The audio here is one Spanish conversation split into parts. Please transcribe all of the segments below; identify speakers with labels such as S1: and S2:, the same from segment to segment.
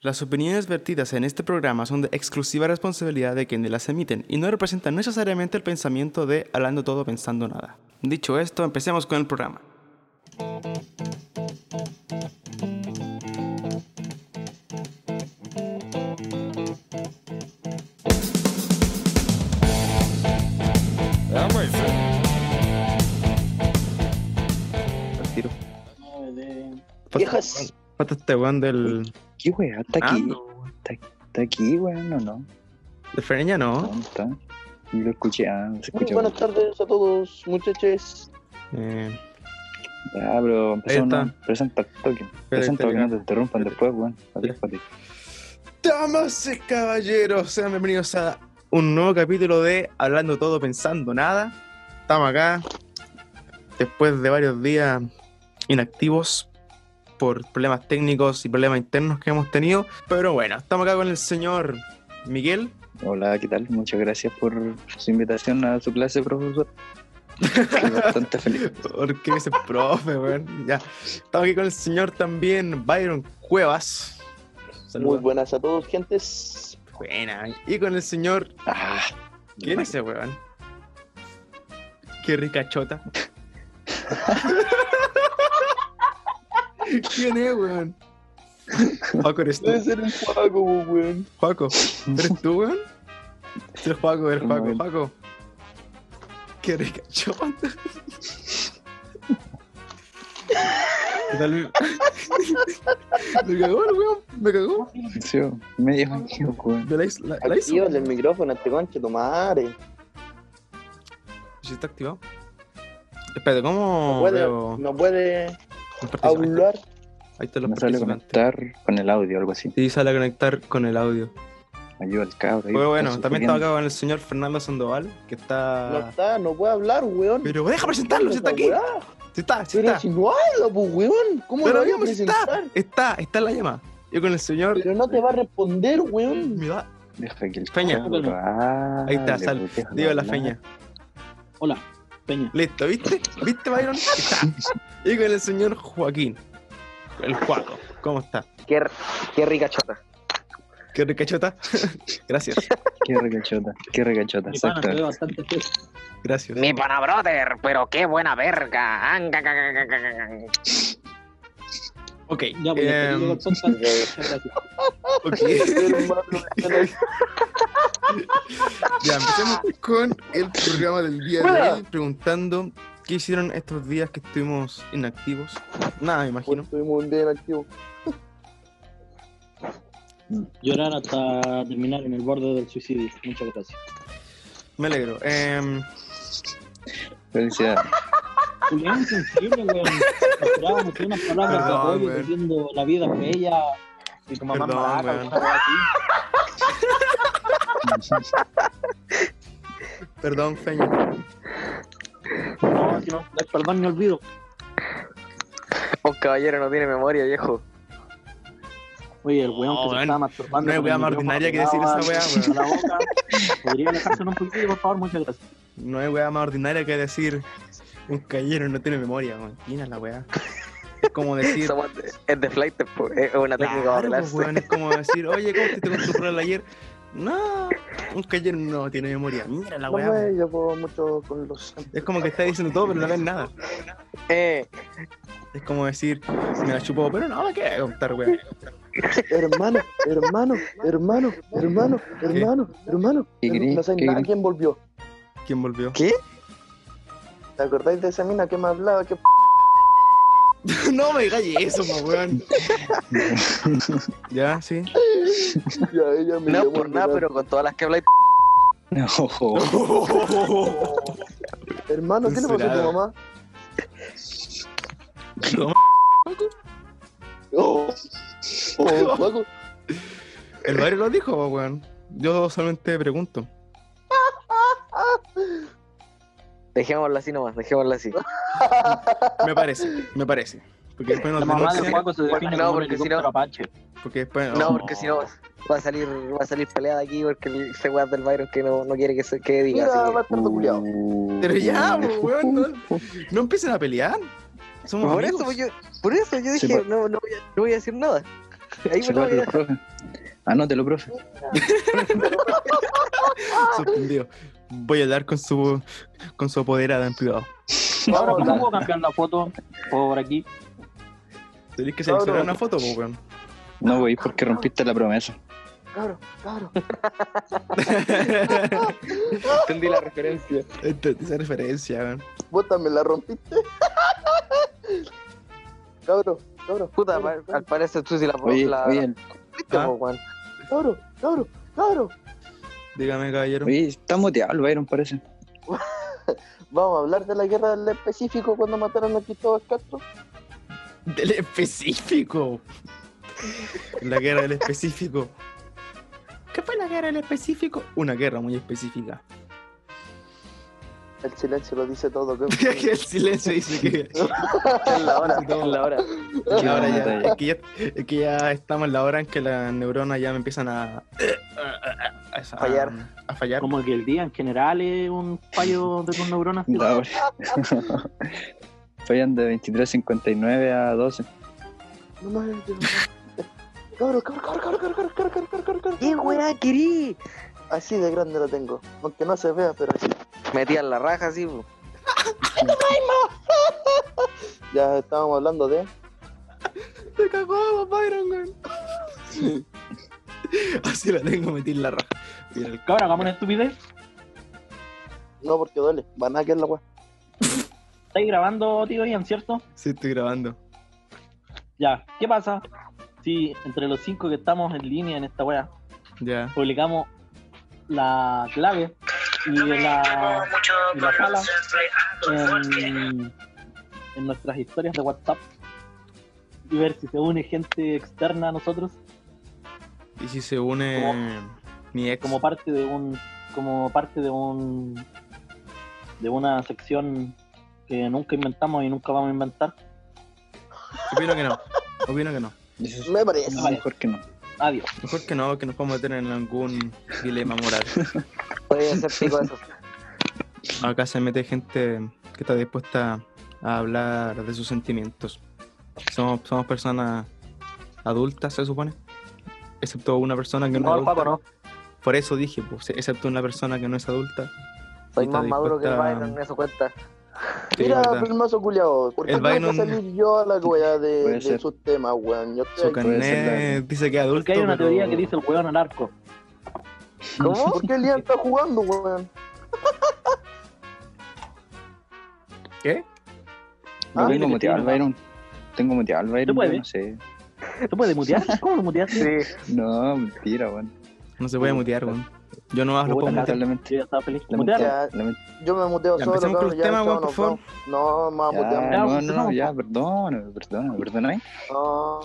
S1: Las opiniones vertidas en este programa son de exclusiva responsabilidad de quienes las emiten y no representan necesariamente el pensamiento de hablando todo pensando nada. Dicho esto, empecemos con el programa. Al tiro.
S2: Viejas,
S1: eh. Falta este weón del.
S2: ¿qué weá? Está
S1: Ah,
S2: aquí,
S1: no.
S2: está aquí, weón, o no.
S1: De Freña, no.
S2: ¿Dónde está? Yo lo escuché, ah, se
S3: Muy
S2: escuchó.
S3: buenas tardes a todos, muchachos.
S1: Eh,
S2: Ah, pero empezó
S1: Ahí está.
S2: una. Presenta al toque. Presenta para que no te interrumpan después, weón. Vale,
S1: Ya.
S2: vale.
S1: Damas y caballeros, sean bienvenidos a un nuevo capítulo de Hablando Todo Pensando Nada. Estamos acá después de varios días inactivos por problemas técnicos y problemas internos que hemos tenido. Pero bueno, estamos acá con el señor Miguel.
S2: Hola, ¿qué tal? Muchas gracias por su invitación a su clase, profesor. Estoy bastante feliz.
S1: ¿Por qué dice profe, weón? Ya. Estamos aquí con el señor también Byron Cuevas.
S3: Muy
S1: Saludos.
S3: buenas a todos, gentes.
S1: Buena. Y con el señor
S2: Ah,
S1: ¿Quién es ese weón? Qué ricachota. ¿Quién es, weón? Pues- Juaco, ¿eres tú?
S3: Debe ser un juego, weón.
S1: Juaco, ¿eres tú, weón? Sí, el Juaco, el Juaco,
S2: No, él.
S1: Juaco. Qué ricachota. ¿Qué tal? Me cagó el weón, me cagó.
S2: Sí, me dio miedo, weón.
S1: Me la hizo- la- la hizo.
S3: Activa el micrófono a este conche, tu madre.
S1: Sí, está activado. Espérate, ¿cómo
S3: Puede-
S1: veo
S3: no puede
S1: los participantes?
S3: hablar.
S1: Ahí están los
S2: No sale
S1: participantes.
S2: conectar con el audio o algo así.
S1: Sí, sale a conectar con el audio.
S2: Ayuda al cabro. ahí,
S1: Pero
S2: está
S1: bueno, también estaba
S2: sufriendo.
S1: acá con el señor Fernando Sandoval, que
S3: No
S1: está.
S3: está, no puede hablar, weón.
S1: Pero deja presentarlo, si está aquí. Si está, si
S3: Pero
S1: está.
S3: si no habla, pues, weón. ¿Cómo
S1: Pero
S3: lo voy a
S1: digamos, si está.
S3: presentar?
S1: Está, está en la llama. Yo con el señor.
S3: Pero no te va a responder, weón.
S1: Me va-
S2: Deja que el
S1: Peña.
S2: cabro
S1: Ahí está,
S2: hable,
S1: sal.
S2: pues, déjalo
S1: Digo la
S2: hablar.
S1: feña.
S4: Hola, Peña.
S1: Listo, ¿viste? ¿Viste, Byron? Está. Y con el señor Joaquín. El Juaco. ¿Cómo está?
S3: Qué, qué rica chota.
S1: Qué ricachota. gracias,
S2: Qué regachota, qué regachota,
S4: Mi pana,
S2: exacto.
S4: te veo bastante fresco.
S1: gracias.
S5: Mi pana brother, pero qué buena verga. Anga, ga, ga, ga, ga, ga, ga.
S1: Ok.
S4: Ya voy a
S1: em,
S4: pedir el podcast. Muchas gracias.
S3: Este
S1: ok. Ya, empecemos con el programa del día de
S3: Hola.
S1: hoy, preguntando qué hicieron estos días que estuvimos inactivos. Nada, me imagino.
S3: Tuvimos un día inactivo.
S4: Llorar hasta terminar en el borde del suicidio. Muchas gracias.
S1: Me alegro. Em,
S2: Felicidades.
S4: Julián, sensible, weón. Esperábamos que unas palabras de
S1: Ah,
S4: apoyo
S1: weón.
S4: diciendo la vida es bella. Y tu mamá
S1: Perdón,
S4: maraca,
S1: weón.
S4: una weá así.
S1: perdón, Feña.
S4: No, si no, no es perdón ni olvido.
S3: Un caballero no tiene memoria, viejo.
S4: Oye, el weón
S1: No,
S4: que
S1: weón.
S4: se estaba masturbando.
S1: No hay
S4: con
S1: weá
S4: el
S1: más
S4: micrófono
S1: ordinaria que decir
S4: pegado
S1: esa weá,
S4: a la boca. Podría alejarse un poquito, por favor. Muchas gracias.
S1: No hay weá más ordinaria que decir un callero no tiene memoria. weón. Tienes la weá. Es como decir.
S5: Somos- Es de flight, po, es una técnica
S1: Claro,
S5: para
S1: pues,
S5: hablarse.
S1: weón, es como decir, oye, ¿cómo te con tu prueba ayer? No, un callero no tiene memoria. Mira la
S3: No,
S1: weá. weón.
S3: weón, yo puedo mucho con los.
S1: Es como que está diciendo todo, pero no ves nada.
S5: Eh,
S1: Es como decir, me la chupo, pero no, me queda contar, weá.
S3: hermano, hermano, hermano, hermano, hermano, hermano.
S2: ¿Qué
S3: Hermano,
S2: crees?
S3: No sé
S2: ¿Qué
S3: nada
S2: crees?
S3: quién volvió.
S1: ¿Quién volvió?
S3: ¿Te acordáis de esa mina que me hablaba? Que...
S1: no me digas eso, po, weón. ya, sí.
S3: Ya, ella me
S5: no
S3: llamó
S5: por
S3: a
S5: nada,
S3: llorar.
S5: pero con todas las que habláis.
S2: No,
S3: Hermano, ¿qué le pasó a
S1: Censurado.
S3: tu mamá?
S1: No,
S3: Oh, oh, Paco.
S1: El barrio lo dijo, po, weón. Yo solamente pregunto.
S5: Dejémoslo así nomás, dejémoslo así.
S1: Me parece, me parece. Porque después
S4: La
S1: nos
S4: mamá de
S1: denuncian.
S4: Juaco se define
S5: No,
S4: como un
S5: porque si no-
S4: helicóptero apache.
S1: Porque después. oh,
S5: No, porque si no va a salir, va a salir peleada aquí porque se weá del Byron que no, no quiere que se que diga.
S3: Mira,
S5: así que- uh,
S3: bastardo culiao.
S1: Pero ya, po, weón. No, no empiecen a pelear. Somos
S5: Por
S1: amigos.
S5: eso, pues, yo, por eso
S2: Sí,
S5: yo
S2: pues,
S5: dije,
S2: por-
S5: no, no, voy a, no voy a decir nada. Ahí me lo voy
S2: Sacártelo, profe. Ah, Anótelo, profe.
S1: Sorprendido. Voy a hablar con su con su apoderada en privado.
S4: Ahora, ¿puedo cambiar la foto por aquí?
S1: Tenés que seleccionar una foto, po, weón.
S2: No, güey, porque rompiste la promesa.
S5: Cabro, cabro.
S3: Entendí la referencia.
S1: Esta- Esa referencia, weón.
S6: Puta, me la rompiste. cabro, cabro.
S5: Puta,
S6: cabro,
S5: pa- al parecer tú sí la
S2: Oye,
S5: la-
S2: oye,
S5: la-
S2: el-
S1: Ah,
S5: po, weón.
S6: Cabro, cabro, cabro.
S1: dígame, caballero.
S2: oye, está moteado el Byron, parece.
S6: Vamos a hablar de la guerra del específico cuando mataron a Cristóbal Castro.
S1: Del específico. La guerra del específico. ¿Qué fue la guerra del específico? Una guerra muy específica.
S6: El silencio lo dice todo.
S1: Que el silencio dice que,
S3: Es la hora, es la hora.
S1: que ahora
S2: buena
S1: ya,
S2: talla.
S1: es que ya, es que ya estamos en la hora en que las neuronas ya me empiezan a, a, a-
S5: Fallar.
S1: a fallar.
S4: Como que el día en general es un fallo de tus neuronas. tío.
S2: La hora. Fallan de 23.59 a 12.
S6: No mames, Dios mío. cabro, cabro, cabro, cabro, cabro, cabro, cabro, cabro, cabro, cabro, cabro.
S5: ¿Qué weá querí?
S6: Así de grande la tengo. Aunque no se vea, pero así.
S5: Metían la raja pues. así, po.
S6: Ya estábamos hablando de.
S1: Te cagó, Byron, güey. Así la tengo metí en la raja. Mira el
S4: Cabrón, hagamos una estupidez.
S6: No, porque duele. Van a quedar la weá.
S4: ¿Estáis grabando, tío Ian, cierto?
S1: Sí, estoy grabando.
S4: Ya, ¿qué pasa? Si entre los cinco que estamos en línea en esta wea,
S1: Ya.
S4: publicamos la clave y la, y la sala en, en nuestras historias de WhatsApp y ver si se une gente externa a nosotros
S1: Y si se une mi ex.
S4: como parte de un como parte de un de una sección que nunca inventamos y nunca vamos a inventar.
S1: Opino que no. Opino que no.
S2: Dices,
S6: Me parece.
S2: no, mejor que no.
S4: Adiós.
S1: Mejor que no, que nos podemos meter en algún dilema moral.
S5: Podría ser pico eso.
S1: Acá se mete gente que está dispuesta a hablar de sus sentimientos. Somos, somos personas adultas, se supone. Excepto una persona que no,
S5: No,
S1: es
S5: el Paco
S1: adulta.
S5: no.
S1: Por eso dije, pues, excepto una persona que no es adulta.
S5: Soy
S1: y está
S5: más maduro que el
S1: dispuesta-
S5: Byron, eso cuenta.
S1: Sí,
S6: Mira,
S1: verdad.
S6: hermoso culiao. ¿Por qué
S1: El
S6: no voy a
S1: Byron-
S6: salir yo a la weá
S2: Puede
S6: de, de
S2: ser.
S6: sus temas, weón? Yo estoy
S1: Su
S6: aquí.
S1: carnet dice que es adulto.
S4: Porque hay una
S1: pero-
S4: teoría que dice el hueón al arco.
S5: ¿Cómo?
S6: ¿Por qué el día está jugando, weón?
S1: ¿Qué?
S2: Lo
S6: Ah,
S2: tengo
S4: que
S2: moteado
S4: sí,
S2: al
S4: ¿verdad?
S2: Byron. Tengo moteado al Byron,
S4: puede.
S2: yo no sé.
S4: ¿Tú puedes mutear? ¿Cómo lo muteaste?
S5: Sí.
S2: No, mentira, weón.
S1: No se puede mutear, weón. Yo no hablo
S4: Puta,
S1: puedo mutear.
S2: Lamentablemente.
S4: Yo ya estaba feliz. Mutearlo.
S6: Ya. Yo me muteo
S1: Ya,
S6: solo,
S1: empecemos con
S6: cabrón,
S1: los
S6: ya,
S1: temas,
S6: chao,
S1: weón, por
S6: nos
S1: favor.
S6: vamos. No, me voy a mutear.
S2: Ya, no, no, no,
S4: pues,
S2: ya, perdóname, perdóname, perdóname.
S6: No,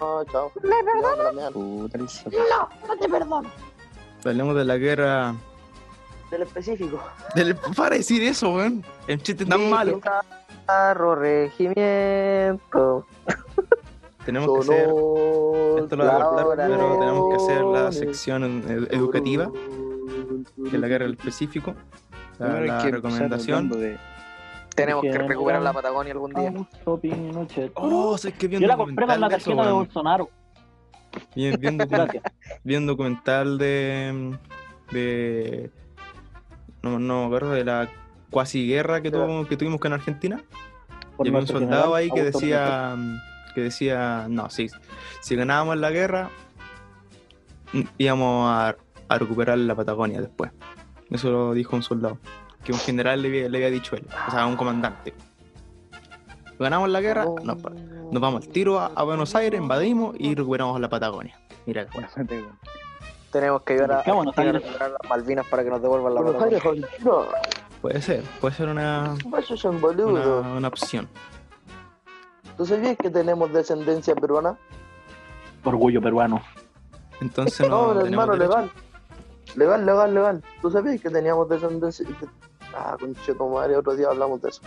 S6: no, chao. Ya, me la mean.
S2: Puta, el sol.
S6: No te perdono.
S1: Hablemos de la guerra.
S5: Del específico.
S1: Del... Para decir eso, weón. El chiste tan malo.
S5: Carro, regimiento.
S1: Tenemos que hacer. Esto
S6: Esto
S1: lo voy a
S5: La
S1: cortar,
S5: hora
S1: pero
S5: de-
S1: tenemos que hacer la sección ed- educativa, que es la guerra del específico. La,
S2: Primero hay
S1: la
S2: que empezar hablando
S1: recomendación.
S2: de-
S5: Tenemos que
S4: Dije,
S5: recuperar
S4: no,
S5: la Patagonia algún día.
S4: Augusto Pinochet.
S1: Oh, sé que vi un
S4: Yo la compré
S1: documental
S4: con la
S1: de eso,
S4: tarjeta de
S1: weón.
S4: Bolsonaro.
S1: Vi, vi un docu-
S4: Gracias.
S1: vi un documental de. de no, no me acuerdo, de la cuasi guerra que, tuvo- que tuvimos con Argentina.
S4: Por
S1: Y había un
S4: nuestro
S1: soldado
S4: general,
S1: ahí que
S4: Augusto
S1: decía mm, que decía no si, si ganábamos la guerra mm, íbamos a, a recuperar la Patagonia después eso lo dijo un soldado que un general le había, le había dicho él o sea un comandante ganamos la guerra
S4: Oh.
S1: nos, pa- nos vamos al tiro a, a Buenos Aires invadimos y recuperamos la Patagonia mira qué bueno.
S5: Tenemos que ir a,
S4: ¿Qué bueno,
S5: ir a
S4: Jairo?
S5: recuperar las Malvinas para que nos devuelvan la
S6: Buenos
S5: Patagonia.
S6: Aires, Argentina.
S1: puede ser puede ser una,
S6: Vaya son boludo.
S1: una, una opción
S6: ¿Tú sabías que tenemos descendencia peruana?
S4: Pinochet. Orgullo peruano.
S1: entonces no,
S6: No,
S1: tenemos
S6: hermano,
S1: derecho.
S6: legal. Legal, legal, legal. ¿Tú sabías que teníamos descendencia? Ah, conche madre, otro día hablamos de eso.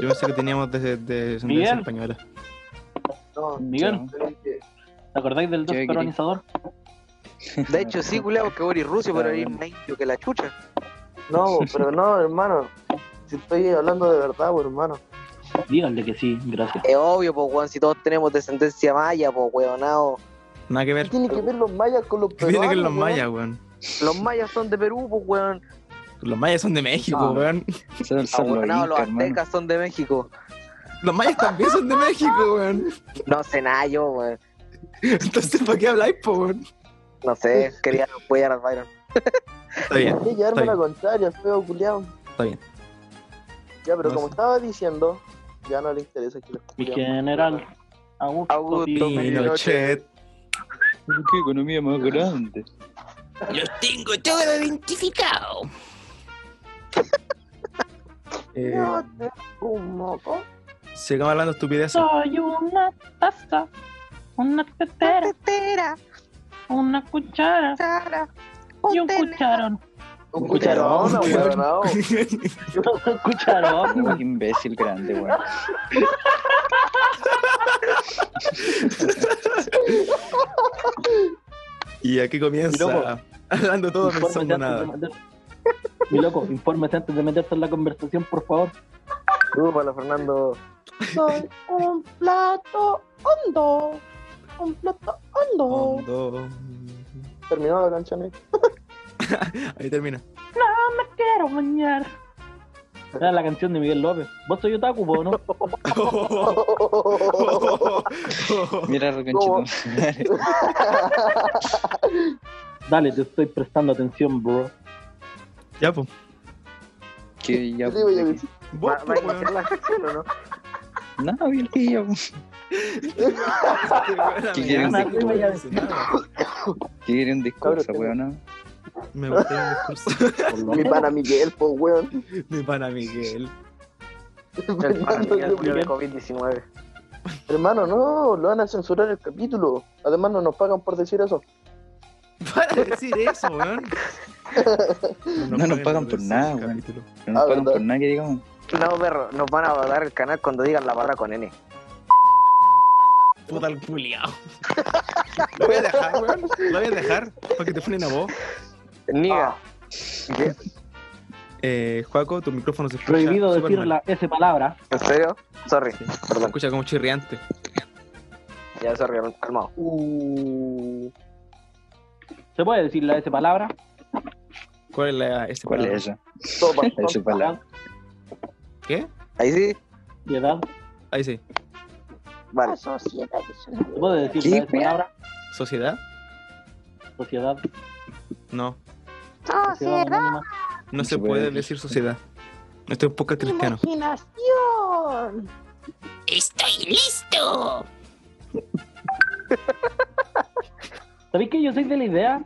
S1: yo pensé que teníamos desde de descendencia
S4: Miguel.
S1: española
S6: No,
S4: Miguel.
S6: sabéis que-
S4: ¿Te acordáis del dos
S2: Qué
S4: peruanizador?
S5: De hecho, sí, culiao, que vos eres ruso,
S2: Está
S5: pero eres
S2: bien.
S5: más indio que la chucha.
S6: no, pero no, hermano. Si estoy hablando de verdad, pues, hermano.
S4: Díganle que sí, gracias.
S5: Es obvio, pues, weón, si todos tenemos descendencia maya, pues, weonado.
S1: Nada que
S6: ¿Qué
S1: ver.
S6: tiene que ver los mayas con los
S1: ¿Qué
S6: peruanos?
S1: tiene que ver los
S6: weón?
S1: mayas, weón?
S5: Los mayas son de Perú, pues, weón.
S1: Los mayas son de México,
S2: Ah.
S1: weón.
S2: Son, son los
S5: Abuelado, los
S2: incas, hermano.
S5: aztecas son de México.
S1: Los mayas también son de México, weón.
S5: No sé nada yo, weón.
S1: Entonces, ¿para qué habláis, po, weón?
S5: No sé, quería apoyar al Byron.
S1: Está bien.
S6: Sí, llevarme
S1: Está
S6: la contraria, feo culiao.
S1: Está bien.
S6: Ya, pero
S1: No
S6: como
S1: sé.
S6: estaba diciendo, ya no le interesa que
S4: Mi
S6: lo
S4: general, Augusto,
S5: Augusto
S4: Pinochet.
S1: Pinochet.
S2: Pero qué economía más grande.
S1: Los tengo todo identificado. Eh,
S6: Un moco.
S1: sigamos hablando de estupideces.
S7: Soy una taza, una tetera,
S5: Tetera,
S7: una cuchara
S5: Sara,
S7: y un cucharón.
S6: Un cucharón,
S1: cucharón,
S6: weón. no.
S4: Escucharon,
S2: Qué imbécil grande, weón.
S1: y aquí comienza
S4: Y luego-
S1: hablando todo
S4: infórmate
S1: pensando
S4: antes
S1: nada.
S4: de meter- Mi loco, infórmate antes de meterte en la conversación, por favor.
S5: Discúlpalo, Fernando.
S8: Soy un plato hondo. Un plato hondo.
S1: Hondo.
S6: Oh. Terminó la canción. eh.
S1: Ahí termina.
S7: Quiero bañar.
S4: Era la canción de Miguel López. ¿Vos soy otaku, po, no?
S6: Oh,
S2: Mira, reconchito.
S4: Dale, te estoy prestando atención, bro.
S1: ya, po.
S2: Que ya.
S6: Yo digo, ya vi.
S1: Vos,
S5: ¿Va,
S1: po,
S5: va a
S1: weón.
S5: iniciar la sección o no?
S2: No, bien pillo.
S1: Este,
S2: ¿Qué
S1: weón,
S2: quieres
S1: a mí
S4: decir?
S1: no me dice nada.
S2: Que quiere un discurso,
S6: Cabrón,
S2: weón. ¿no?
S1: Me gusta el discurso.
S4: Por lo
S6: oh. Mi
S4: menos.
S6: pana Miguel, po, weón.
S1: Mi pana Miguel.
S5: El pan
S6: Fernando,
S5: Miguel
S6: yo-
S5: murió de COVID-19.
S6: Hermano, no, lo van a censurar el capítulo. Además, no nos pagan por decir eso.
S1: Para de decir eso, weón.
S2: No nos pagan por
S1: decir
S2: nada,
S1: el
S2: weón.
S1: capítulo.
S2: No nos
S6: Ah,
S2: pagan
S6: ¿verdad?
S2: por nada que digamos.
S5: No, perro, nos van a dar el canal cuando digan la barra con N.
S1: Puta el culiao. Lo voy a dejar, weón. Lo voy a dejar para que te ponen a vos.
S5: Niga.
S1: Eh, Juaco, tu micrófono se escucha.
S4: Prohibido
S1: súper
S4: decir
S1: mal.
S4: la S palabra.
S5: ¿En serio? Sorry,
S1: Se
S5: perdón.
S1: escucha como chirriante.
S5: Ya, sorry, calmado.
S4: ¿Se puede decir la S palabra?
S1: ¿Cuál es la ese
S2: ¿Cuál
S1: palabra?
S2: es esa?
S6: Sopa.
S2: Esa palabra.
S1: ¿Qué?
S5: Ahí sí,
S4: ¿Y edad?
S1: Ahí sí.
S7: Ah,
S5: vale.
S8: Sociedad es una
S4: ¿Se puede decir
S2: ¿Qué,
S4: la S palabra?
S1: ¿Sociedad?
S4: Sociedad.
S1: No.
S4: Sociedad
S8: sociedad
S4: anónima.
S1: No se puede decir sociedad. Esto es un podcast
S8: de
S1: cristiano.
S8: imaginación.
S4: ¿Sabéis que yo soy de la idea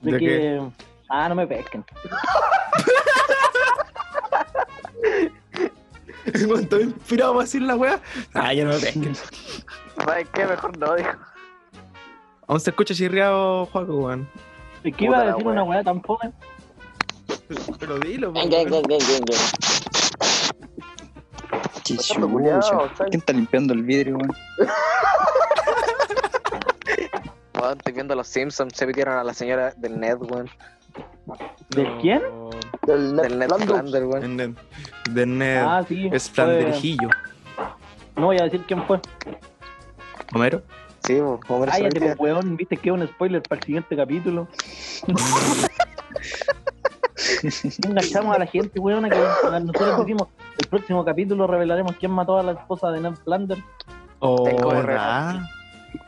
S4: de,
S1: ¿De
S4: que...
S1: qué?
S4: Ah, no me pesquen.
S1: Cuando estoy inspirado para decir la wea. Ah, ya no me pesquen.
S5: ¿Sabes qué? Mejor no, dijo.
S1: Aún se escucha chirriado, Juaco, weón.
S4: Es que iba
S5: Puta
S4: a
S5: la
S4: decir
S5: wea.
S4: una weá tan fome.
S1: Pero dilo,
S5: Gang, gang,
S1: weón.
S5: gang, gang, gang, gang.
S2: Qué
S6: Sopa, culiao,
S2: chucha.
S6: ¿sabes?
S2: ¿Quién está limpiando el vidrio, weón?
S5: Weón, estoy viendo los Simpsons, se metieron a la señora del Ned, weón.
S4: ¿De quién?
S6: Del Ned
S5: Del Ned
S6: Flanders.
S5: Flanders, weón.
S1: En el- De Ned.
S4: Ah, sí.
S1: Eh, Es
S4: fue-
S1: Flanderjillo.
S4: No voy a decir quién fue.
S1: Homero.
S5: Sí, weón. Homero
S4: Cállate,
S5: Simpson.
S4: po, este weón. Viste que es un spoiler para el siguiente capítulo. Enganchamos a la gente, weón. a Que a- nosotros decimos, el próximo capítulo revelaremos quién mató a la esposa de Ned Flanders.
S1: Oh,
S5: Tengo que
S1: ¿verdad?
S4: Y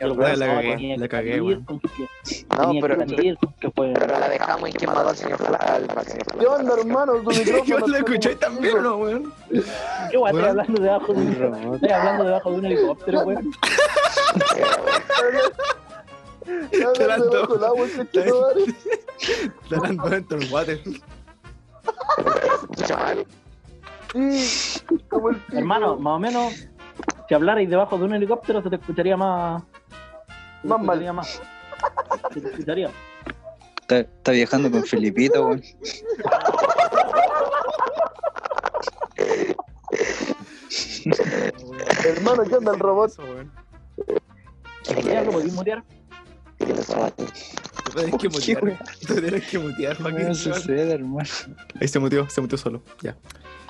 S4: el
S1: Ah,
S4: weón
S1: la
S4: no,
S1: cagué,
S4: tenía
S1: la
S4: que
S1: cagué,
S4: salir
S1: weón.
S4: con que-
S5: No,
S4: tenía que
S5: pero,
S4: salir con que fue-
S5: pero la dejamos en quien mató al señor Flanders. al señor
S6: ¿Qué onda,
S5: Flanders.
S6: hermano? Tu
S1: Yo
S6: micrófono
S1: lo
S6: está
S1: escuché
S6: como-
S1: también, ¿o ¿no, weón?
S4: ¿Qué weón estoy
S1: Weón.
S4: hablando debajo de un Estoy hablando debajo de un helicóptero, weón.
S1: Te
S6: Ya,
S1: la doy.
S6: debajo del agua, conchetumare.
S1: Está hablando dentro del water.
S5: Chaval,
S6: Sí, como el pico.
S4: Hermano, más o menos, si hablarais debajo de un helicóptero se te escucharía más. se te
S6: Más mal.
S4: escucharía más. Se te escucharía.
S2: Está, está viajando con Felipito, weón.
S6: Hermano, ¿qué onda el robot?
S1: Eso, weón.
S4: Ya, como que muriera.
S1: Tú tienes que mutear. Tú tienes que mutear,
S2: ¿Qué
S1: Joaquín.
S2: me sucede, hermano?
S1: Ahí se muteó, se muteó solo. Ya.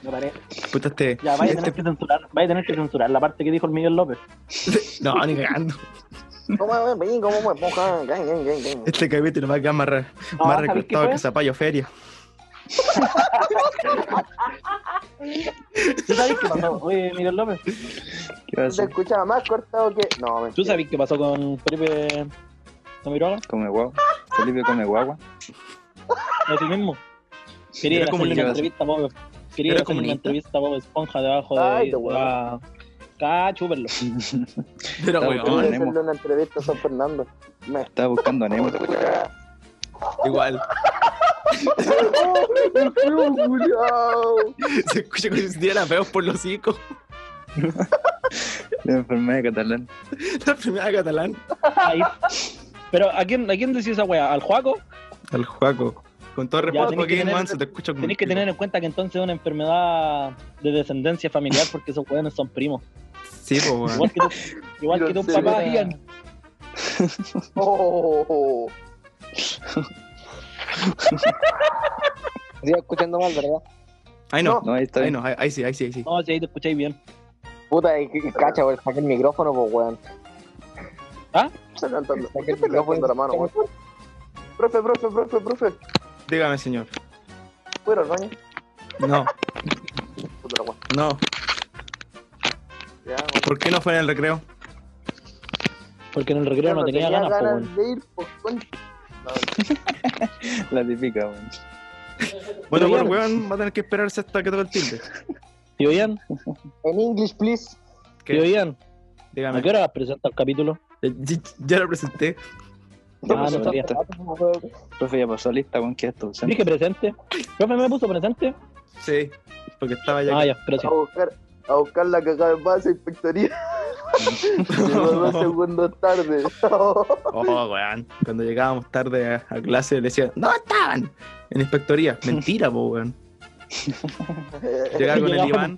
S4: Me paré.
S1: Puta este.
S4: Ya, vais a
S1: este-
S4: tener que censurar, vais a tener que censurar la parte que dijo el Miguel López.
S1: No, ni cagando.
S6: Como me como me moja. Gang, gang, gang, gang.
S1: Este capítulo va a quedar más, re-
S4: No,
S1: más
S4: ¿sabes qué
S1: recortado
S4: fue?
S1: que Zapallo Feria.
S4: ¿Tú sabes qué pasó? Oye, Miguel López.
S2: ¿Qué
S6: Se
S2: pasa?
S6: escuchaba más cortado que. No,
S4: ¿Tú
S6: mentira.
S4: sabes qué pasó con Felipe Camiroaga?
S2: Come guagua. Felipe come guagua.
S4: Así mismo. Quería
S1: Era
S4: ir a hacerle una
S1: comunicado.
S4: entrevista a Bob. Quería ir
S1: Era
S4: a hacerle una
S1: comunista.
S4: entrevista a Bob Esponja debajo de.
S6: Ay,
S4: Ay,
S6: qué huevo.
S4: chúperlo.
S1: Pero,
S2: Está
S6: Voy
S1: weón,
S2: bueno.
S6: a hacerle una entrevista a San Fernando. Me
S2: Estaba buscando a Nemo.
S1: igual.
S6: ¡Oh, culiao!
S1: Se escucha que si la feos por los hijos.
S2: La enfermedad catalana.
S1: La primera catalán.
S4: Ahí. Pero ¿a quién, ¿a quién decís esa weá? ¿Al Juaco?
S1: Al Juaco. Con todo
S4: Ya,
S1: respeto,
S4: tenés que
S1: Joaquín
S4: tener-
S1: Man, se te escucha como.
S4: Tenéis que tener en cuenta que entonces es una enfermedad de descendencia familiar porque esos weones son primos.
S1: Sí, pues, weón.
S4: Igual que tu, igual que tu
S6: Yo sé,
S4: papá,
S6: weón.
S4: Ian.
S6: ¡Oh!
S5: Sigo escuchando mal, ¿verdad?
S1: Ahí no.
S2: No, ahí está
S1: Ahí
S2: bien.
S1: no, ahí, ahí sí, ahí sí, ahí sí.
S4: No, si ahí te escucháis bien.
S5: Puta, y- y cacha, weón, saqué el micrófono, pues, weón.
S6: Está cantando. ¿Por
S5: Saqué
S6: qué
S5: el
S6: está levantando la mano, weón? Profe, profe, profe, profe.
S1: Dígame, señor.
S6: ¿Fuera al baño?
S1: No,
S6: Puta la weá.
S1: no.
S6: Ya,
S1: ¿Por qué no fue en el recreo?
S4: Porque en el
S6: weón.
S4: recreo no tenía ganas, po, weón.
S6: de ir por concha. No,
S2: La típica, weón.
S1: Bueno,
S4: Pero
S1: por
S4: ya-
S1: weón, va a tener que esperarse hasta que toque el tilde.
S4: Tío Ian,
S5: En English, please.
S1: ¿Qué?
S4: tío Ian, ¿a
S1: Dígame.
S4: qué hora presenta el capítulo?
S1: Eh, Ya, ya lo presenté.
S2: Ya
S4: Ah,
S2: pasó
S4: no sabía.
S2: lista. Profe, ya pasó lista, weón. ¿Qué es esto? ¿Sí?
S4: Dije presente. Profe, ¿me puso presente?
S1: Sí. Porque estaba ya.
S4: Ah, ya, gracias.
S6: a buscar, a buscar la cagada en base, inspectoría. Llegó dos segundos tarde.
S1: Oh, weón. Cuando llegábamos tarde a, a clase le decían, ¿dónde estaban? En inspectoría. Mentira, po, weón. Llegaba con el
S4: Llegábamos-
S1: Iván.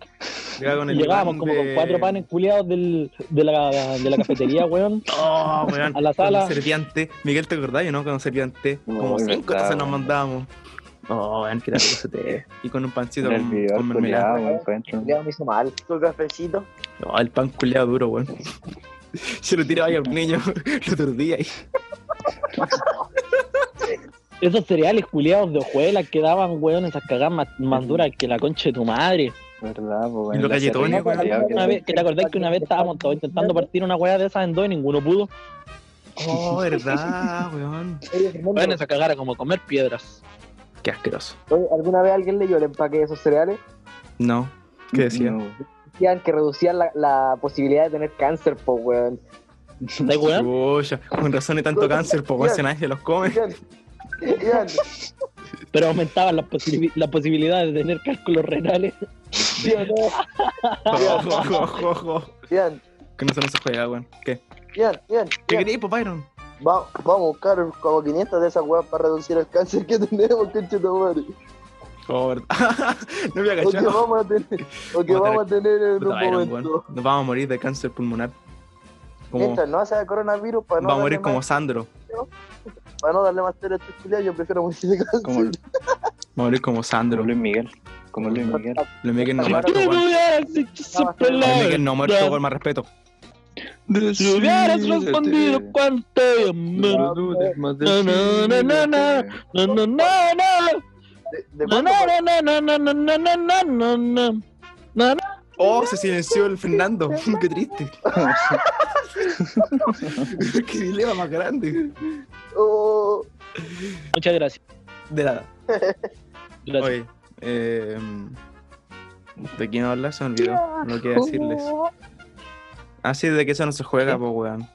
S1: Llegaba con el
S4: Llegábamos
S1: Iván
S4: como con
S1: de-
S4: cuatro panes culiados del, de, la, de la cafetería, weón.
S1: Oh, weón.
S4: A la sala.
S1: Cuando servían té. Miguel, ¿te acordás o no? Cuando servían té.
S2: No,
S1: Como
S2: es
S1: cinco
S2: verdad,
S1: tazas nos
S2: weón.
S1: mandábamos. Oh, weón, qué rico ese té. Y con un pancito
S2: Era el
S1: con,
S2: video
S1: con mermelada.
S2: culiado, weón. pa' dentro.
S5: Leo me hizo mal.
S6: Con cafecito.
S1: No, el pan culeado duro, weón. Se lo tiraba ahí al niño el otro día. Y...
S4: Esos cereales culiados de hojuelas que daban, weón, esas cagadas más, más duras que la concha de tu madre.
S2: ¿Verdad, po,
S1: Y
S2: weón?
S1: los
S2: La
S1: galletones,
S2: cerveza,
S1: weón.
S2: culiao, que-
S4: Una vez, que te acordás que una vez estábamos todos intentando partir una weá de esas en dos y ninguno pudo.
S1: Oh, verdad, weón.
S5: Oye, Fernando,
S4: Weón, esa cagada era como comer piedras.
S1: Qué asqueroso.
S5: oye, ¿alguna vez alguien leyó el empaque de esos cereales?
S1: No. ¿Qué decía?
S2: No, weón.
S5: Decían que reducían la, la posibilidad de tener cáncer, pues, weón.
S4: ¿Estás weón?
S1: Chucha, con razón de tanto cáncer, po, weón, si nadie se los come.
S6: Ian, Ian,
S4: Pero aumentaban las posibi- las posibilidades de tener cálculos renales.
S5: ¿Sí o no?
S1: Ojo, ojo, ojo, ojo.
S6: Ian,
S1: Con eso oh, no se juega, weón. ¿Qué?
S6: Ian, Ian.
S1: ¿Qué queréis, po, Byron?
S6: Va- Vamos a buscar como 500 de esas weas para reducir el cáncer que tenemos, conchetumare.
S1: Oh, verdad. no me había
S6: O que
S1: cachado.
S6: vamos a tener, o que
S1: Vamos a
S6: vamos a tener en
S1: Puta,
S6: un
S1: Byron, weón.
S6: momento.
S1: Nos vamos a morir de cáncer pulmonar. Como,
S6: Mientras no sea coronavirus, para no,
S1: vamos a
S6: darle
S1: morir como
S6: más,
S1: Sandro.
S6: para no darle más tele a estos culiados, yo prefiero morir de cáncer.
S2: Como,
S1: Vamos a morir como
S2: como
S1: Sandro.
S2: Luis Miguel. Como Luis Miguel.
S1: Lo Miguel no
S6: Yo
S1: muerto,
S4: ¿Qué
S1: weón.
S4: hubieras hecho sin
S1: Lo
S4: pelar?
S1: Miguel no muerto, weón, más respeto.
S4: Si hubieras respondido cuánto te amé. No, no, no, no, no. No, no, no, no.
S6: ¿De, de
S4: No,
S6: cuándo
S4: no, no, no, no, no, no, no, no, no, no.
S1: Oh, se silenció el Fernando. Qué triste. Qué dilema más grande.
S6: Oh,
S4: Muchas gracias.
S1: De nada.
S4: Gracias.
S1: Oye, eh, ¿de quién hablar? Se me olvidó. No quería decirles. Ah, sí, de que eso no se juega,
S4: ¿Qué?
S1: pues, weón.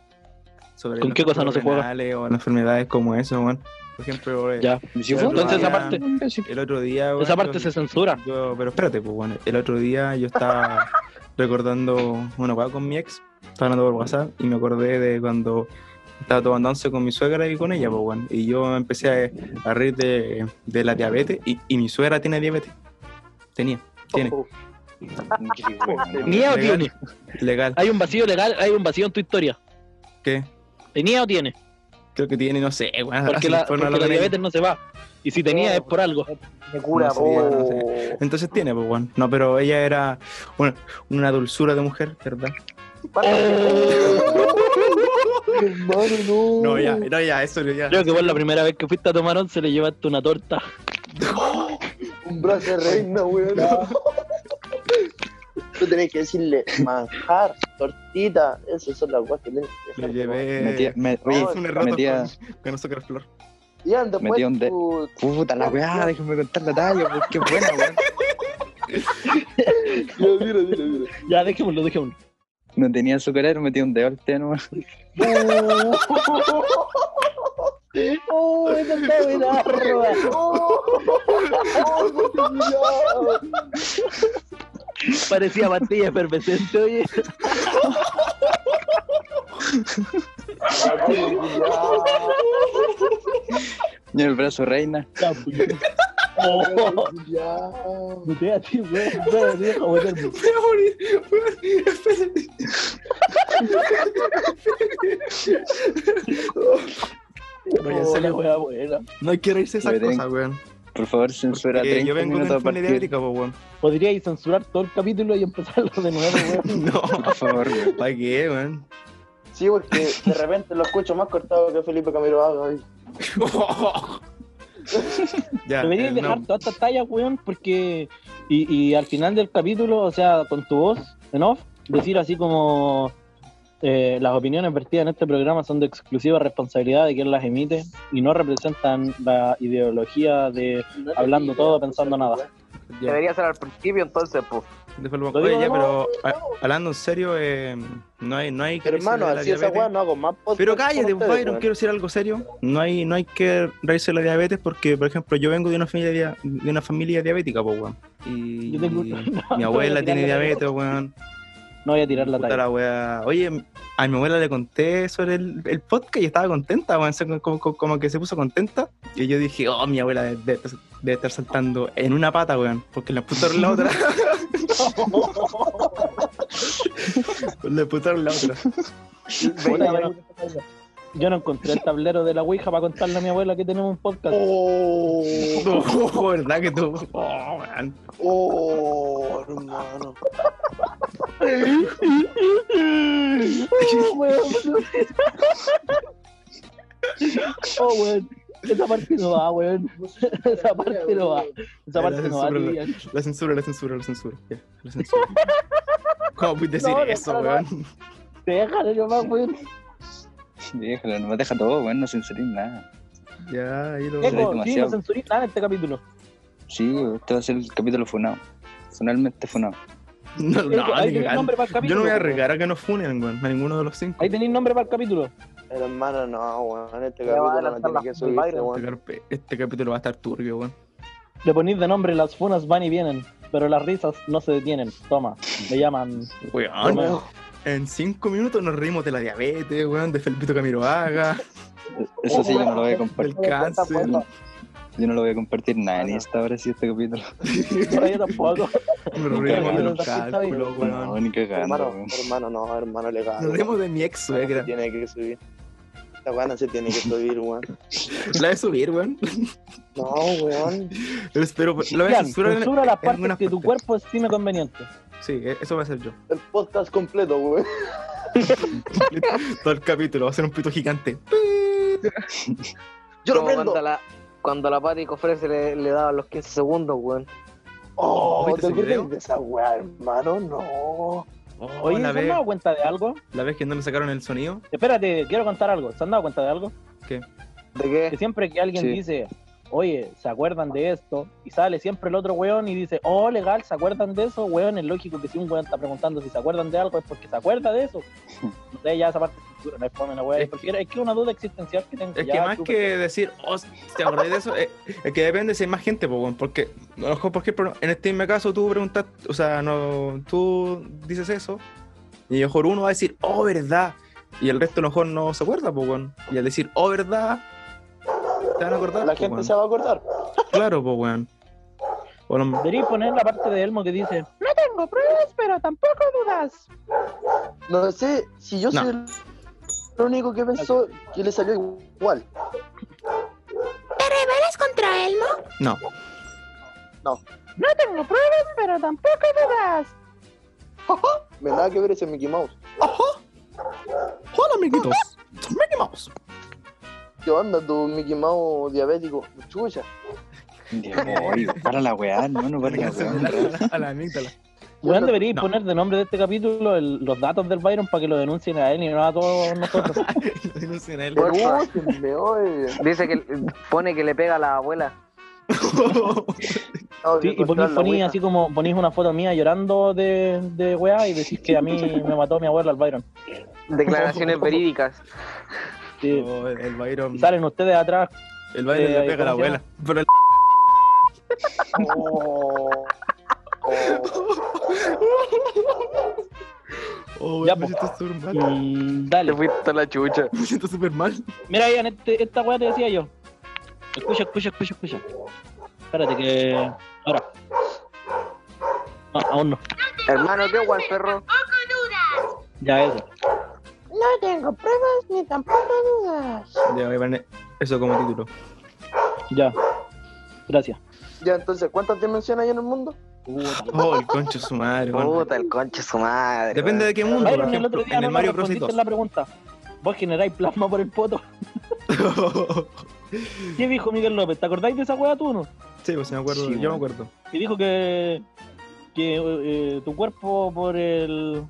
S1: Sobre
S4: ¿Con
S1: los
S4: qué cosa no se juega?
S1: renales O las enfermedades como eso, weón. Por ejemplo, eh,
S4: Ya. Entonces esa
S1: Todavía-
S4: parte,
S1: el otro día, weón,
S4: esa parte
S1: yo-
S4: se censura.
S1: yo- pero espérate, pues, weón. El otro día yo estaba recordando una weá con mi ex. Estaba hablando por WhatsApp y me acordé de cuando estaba tomando once con mi suegra y con ella, pues, weón. Y yo empecé a, a reír de, de la diabetes y, y mi suegra tiene diabetes. Tenía, tiene.
S6: oh,
S4: ¿Tenía o
S1: Legal.
S4: tiene?
S1: Legal.
S4: Hay un vacío legal, hay un vacío en tu historia.
S1: ¿Qué?
S4: ¿Tenía o tiene?
S1: Creo que tiene, no sé, weón.
S4: Porque
S1: así
S4: la,
S1: fue, no
S4: porque
S1: lo
S4: la
S1: gané.
S4: diabetes no se va. Y si tenía es por algo.
S6: me cura,
S1: No sé,
S6: oh.
S1: no Entonces tiene, pues, weón. No, pero ella era una, una dulzura de mujer, ¿verdad?
S6: Para-
S2: Eh.
S6: hermano, no.
S1: No, ya,
S4: Uh.
S1: no, ya, eso ya.
S2: Creo que vos la primera vez que fuiste a tomar once le llevaste una torta.
S6: Un brazo de reina, weón. Tú tenés que decirle manjar, tortita, esas son las guas que tenés que
S1: Le
S6: dejar.
S1: llevé.
S2: Metía- me-
S1: Oye,
S2: oye,
S1: hice un error
S2: metía-
S1: con, con azúcar flor.
S6: Y pues, ya, después
S2: Metí un de-
S6: tú-
S2: puta la weá, déjenme contar la talla, porque es buena, weón.
S6: Mira, mira, mira, mira.
S4: Ya, dejémoslo, dejémoslo.
S2: No tenía azucarero, metí un dedo al té nomás.
S4: ¡Oh, eso está buena!
S6: ¡Oh! ¡Oh, no te miraba!
S2: Parecía pastilla efervescente, oye.
S6: ¡No te miraba!
S2: Y el brazo reina.
S4: ¡Oh!
S6: ¡No te miraba!
S4: Muteate, güey. Espera, deja meterme.
S1: Voy a morir, voy a morir, espérate. No, ya en
S4: Oh, la
S1: serio,
S4: wea buena.
S1: no hay que reírse de esas
S2: Lo veré.
S1: cosas, weón.
S2: Por favor, censura
S1: Porque
S2: 30
S1: yo vengo de
S2: minutos a
S1: una
S2: partir.
S1: eléctrica, po, weón.
S4: Podríais censurar todo el capítulo y empezarlo de nuevo, güey.
S1: No,
S2: Por favor, weón.
S1: ¿para qué, weón?
S6: Sí, porque de repente lo escucho más cortado que Felipe Camilo Haga.
S1: ya,
S4: Deberías
S1: eh,
S4: dejar
S1: no.
S4: toda esta talla, weón, porque. Y, y al final del capítulo, o sea, con tu voz en off, decir así como. eh, las opiniones vertidas en este programa son de exclusiva responsabilidad de quien las emite y no representan la ideología de. Hablando todo, pensando nada.
S1: Ya.
S3: Debería ser al principio entonces, pues.
S1: Después lo-
S4: Lo digo
S1: Oye, ya,
S4: de
S1: pero a- hablando en serio, eh, no hay, no hay que
S6: Hermano,
S1: reírse de la
S6: así esa
S1: diabetes.
S6: weá no hago más podcast
S1: Pero
S6: con
S1: cállate,
S6: ustedes,
S1: Byron,
S6: weón.
S1: quiero decir algo serio. No hay, no hay que reírse de la diabetes porque, por ejemplo, yo vengo de una familia, dia- de una familia diabética, po, weón. Y
S4: Yo tengo-
S1: mi abuela tiene diabetes, weón.
S4: No voy a tirar la
S1: Puta
S4: talla.
S1: la weá. Oye, a mi abuela le conté sobre el, el podcast y estaba contenta, weón. Se- Como, como- como que se puso contenta. Y yo dije, oh, mi abuela debe, debe estar saltando en una pata, weón. Porque le apuntaron la otra. le apuntaron la otra.
S4: Puta, yo, no, yo no encontré el tablero de la Ouija para contarle a mi abuela que tenemos un podcast.
S6: Oh,
S1: No, ¿verdad que tú? Oh, weón.
S6: oh, hermano.
S4: Oh, weón. Oh, weón. Esa parte no va, weón. Esa parte no va. Esa parte no va,
S1: Era
S4: Lilian.
S1: La censura, la censura, la censura. Ya, la censura. ¿Cómo puedes decir
S4: No, no,
S1: eso,
S4: no, no.
S1: weón?
S4: Déjalo nomás, weón.
S2: Déjalo, no deja todo, weón, no censurís nada.
S1: Ya, ahí lo.
S2: Eco.
S4: Eco, sí,
S2: demasiado.
S4: no censurís nada en este capítulo.
S2: Sí, este va a ser el capítulo funado. Finalmente funado.
S1: No,
S4: Eco,
S1: no,
S4: ahí
S1: ni
S4: tenéis
S1: cagando.
S4: nombre para el
S1: Yo
S4: capítulo.
S1: no voy a
S4: weón.
S1: regar a que nos funen, weón, a ninguno de los cinco.
S4: Ahí tenéis nombre para el capítulo.
S6: Hermano, no, weón. Este
S3: Le va
S6: capítulo no me
S3: a adelantar
S6: tiene
S3: las
S6: que
S3: del
S6: subir,
S3: Byron.
S1: Este,
S6: weón.
S1: carpe- este capítulo va a estar turbio, weón.
S4: Le ponéis de nombre, las funas van y vienen, pero las risas no se detienen. Toma, le llaman.
S1: Weón. En cinco minutos nos reímos de la diabetes, weón, de Felpito Camiroaga,
S2: Eso sí, yo no lo voy a
S1: del
S2: compartir.
S1: cáncer.
S2: Yo no lo voy a compartir nada en esta ahora sí este capítulo.
S4: No, yo tampoco.
S1: Nos reímos de los
S4: Nunca vi una
S1: cálculos,
S2: No,
S1: weón.
S2: ni cagando,
S6: Hermano,
S2: weón.
S6: hermano, no, hermano, le
S1: Nos
S6: cago.
S1: reímos de mi ex,
S6: No se
S1: weón.
S6: tiene que subir. La weá no se tiene que subir, weón.
S1: La de subir, weón.
S6: No, weón.
S1: Lo espero. Lo voy a
S4: Jan,
S1: censurar en-
S4: censura las
S1: en
S4: partes
S1: algunas
S4: que tu
S1: partes.
S4: cuerpo estime conveniente.
S1: Sí, eh, eso va a ser yo.
S6: El podcast completo, weón.
S1: Todo el capítulo va a ser un pito gigante.
S6: Yo lo
S3: Como
S6: prendo.
S3: Cuando la, cuando la Pati Cofré se le, le daba los 15 segundos, weón.
S6: Oh,
S1: ¿Viste
S6: ¿te
S1: ese video?
S6: acuerdas de esa weá, hermano? No.
S1: Oh,
S4: Oye, ¿se
S1: la,
S4: han
S1: vez,
S4: dado cuenta de algo?
S1: la vez que no le sacaron el sonido.
S4: Espérate, quiero contar algo. ¿Se han dado cuenta de algo?
S3: ¿De qué?
S4: Que siempre que alguien
S2: Sí.
S4: dice, oye, ¿se acuerdan de esto? Y sale siempre el otro weón y dice, oh, legal, ¿se acuerdan de eso? Weón, es lógico que si un weón está preguntando si se acuerdan de algo es porque se acuerda de eso. No sé, ya esa parte es censura, no es fome la weá.
S1: Es
S4: Es, porque- es que es una duda existencial que tengo.
S1: Es
S4: ya,
S1: que más
S4: chupa.
S1: que decir, oh, ¿te acordáis de eso? Eh, es que depende si hay más gente, pues, porque, a lo mejor, por ejemplo, en este mismo caso tú preguntas, o sea, no, tú dices eso, y a lo mejor uno va a decir, oh, verdad, y el resto a lo mejor no se acuerda, pues, weón. Y al decir, oh, verdad, te van a acordar,
S6: La
S1: po,
S6: gente
S1: weón.
S6: se va a acordar.
S1: Claro, pues, weón. O a lo-
S4: Deberíais poner la parte de Elmo que dice,
S8: No tengo pruebas, pero tampoco dudas.
S6: No sé si yo
S1: No.
S6: soy el lo único que pensó que le salió igual.
S8: ¿Te rebelas contra Elmo?
S1: No,
S8: No tengo pruebas, pero tampoco dudas.
S6: Me da que ver ese Mickey Mouse.
S1: Hola, amiguitos. Mickey Mouse.
S6: ¿Qué onda tu Mickey Mouse diabético? Chucha.
S2: Diablo, para la weá, no, no para la weá.
S1: A la amígdala.
S4: Weón, deberíais
S1: No.
S4: poner de nombre de este capítulo el- los datos del Byron para que lo denuncien a él y no a todos nosotros.
S1: Lo denuncian a él.
S6: Pregúntenme, oye.
S5: Dice que pone que le pega a la abuela.
S1: Oh,
S6: Tengo que
S4: Sí, y
S6: encontrar
S4: ponís,
S6: la
S4: ponís
S6: Ouija.
S4: así como ponís una foto mía llorando de, de weá y decís que a mí me mató mi abuelo al Byron.
S5: Declaraciones verídicas.
S4: Sí.
S1: Oh, el- el Byron.
S4: Y salen ustedes atrás.
S1: El Byron
S4: eh,
S1: le pega a la
S4: ¿cómo se
S1: abuela. Pero el-
S6: Oh.
S1: Oh,
S4: Ya,
S1: me
S4: po.
S1: siento súper mal.
S4: y dale.
S3: Te fuiste a la chucha.
S1: Me siento súper mal.
S4: Mira, Ian, este- esta weá te decía yo. Escucha, escucha, escucha, escucha. Espérate que. Ahora. No, aún no.
S5: Hermano, qué guay, perro.
S4: Ya eso.
S8: No tengo pruebas ni tampoco dudas.
S1: Ya, voy a poner eso como título.
S4: Ya. Gracias.
S6: Ya, entonces, ¿cuántas dimensiones hay en el mundo?
S1: Oh, el concho su madre. bueno.
S5: Puta, el conche su madre.
S1: Depende de qué mundo. Por
S4: Byron, el
S1: ejemplo,
S4: otro día
S1: en el
S4: no me
S1: Mario Bros.
S4: respondiste
S1: 2.
S4: la pregunta. ¿Vos generáis plasma por el poto? ¿Qué dijo Miguel López? ¿Te acordáis de esa weá tú o no?
S1: Sí, pues sí me acuerdo. yo
S2: Sí,
S1: me
S2: bueno.
S1: acuerdo.
S4: Que dijo que. que eh, tu cuerpo por el.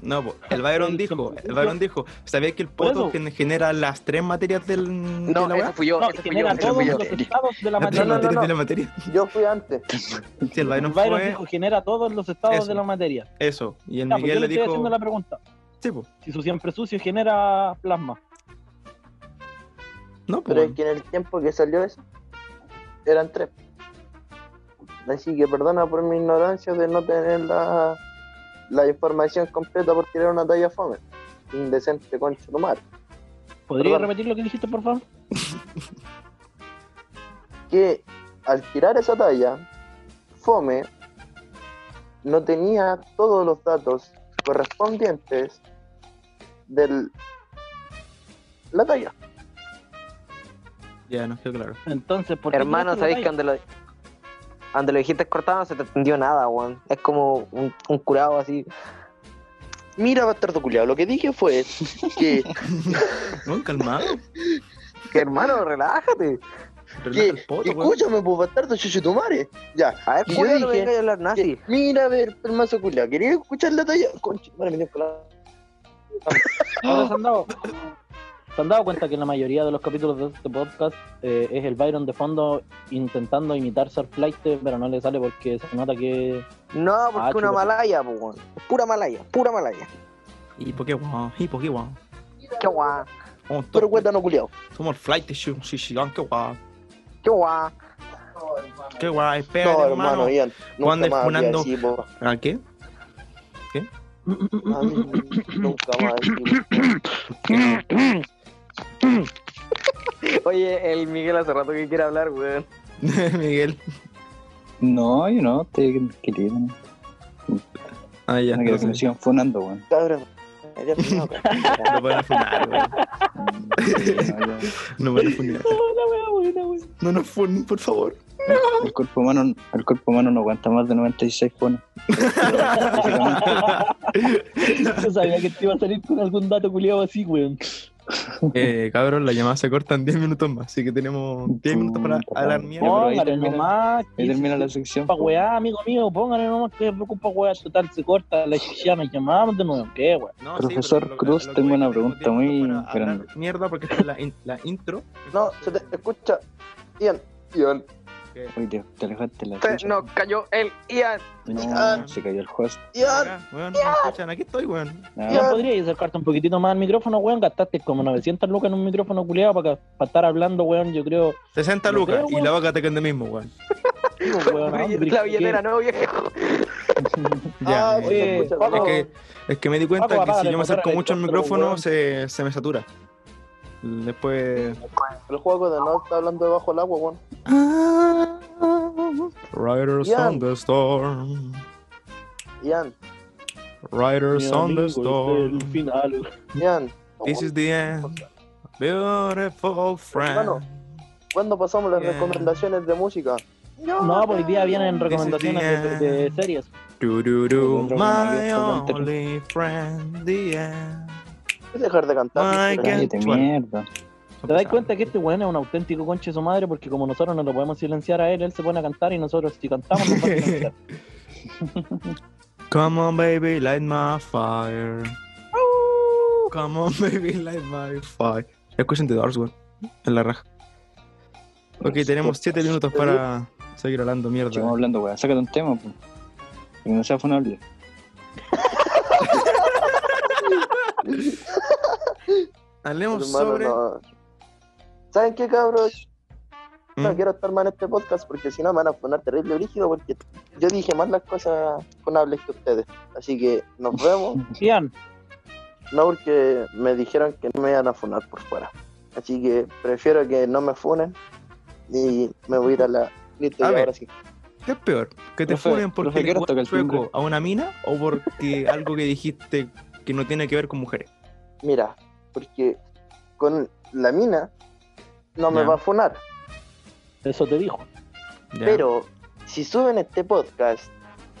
S1: No, po, el Byron
S4: El
S1: dijo,
S4: champú.
S1: el Byron dijo, ¿sabías que el
S4: Por
S1: poto
S4: eso.
S1: gen- genera las tres materias del, de
S3: No,
S1: la
S3: ese
S1: weá?
S3: fui yo,
S4: No,
S3: ese fui yo,
S4: genera
S3: ese
S4: todos
S3: fui yo.
S4: los estados de la
S1: Las tres
S4: materia.
S1: materias
S6: no.
S1: de la materia.
S6: Yo fui antes.
S1: Sí, el Byron
S4: Byron
S1: fue
S4: dijo, genera todos los estados
S1: Eso.
S4: de la materia.
S1: eso. Y el
S4: Ya, pues yo
S1: Miguel
S4: le
S1: le
S4: estoy
S1: dijo,
S4: haciendo la pregunta.
S1: sí, pues. po.
S4: Si su siempre sucio genera plasma.
S1: No, pues, po,
S6: Pero es que en el tiempo que salió eso, eran tres. Así que perdona por mi ignorancia de no tener la, la información completa porque era una talla fome. Indecente, concho, tomar.
S4: ¿Podría
S6: Perdón.
S4: repetir lo que dijiste, por favor?
S6: Que al tirar esa talla, fome no tenía todos los datos correspondientes del la talla.
S1: ya nos quedó claro.
S4: Entonces, ¿por qué
S5: Hermano,
S4: tiraste la
S5: ¿sabéis que
S4: talla?
S5: donde lo, donde lo dijiste cortado no se te entendió nada, weón? Es como un, un curado así.
S6: Mira, bastardo culiao, lo que dije fue que,
S1: No, calmado.
S5: Que, hermano, relájate.
S1: Relaja
S6: que
S1: el poto, weón.
S6: escúchame, pues bastardo, chuchetumare. Ya,
S5: A ver,
S6: Y yo
S5: cuidado, no me
S6: dije-
S5: vengas a hablar nazi.
S6: Que, Mira, a ver, permazo culiao, ¿querías escuchar la talla? Concha, madre, me dio colado.
S4: Ahora se han dado. Se han dado cuenta que en la mayoría de los capítulos de este podcast eh, es el Byron de fondo intentando imitar Surflight, pero no le sale porque se nota que
S5: No, porque
S4: Ah,
S5: una
S4: chuta.
S5: malaya, po, weón. Pura malaya, pura malaya.
S1: Y por qué guau, y por qué guau.
S5: Qué guá,
S1: Somos
S6: Pero
S1: todos-
S6: cuéntanos culiao.
S1: Somos el flight de Shu- Shishigan, qué guau.
S5: qué guá.
S1: Qué guau, espera,
S6: No,
S1: hermano.
S6: hermano, Ian, nunca
S1: Juan de
S6: más hablé
S1: Funando.
S6: así, po.
S1: ¿A qué?
S6: A mí, nunca más así, po.
S5: Oye, el Miguel hace rato que quiere hablar, weón.
S1: Miguel.
S2: No, yo no, estoy querido. No
S1: Ah, ya.
S2: No quiero que me
S1: entonces,
S2: sigan funando, weón.
S6: Cabrón. Ya terminó, cabrón.
S1: No pueden funar, weón.
S2: Sí, no, yo-
S1: No pueden funar. No nos funen, por favor.
S2: El cuerpo humano, el cuerpo humano no aguanta más de 96 fones.
S4: yo sabía que te iba a salir con algún dato culiado así, weón.
S1: Eh, cabrón, la llamada se corta en 10 minutos más, así que tenemos 10 minutos para
S2: Puta
S1: hablar
S2: madre.
S1: mierda.
S2: pero ahí
S4: Póngale
S2: termina-
S4: nomás.
S2: Ahí termina la
S4: que
S2: sección.
S4: Pa' weá, amigo mío, póngale nomás que se preocupa, weá. Total, se corta la chicha, nos llamamos de nuevo. ¿Qué, weá?
S1: No,
S2: Profesor
S1: pero lo-
S2: Cruz,
S1: a lo que
S2: tengo
S1: voy,
S2: una
S1: que tenemos
S2: pregunta
S1: 10 minutos
S2: muy
S1: para hablar
S2: grande.
S1: Mierda, porque esta es la, in- la intro.
S6: No, se te escucha. Ian, Ian.
S2: Uy, Dios, te alejaste la
S3: Se
S2: chucha.
S3: nos cayó el Ian.
S2: No, se cayó el host.
S6: Ian,
S1: Acá, weón, no me escuchan, aquí estoy, weón.
S2: Ah,
S4: Ya podrías acercarte un poquitito más al micrófono, weón. Gastaste como 900 lucas en un micrófono culiado para, para estar hablando, weón. Yo creo,
S1: 60
S4: No
S1: lucas
S4: veo,
S1: y
S4: weón.
S1: la vaca te queda mismo, weón.
S4: digo, weón, ¿a dónde
S3: La billetera, no, viejo.
S1: Ya,
S6: Ah,
S1: eh,
S6: se
S4: oye,
S6: escucha,
S4: Paco.
S1: es,
S6: no.
S1: que, es que me di cuenta
S4: Paco,
S1: que si
S4: apágale,
S1: yo me acerco
S4: apágale,
S1: mucho al
S4: apágale,
S1: micrófono
S4: weón.
S1: se, se me satura. Después.
S6: El juego de no está hablando debajo del agua, weón.
S4: Ah.
S1: Riders
S6: Ya.
S1: on the storm.
S6: Ian,
S1: Riders
S4: Mi
S1: on
S4: amigo,
S1: the
S4: este,
S1: storm.
S4: el final.
S6: Ian.
S1: This is the end. Beautiful friend.
S6: Hermano, ¿Cuándo pasamos las
S1: Ian.
S6: recomendaciones de música?
S4: No, pues hoy día vienen
S1: This
S4: recomendaciones
S1: is
S4: de,
S1: the
S4: de
S1: end.
S4: series.
S1: Do do do. My
S2: Otro
S4: pues.
S2: maravilloso cantante.
S1: only friend. The end.
S6: dejar de cantar.
S1: Ay,
S6: ¿viste?
S1: qué-
S2: Cállate,
S1: Bueno.
S2: mierda.
S4: ¿Te das cuenta que este weón es un auténtico conche su madre? Porque como nosotros no lo podemos silenciar a él, él se pone a cantar y nosotros si cantamos nos va a silenciar.
S1: Come on, baby, light my fire. Come on, baby, light my fire. Escuchen The Doors, weón. En la raja. Ok, tenemos 7 minutos para seguir hablando
S2: Estamos
S1: mierda.
S2: hablando, weón. Sácate un tema, pues. Que no sea funable.
S1: Hablemos
S6: Hermano,
S1: sobre.
S6: no. ¿Saben qué, cabros? No
S1: ¿Mm?
S6: quiero estar mal en este podcast porque si no me van a poner terrible brígido porque yo dije más las cosas funables que ustedes. Así que nos vemos.
S4: Ian,
S6: No porque me dijeron que no me iban a funar por fuera. Así que prefiero que no me funen y me voy a ir a la... Listo,
S1: A
S6: y
S1: ver.
S6: ahora sí.
S1: ¿Qué es peor? ¿Que te
S2: Profe,
S1: funen porque
S2: profe,
S1: le
S2: ¿qué hora toca el
S1: juegas chueco
S2: timbre?
S1: a una mina o porque algo que dijiste que no tiene que ver con mujeres?
S6: Mira, porque con la mina no me
S1: Ya.
S6: va a funar.
S4: eso te dijo.
S1: Ya.
S6: Pero si suben este podcast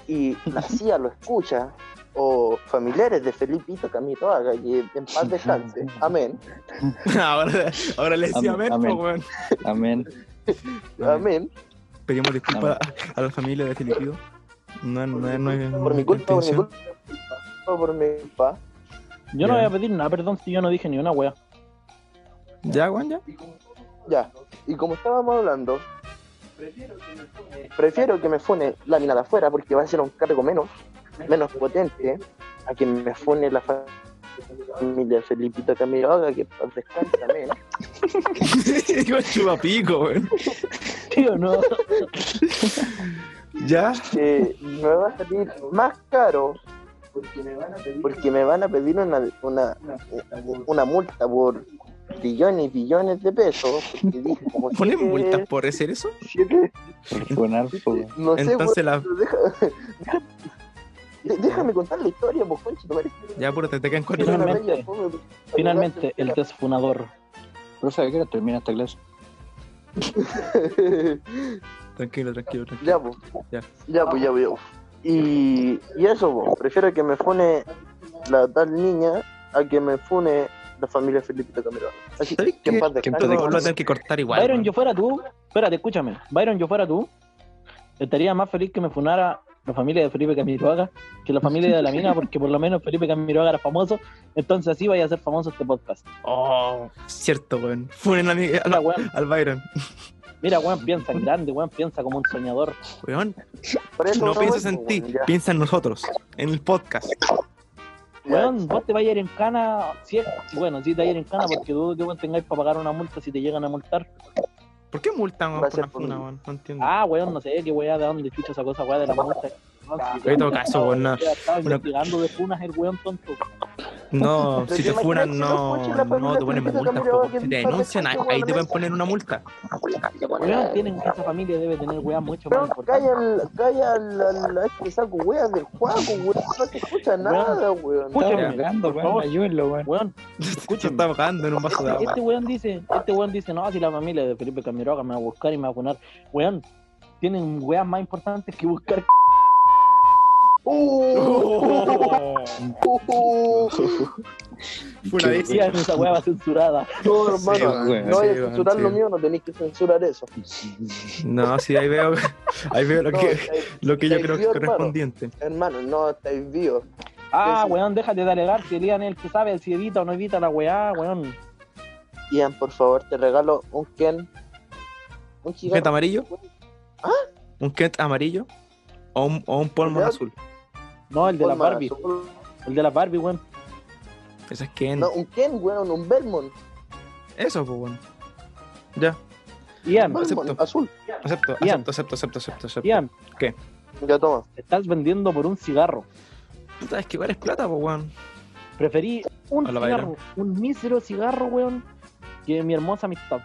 S6: y la CIA lo escucha, o familiares de Felipito Camilo haga y en paz descanse, amén,
S1: ahora, ahora le decía
S2: Amén,
S1: amén, po,
S2: amén.
S1: weón.
S2: Amén.
S1: Amén.
S6: amén,
S1: Pedimos disculpas a la familia de Filipido. No, no, no, es
S6: por mi culpa, por mi
S1: intención.
S6: culpa, por mi culpa.
S4: Yo
S1: Ya.
S4: no voy a pedir nada, perdón, si yo no dije ni una wea.
S1: Ya, Juan, ya.
S6: Ya, y como estábamos hablando, prefiero que me fune la mina de afuera porque va a ser un cargo menos, menos potente a que me fune la fa- familia de Felipito Camilo haga que en paz descanse, amén.
S1: Iba a chupapico, weón.
S4: Tío, no.
S1: Ya.
S6: que me va a salir más caro porque me van a pedir una, una, una multa por billones y billones de pesos. Porque dije, como
S1: ¿Ponen
S6: siete-
S1: multas por hacer eso?
S6: siete-
S2: Por funar, po, weón.
S6: no sé,
S1: Entonces la.
S6: weón, deja- deja- déjame contar la historia, pues, conche, tu madre. pues,
S1: Ya, apúrate, te quedan cuatro minutos.
S4: Finalmente. Finalmente, el desfunador.
S2: Profe, ¿a qué hora termina esta clase?
S1: Tranquilo, tranquilo, tranquilo.
S6: Ya, pues.
S1: Ya.
S6: Ya, pues, ya, pues. ya, pues. Y, y eso, pues. Prefiero que me fune la tal niña a que me fune la familia Felipito Camerón. Así
S1: ¿Sabes
S6: que
S1: qué?
S6: en paz
S1: Que en
S6: descanse.
S1: paz descanse. Lo voy a tener que cortar igual.
S4: Byron,
S1: weón.
S4: yo fuera tú, espérate, escúchame. Byron, yo fuera tú, estaría más feliz que me funara la familia de Felipe Camiroaga que la familia de la mina, porque por lo menos Felipe Camiroaga era famoso, entonces así vaya a ser famoso este podcast.
S1: Oh, cierto, weón. Funen a mi-
S4: Mira,
S1: al,
S4: weón,
S1: al Byron.
S4: mira, weón, piensa en grande, weón, piensa como un soñador.
S1: Weón,
S6: Por eso
S1: no
S6: me
S1: pienses
S6: voy,
S1: en
S6: pues,
S1: ti,
S6: weón, ya.
S1: piensa en nosotros, en el podcast.
S4: Weón, vos te vas a ir en cana, si es- bueno, si te vas a ir en cana, porque dudo que vos tengáis para pagar una multa si te llegan a multar.
S1: ¿Por qué multan weón,
S6: Va
S1: por
S6: a ser
S1: una
S6: por
S1: funa,
S6: mí.
S1: weón? No entiendo.
S4: Ah, weón, no sé qué weá, de dónde chucha esa cosa, weá, de la multa.
S1: En todo caso, weón, no.
S4: Estaba
S1: Una-
S4: investigando de funas el weón tonto.
S1: No,
S6: Pero
S1: si te
S6: te imaginas
S1: funan,
S6: que
S1: no,
S6: los coches,
S1: no
S6: la
S1: te
S6: familia
S1: ponen
S6: Felipe
S1: multas.
S6: Camilo
S1: po.
S6: Vaca,
S1: Si te
S6: en paz
S1: denuncian, ahí
S6: descanse,
S1: ahí te pueden
S6: weón.
S1: poner una multa.
S5: Ah,
S4: Weón, tienen, esa familia debe tener weá mucho más
S6: Pero
S4: importante.
S6: calla al, calla al, al, a este saco weas del juego, weón. No se escucha nada, weón.
S4: Escúchame,
S2: Estaba hablando,
S4: por
S2: weón.
S4: favor.
S2: Ayúdenlo, weón.
S4: Weón,
S6: Este
S1: Se
S4: escúchame.
S1: está bajando en un vaso de agua.
S4: Este weón dice, este weón dice, no, si la familia de Felipe Camiroaga me va a buscar y me va a funar. Weón, tienen weas más importantes que buscar.
S6: este.
S1: Funadísimo.
S4: Decían, esa wea va a ser censurada.
S6: No,
S1: Sí,
S6: hermano.
S1: weón, sí,
S6: no vayas a
S1: weón,
S6: censurar
S1: sí.
S6: lo mío, no tenéis que censurar eso.
S1: No, sí, ahí veo, ahí veo lo,
S6: No,
S1: que,
S6: estáis-
S1: lo que yo creo
S6: estáis
S1: que es
S6: vivos, hermano.
S1: correspondiente.
S6: Hermano, no estáis vivos.
S4: Ah,
S6: Sí, sí.
S4: weón, déjate de alegar, que Elian es el que sabe si evita o no evita la weá, weón.
S6: Ian, por favor, te regalo un Ken. Un
S1: ¿Un Kent
S6: gigante. ¿Ah?
S1: amarillo? ¿Un Kent amarillo? ¿O un, o un Polmon
S6: Ya.
S1: azul?
S4: No, el de la
S6: Forma
S4: Barbie,
S6: azul.
S4: el de la Barbie, weón.
S1: Ese es Kent.
S6: No, un Ken, weón, un Belmont.
S1: Eso, pues bueno. Ya,
S4: Ian,
S6: Belmont,
S1: acepto.
S6: azul.
S1: acepto,
S4: Ian.
S1: acepto, acepto, acepto, acepto, acepto.
S4: Ian,
S6: Ya toma.
S4: te estás vendiendo por un cigarro.
S1: Puta, es que igual es plata, pues weón.
S4: Preferí un
S1: A la
S4: cigarro, un mísero cigarro, weón, que mi hermosa amistad.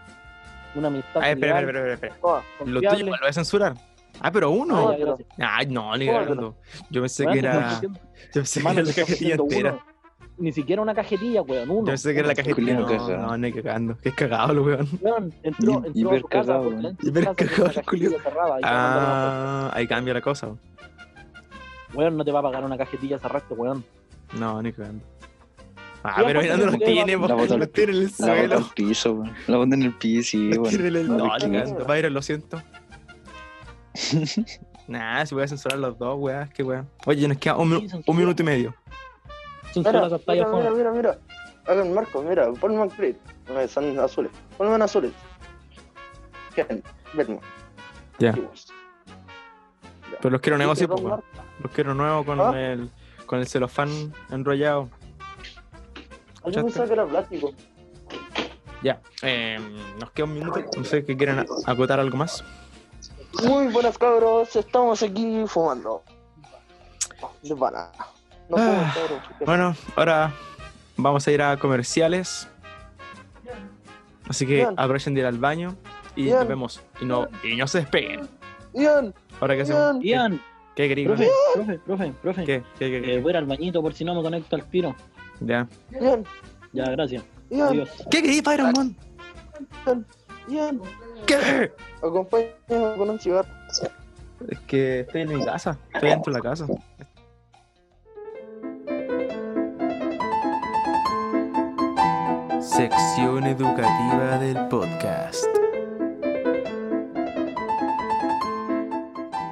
S4: Una amistad.
S1: Ay, espera,
S4: leal,
S1: espera, espera, espera.
S6: Toma.
S1: Lo
S4: confiable.
S1: tuyo igual lo voy a censurar. Ah, pero uno.
S4: Ah, ya, gracias.
S1: Ay, no, ni
S6: Bueno,
S1: cagando. Yo pensé
S4: Weón,
S1: que
S4: te estoy
S1: era.
S4: diciendo-
S1: Yo pensé que
S4: Mano,
S1: era
S4: te
S1: la
S4: está
S1: cajetilla
S4: ofreciendo
S1: entera.
S4: uno. Ni siquiera una cajetilla, weón. Uno.
S1: Yo pensé que era la
S4: Uno.
S1: cajetilla.
S2: Culiao
S1: No,
S2: cagado.
S1: no, ni cagando. Qué cagado, lo weón.
S4: Weón, entró,
S2: Y-
S4: entró
S2: hiper
S4: a su casa
S2: cagado,
S4: porque
S2: weón.
S4: en su
S1: Hiper
S4: casa tenía
S1: cagado,
S4: una cajetilla
S1: culiao.
S4: cerrada y ya mandaron a la
S1: Ah, ahí cambia la cosa. weón.
S4: puerta. Weón, no te va a pagar una cajetilla cerrada, weón.
S1: No, ni cagando. Ah, pero
S4: Ya,
S1: Miranda
S4: pues,
S1: los
S4: ya,
S1: tiene,
S4: ya,
S1: po,
S2: la bota al
S1: los tiene en el
S2: La bota
S1: suelo.
S2: al piso, weón. La bota en el piso, y,
S1: Los
S2: weón.
S1: tiene en el-
S2: No,
S1: No,
S2: es
S1: te
S2: que-
S1: cagaste, Byron, lo siento. Nah, si voy a censurar los dos, weá, qué weá. Oye, nos queda un, minu-
S4: Sí, son
S1: un minuto y medio.
S4: Censura
S6: Mira,
S4: esas tallas
S6: mira,
S4: fome.
S6: mira, mira, mira. Hagan marco, mira, ponme un clip. Eh, Son azules. Ponme en azules. Ken, Batman.
S1: Ya.
S6: Chivos. Ya.
S1: Pero los quiero negocios,
S6: Dos
S1: po, weón.
S6: marcas.
S1: Los quiero nuevos con
S6: ¿Ah?
S1: el con el celofán enrollado.
S6: Ah,
S1: Ya
S6: Yo pensaba que era plástico.
S1: Ya, eh, nos queda un minuto. No sé qué quieran a- acotar algo más.
S6: Muy buenas cabros, estamos aquí fumando. De pana. No
S1: Ah,
S6: fumen, cabros.
S1: Bueno, ahora vamos a ir a comerciales. Así que
S6: Bien.
S1: aprovechen de ir al baño y
S6: Bien.
S1: nos vemos. Y no, y no se despeguen.
S6: Ian,
S1: Ahora que hacemos. ¿Qué,
S4: Ian,
S1: qué queréis,
S4: profe,
S1: weón?
S4: profe, profe, profe.
S1: ¿Qué? ¿Qué? ¿Qué?
S4: Eh,
S1: qué?
S4: voy a ir al bañito por si no me conecto al tiro.
S1: Ya.
S6: Ian,
S4: Ya, gracias.
S6: Ian,
S4: Adiós.
S1: ¿Qué queréis, Byron, weón?
S6: Ian.
S1: ¿Qué?
S6: Acompáñame con un cigarro.
S1: Es que estoy en mi casa. Estoy dentro de la casa. Sección educativa del podcast.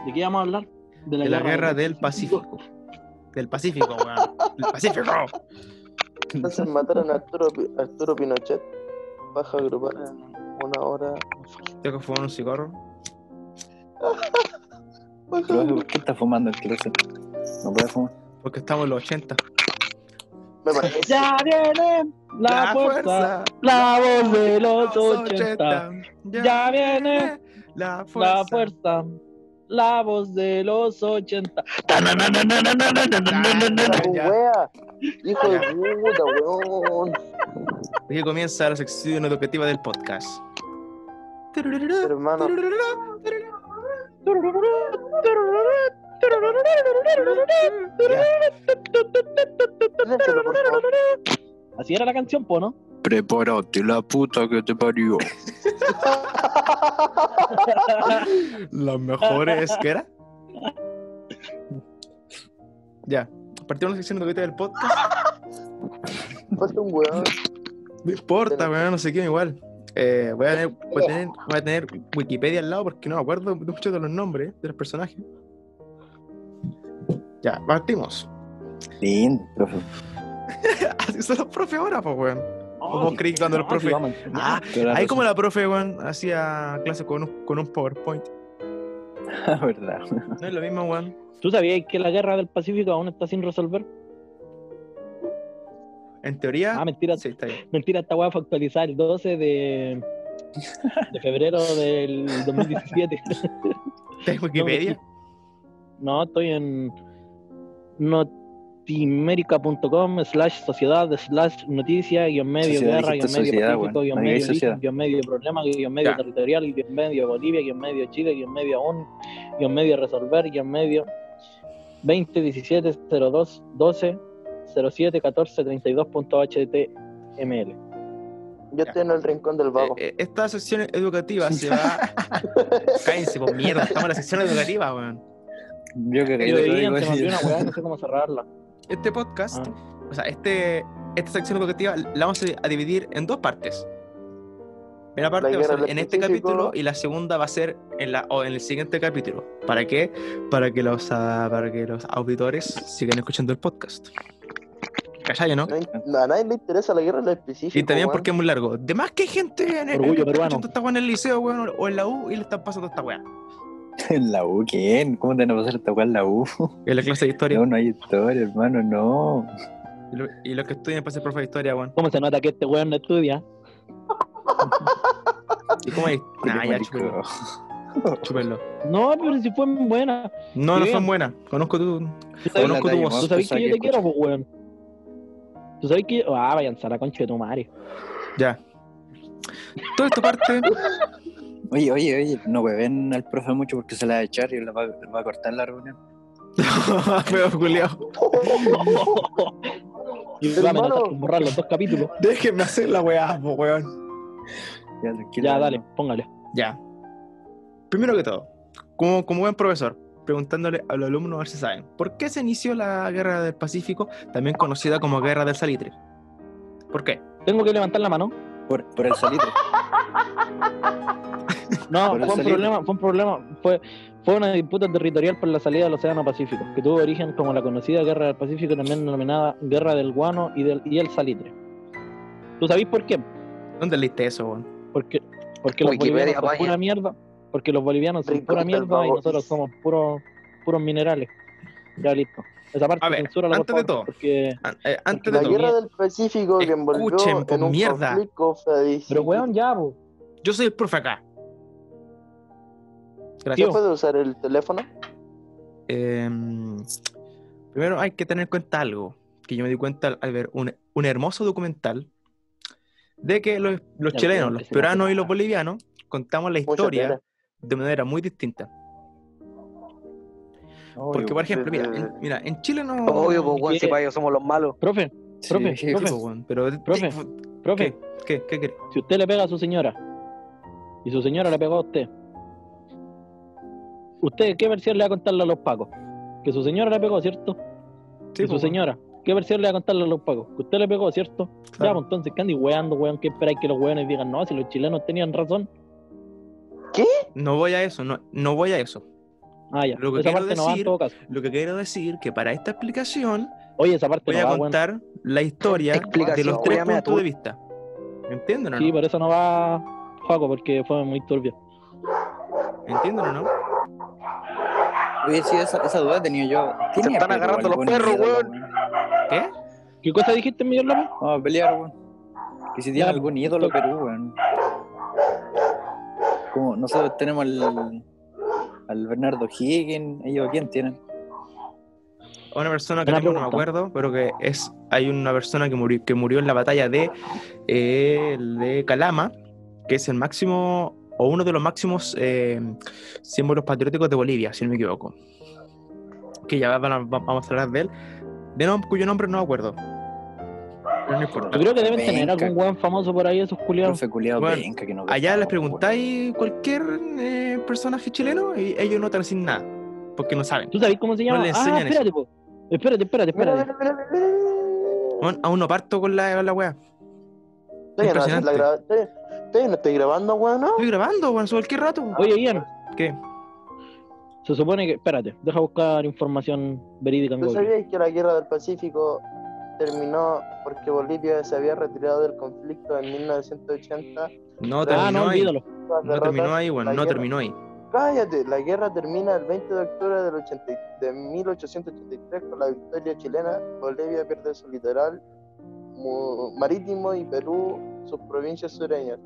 S4: ¿De qué vamos a hablar?
S1: De la guerra del Pacífico. Del Pacífico, weón. Del Pacífico.
S6: Entonces mataron a Arturo, Pi- Arturo Pinochet. Baja grupal en una hora.
S1: Tengo que fumar un cigarro.
S6: Baja
S2: Pero,
S6: grupal.
S2: ¿Por qué está fumando el closet? No puede fumar.
S1: Porque estamos en los 80.
S6: Me parece.
S4: Ya viene la, fuerza, la voz de los 80. Ya viene
S1: la
S4: La fuerza, la voz de los 80.
S1: Ya, ya.
S6: Wea. Hijo de puta, weón.
S1: Aquí comienza la sección educativa del podcast.
S6: Hermano. Déjalo, por favor.
S4: Así era la canción, po, ¿no?
S2: Prepárate, la puta que te parió.
S1: Los mejores que era. Ya. Partimos la sección educativa del podcast.
S6: Falta un weón.
S1: No importa, weón, no sé qué, igual. Eh, voy, a tener, voy, a tener, voy a tener Wikipedia al lado porque no me acuerdo de muchos de los nombres de los personajes. Ya, partimos.
S2: Bien, profe.
S1: Así son los profes ahora, pues, weón. ¿O vos creí que cuando los
S4: Ah, sí,
S1: profes.
S4: vamos.
S1: Ah,
S2: Toda la
S1: ahí
S2: razón.
S1: como la profe, weón, hacía clases con un, con un PowerPoint.
S2: Ah, verdad.
S1: No es lo mismo, weón.
S4: ¿Tú sabías que la guerra del Pacífico aún está sin resolver?
S1: En teoría.
S4: Ah, mentira,
S1: sí, está bien.
S4: mentira, esta weá fue actualizada el 12 de, de febrero del 2017.
S1: ¿Está en Wikipedia?
S4: No, estoy en notimerica.com slash sociedad slash noticia guión medio
S2: Sociedad,
S4: guerra guión
S2: dijiste
S4: medio
S2: sociedad,
S4: pacífico
S2: weón.
S4: guión
S2: No digáis
S4: medio origen,
S2: sociedad.
S4: guión medio problema guión medio
S1: Ya.
S4: territorial guión medio Bolivia guión medio Chile guión medio aún guión medio resolver guión medio 20 17 02 12 07 14 32.html
S6: Yo estoy en el rincón del vago.
S1: Eh, eh, esta sección educativa se va. Cállense, pues mierda, estamos en la sección educativa, weón.
S2: Yo creo que
S4: Yo
S2: lo
S4: diría,
S2: digo
S4: se me
S2: así.
S4: olvidó una weá, no sé cómo cerrarla.
S1: Este podcast,
S4: Ah.
S1: o sea, este, esta sección educativa la vamos a dividir en dos partes. Primera parte va a
S6: guerra
S1: ser
S6: del
S1: en este
S6: Pacífico.
S1: capítulo y la segunda va a ser en, la, o en el siguiente capítulo. ¿Para qué? Para que los, ah, para que los auditores sigan escuchando el podcast. Calla, ¿no?
S6: No in- A nadie le interesa la guerra del específico.
S1: Y también
S6: weón.
S1: porque es muy largo. De más que hay gente en, en-
S4: Orgullo
S1: que está
S4: peruano.
S1: escuchando esta weá en el liceo, weón, o en la U y le están pasando esta weá.
S2: ¿En la U quién? ¿Cómo te van a pasar esta weá en la U?
S1: En la clase de historia.
S2: No, no hay historia, hermano, no.
S1: Y lo- Y los que estudian para ser profe de historia, weón.
S4: ¿Cómo se nota que este weón no estudia?
S1: ¿Y cómo es? Nah, ya,
S2: Marico.
S1: chúpenlo. chúpenlo.
S4: No, pero si fue buena.
S1: No, no
S4: Sí.
S1: son buenas. Conozco tu.
S4: ¿Tú sabes,
S1: Hola,
S4: tú
S1: Tayo,
S4: sabes
S2: más
S4: que
S2: pesada
S4: yo
S2: que
S4: te quiero, pues, weón? ¿Tú sabes que yo... Ah, vayan a la concha de tu madre.
S1: Ya. Todo esto parte.
S2: Oye, oye, oye, no hueven al profe mucho porque se la va a echar y la va, le va a cortar la reunión.
S1: Feo, Julio.
S4: Y va a
S6: Hermano.
S4: amenazar con borrar los dos capítulos.
S1: Déjenme hacer la weá, po, weón.
S2: Ya, tranquilo.
S4: Ya, dale, póngale.
S1: Ya. Primero que todo, como, como buen profesor, preguntándole a los alumnos a ver si saben, ¿por qué se inició la Guerra del Pacífico, también conocida como Guerra del Salitre? ¿Por qué?
S4: ¿Tengo que levantar la mano?
S2: Por, por el salitre.
S4: No,
S2: Por el
S4: fue un,
S2: salitre.
S4: problema, fue un problema, fue, fue una disputa territorial por la salida del Océano Pacífico, que tuvo origen como la conocida Guerra del Pacífico, también denominada Guerra del Guano y, del, y el Salitre. ¿Tú sabés por qué?
S1: ¿Dónde leíste eso, weón?
S4: Porque, porque los
S5: Wikipedia,
S4: bolivianos son
S5: vaya.
S4: pura mierda, porque los bolivianos son
S6: Ricardo
S4: pura mierda y
S6: Bravo.
S4: nosotros somos puros puros minerales. Ya listo. Esa parte
S1: A ver,
S4: censúrala, por
S1: antes de
S4: favor,
S1: todo.
S4: Porque,
S1: An- eh, antes de
S6: La
S4: Pero
S1: todo,
S6: guerra
S4: mie-
S6: del Pacífico que envolvió
S1: Escuchen, pues,
S6: en un
S1: mierda.
S6: conflicto fratricida.
S4: pero weón, ya, po.
S1: yo soy el profe acá.
S4: Tío.
S1: Gracias.
S6: ¿Se puede usar el teléfono?
S1: Em, primero hay que tener en cuenta algo que yo me di cuenta al, al ver un, un hermoso documental de que los, los
S4: Ya,
S1: chilenos, los
S4: pero ese no hace
S1: peruanos y
S4: nada.
S1: los bolivianos contamos la
S6: Mucha
S1: historia
S6: pena.
S1: de manera muy distinta. Porque,
S4: pues,
S1: por ejemplo, mira,
S6: eh,
S1: en, mira, en Chile no.
S5: Obvio, pues, weón,
S4: quiere-
S5: si para ellos somos los malos.
S4: Profe,
S1: Sí,
S4: profe,
S1: sí,
S4: profe.
S1: po, weón, pero,
S4: Profe, profe.
S1: ¿Qué? ¿Qué? ¿Qué querés?
S4: Si usted le pega a su señora y su señora le pegó a usted, ¿usted qué versión le va a contarle a los pacos? Que su señora le pegó, ¿cierto?
S1: Sí,
S4: que
S1: po,
S4: su
S1: weón.
S4: señora. ¿Qué versión le va a contarle a los pacos? Que usted le pegó, ¿cierto? Ya,
S1: Claro.
S4: pues entonces, ¿qué andan weando, weón? ¿Qué esperáis que los weones digan? No, si los chilenos tenían razón.
S1: No voy a eso, no, no voy a eso.
S4: Ah, ya.
S1: Lo que
S4: Esa
S1: quiero
S4: parte no va en
S1: decir-
S4: todo caso.
S1: Lo que quiero decir que para esta explicación
S4: Oye, esa parte
S1: voy
S4: no
S1: a
S4: va, weón.
S1: contar la historia de
S5: Explicación,
S1: los tres
S5: weame a
S1: puntos
S5: tu-
S1: de vista. ¿Entienden o
S4: Sí,
S1: no?
S4: por eso no va, Joaco, porque fue muy turbio.
S1: ¿Entienden o no?
S2: Oye, sí, esa, esa duda tenía yo. ¿Quién
S5: Se
S2: es
S5: están
S2: Pedro
S5: agarrando los
S2: Balbón,
S5: perros,
S2: mierda,
S5: weón?
S1: ¿Qué?
S4: ¿Qué cosa
S1: Ah.
S4: dijiste, Miguel López?
S2: Vamos a pelear, weón. Que si tiene
S4: Ya,
S2: algún ídolo Perú, weón. Como nosotros tenemos al, al Bernardo Higgins, ellos a quién tienen.
S1: A una persona que
S4: Buena
S1: tengo, no me
S4: pregunta.
S1: acuerdo, pero que es. Hay una persona que murió, que murió en la batalla de, eh, de Calama, que es el máximo, o uno de los máximos eh, símbolos patrióticos de Bolivia, si no me equivoco. Que ya van a- va- vamos a hablar de él, de nom- cuyo nombre no me acuerdo. Pero no importa.
S4: Yo creo que deben
S2: Venga.
S4: tener algún weón famoso por ahí, esos culiados.
S2: Profe culiado
S1: Bueno,
S2: penca que no
S1: Allá
S2: pescamos,
S1: les preguntáis cualquier eh, personaje chileno y ellos no te dicen nada, porque no saben.
S4: ¿Tú sabes cómo se llama?
S1: le
S4: ah,
S1: enseñan
S4: espérate, po. Espérate, espérate,
S6: Mira,
S4: espérate.
S6: mira, mira, mira, mira.
S1: Bueno, aún no parto con la, la wea.
S6: Todavía no haces la
S1: impresionante.
S6: gra- todavía- todavía no estoy grabando, weón, ¿no?
S1: Estoy grabando, weón, sube cualquier rato.
S4: Oye, Ian,
S1: ¿Qué?
S4: se supone que. Espérate, deja buscar información verídica,
S6: ¿Tú
S4: amigo.
S6: sabías que la guerra del Pacífico terminó porque Bolivia se había retirado del conflicto en 1980?
S1: No
S4: Ah, no,
S1: terminó ahí.
S4: olvídalo.
S6: tras
S1: No
S6: derrotar
S1: terminó ahí,
S6: la
S1: weón, no
S6: guerra.
S1: terminó ahí.
S6: Cállate, la guerra termina el 20 de octubre del 80 de 1883 con la victoria chilena. Bolivia pierde su litoral mu- marítimo y Perú sus provincias sureñas.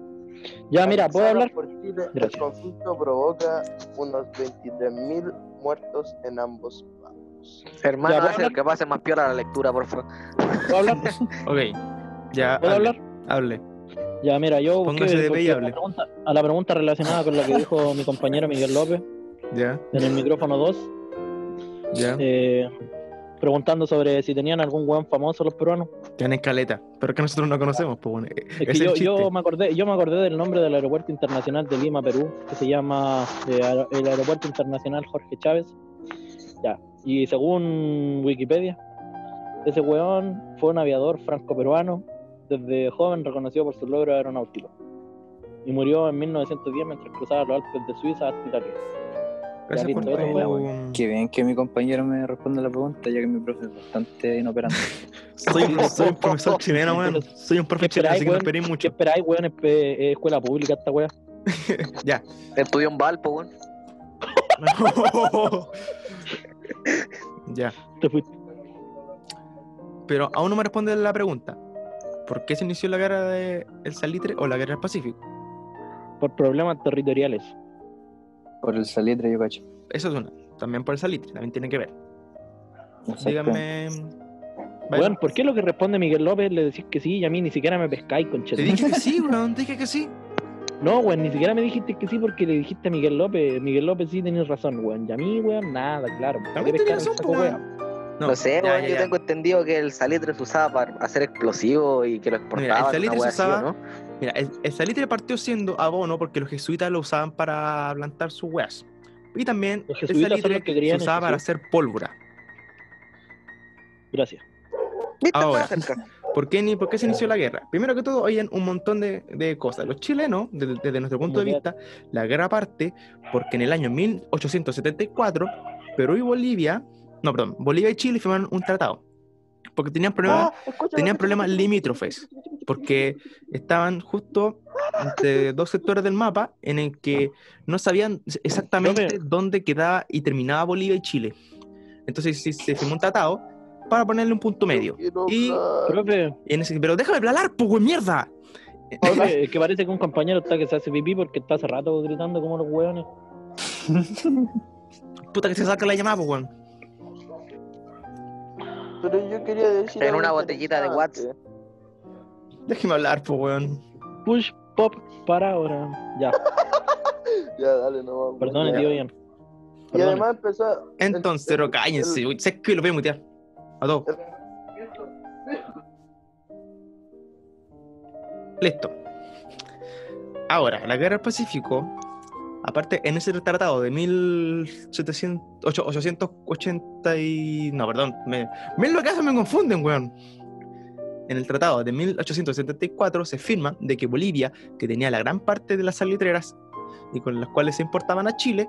S4: Ya, mira, ¿puedo
S6: Organizada
S4: hablar?
S6: Por Chile, el
S4: Gracias.
S6: conflicto provoca unos 23.000 muertos en ambos bandos.
S5: Hermano,
S4: Ya, ¿puedo
S5: hacen
S4: hablar?
S5: que pasen más piola la lectura, por favor.
S4: ¿Puedo hablar?
S1: Ok, ya.
S4: ¿Puedo
S1: hable,
S4: hablar?
S1: Hable.
S4: Ya, mira, yo busqué
S1: Póngase de pie y
S4: porque a,
S1: hable.
S4: la pregunta, a la pregunta relacionada con la que dijo mi compañero Miguel López
S1: Ya,
S4: en el micrófono 2,
S1: ya.
S4: eh, preguntando sobre si tenían algún weón famoso los peruanos.
S1: Tienen caleta. Pero es que nosotros no conocemos, pues, weón.
S4: Es,
S1: Es
S4: que
S1: el
S4: yo,
S1: chiste.
S4: yo me acordé, yo me acordé del nombre del aeropuerto internacional de Lima, Perú, que se llama eh, aer- el aeropuerto internacional Jorge Chávez. Ya. Y según Wikipedia, ese weón fue un aviador franco-peruano, desde joven reconocido por sus logros aeronáuticos. Y murió en 1910 mientras cruzaba los Alpes de Suiza hasta Italia.
S1: Gracias por um,
S4: listo,
S1: tu-
S2: buena, Qué bien que mi compañero me responde la pregunta, ya que mi profe es bastante inoperante.
S1: Soy, soy un profesor chileno, weón. Soy un profe
S4: ¿Qué
S1: chileno, así
S4: esperáis,
S1: que no
S4: weón?
S1: esperéis
S4: ¿Qué
S1: mucho.
S4: esperáis, weón? Es pe- es escuela pública esta weá.
S5: Estudió en Valpo, weón.
S1: ya.
S4: Te fuiste.
S1: Pero aún no me responde la pregunta. ¿Por qué se inició la guerra del Salitre o la guerra del Pacífico?
S4: Por problemas territoriales.
S2: Por el salitre, yo cacho.
S1: Eso es una. También por el Salitre, también tiene que ver.
S2: Exacto.
S1: Díganme.
S4: Weón, ¿por qué lo que responde Miguel López le decís que sí y a mí ni siquiera me pescáis,
S1: Te
S4: conchetumare?
S1: dije que sí, weón, te dije que sí.
S4: No, weón, ni siquiera me dijiste que sí porque le dijiste a Miguel López. Miguel López sí tenés razón, weón. Y a mí, weón, nada, claro. ¿Para qué
S1: También tenía razón,
S4: pescar un saco,
S1: pues,
S4: weón?
S1: weón.
S5: No, sé, weón, yo tengo entendido que el salitre se usaba para hacer explosivos y que lo exportaban.
S1: Mira, el
S5: una
S1: salitre se
S5: wea así, ¿o
S1: usaba-
S5: ¿no?
S1: Mira, el, el salitre partió siendo abono porque los jesuitas lo usaban para plantar sus weas. Y también
S4: Los
S1: el
S4: jesuitas son
S1: salitre
S4: los que
S1: se
S4: crían el
S1: usaba para
S4: Jesús.
S1: hacer pólvora.
S4: Gracias.
S5: Viste,
S1: Ahora.
S5: estaba cerca.
S1: ¿Por qué, ni, ¿Por qué se inició la guerra? Primero que todo, oyen un montón de, de cosas. Los chilenos, desde, desde nuestro punto de vista, la guerra parte porque en el año 1874, Perú y Bolivia, no, perdón, Bolivia y Chile firmaron un tratado. Porque tenían problemas, tenían problemas limítrofes, porque estaban justo entre dos sectores del mapa en el que no sabían exactamente dónde quedaba y terminaba Bolivia y Chile. Entonces sí, se firmó un tratado para ponerle un punto medio. Y-
S4: Profe,
S1: En ese- pero déjame hablar, pues, güey, mierda. Eh,
S4: profe, es que parece que un compañero está que se hace pipí porque está hace rato gritando como los hueones.
S1: Puta que se saca la llamada, pues, güey.
S6: Pero yo quería decir.
S5: En
S6: algo
S5: una botellita de
S6: interesante.
S1: Déjeme hablar, pues, güey.
S4: Push pop para ahora. Ya,
S6: Ya, dale, no vamos.
S4: perdone, tío Ian.
S6: Y
S4: Perdone.
S6: además empezó.
S1: Entonces, pero cállense, güey. Sé que lo voy a mutear. A todos. Listo. Ahora, la guerra del Pacífico, aparte, en ese tratado de 1880 y... No, perdón. Me, mil lo que hacen me confunden, weón. En el tratado de 1874 se firma de que Bolivia, que tenía la gran parte de las salitreras y con las cuales se importaban a Chile,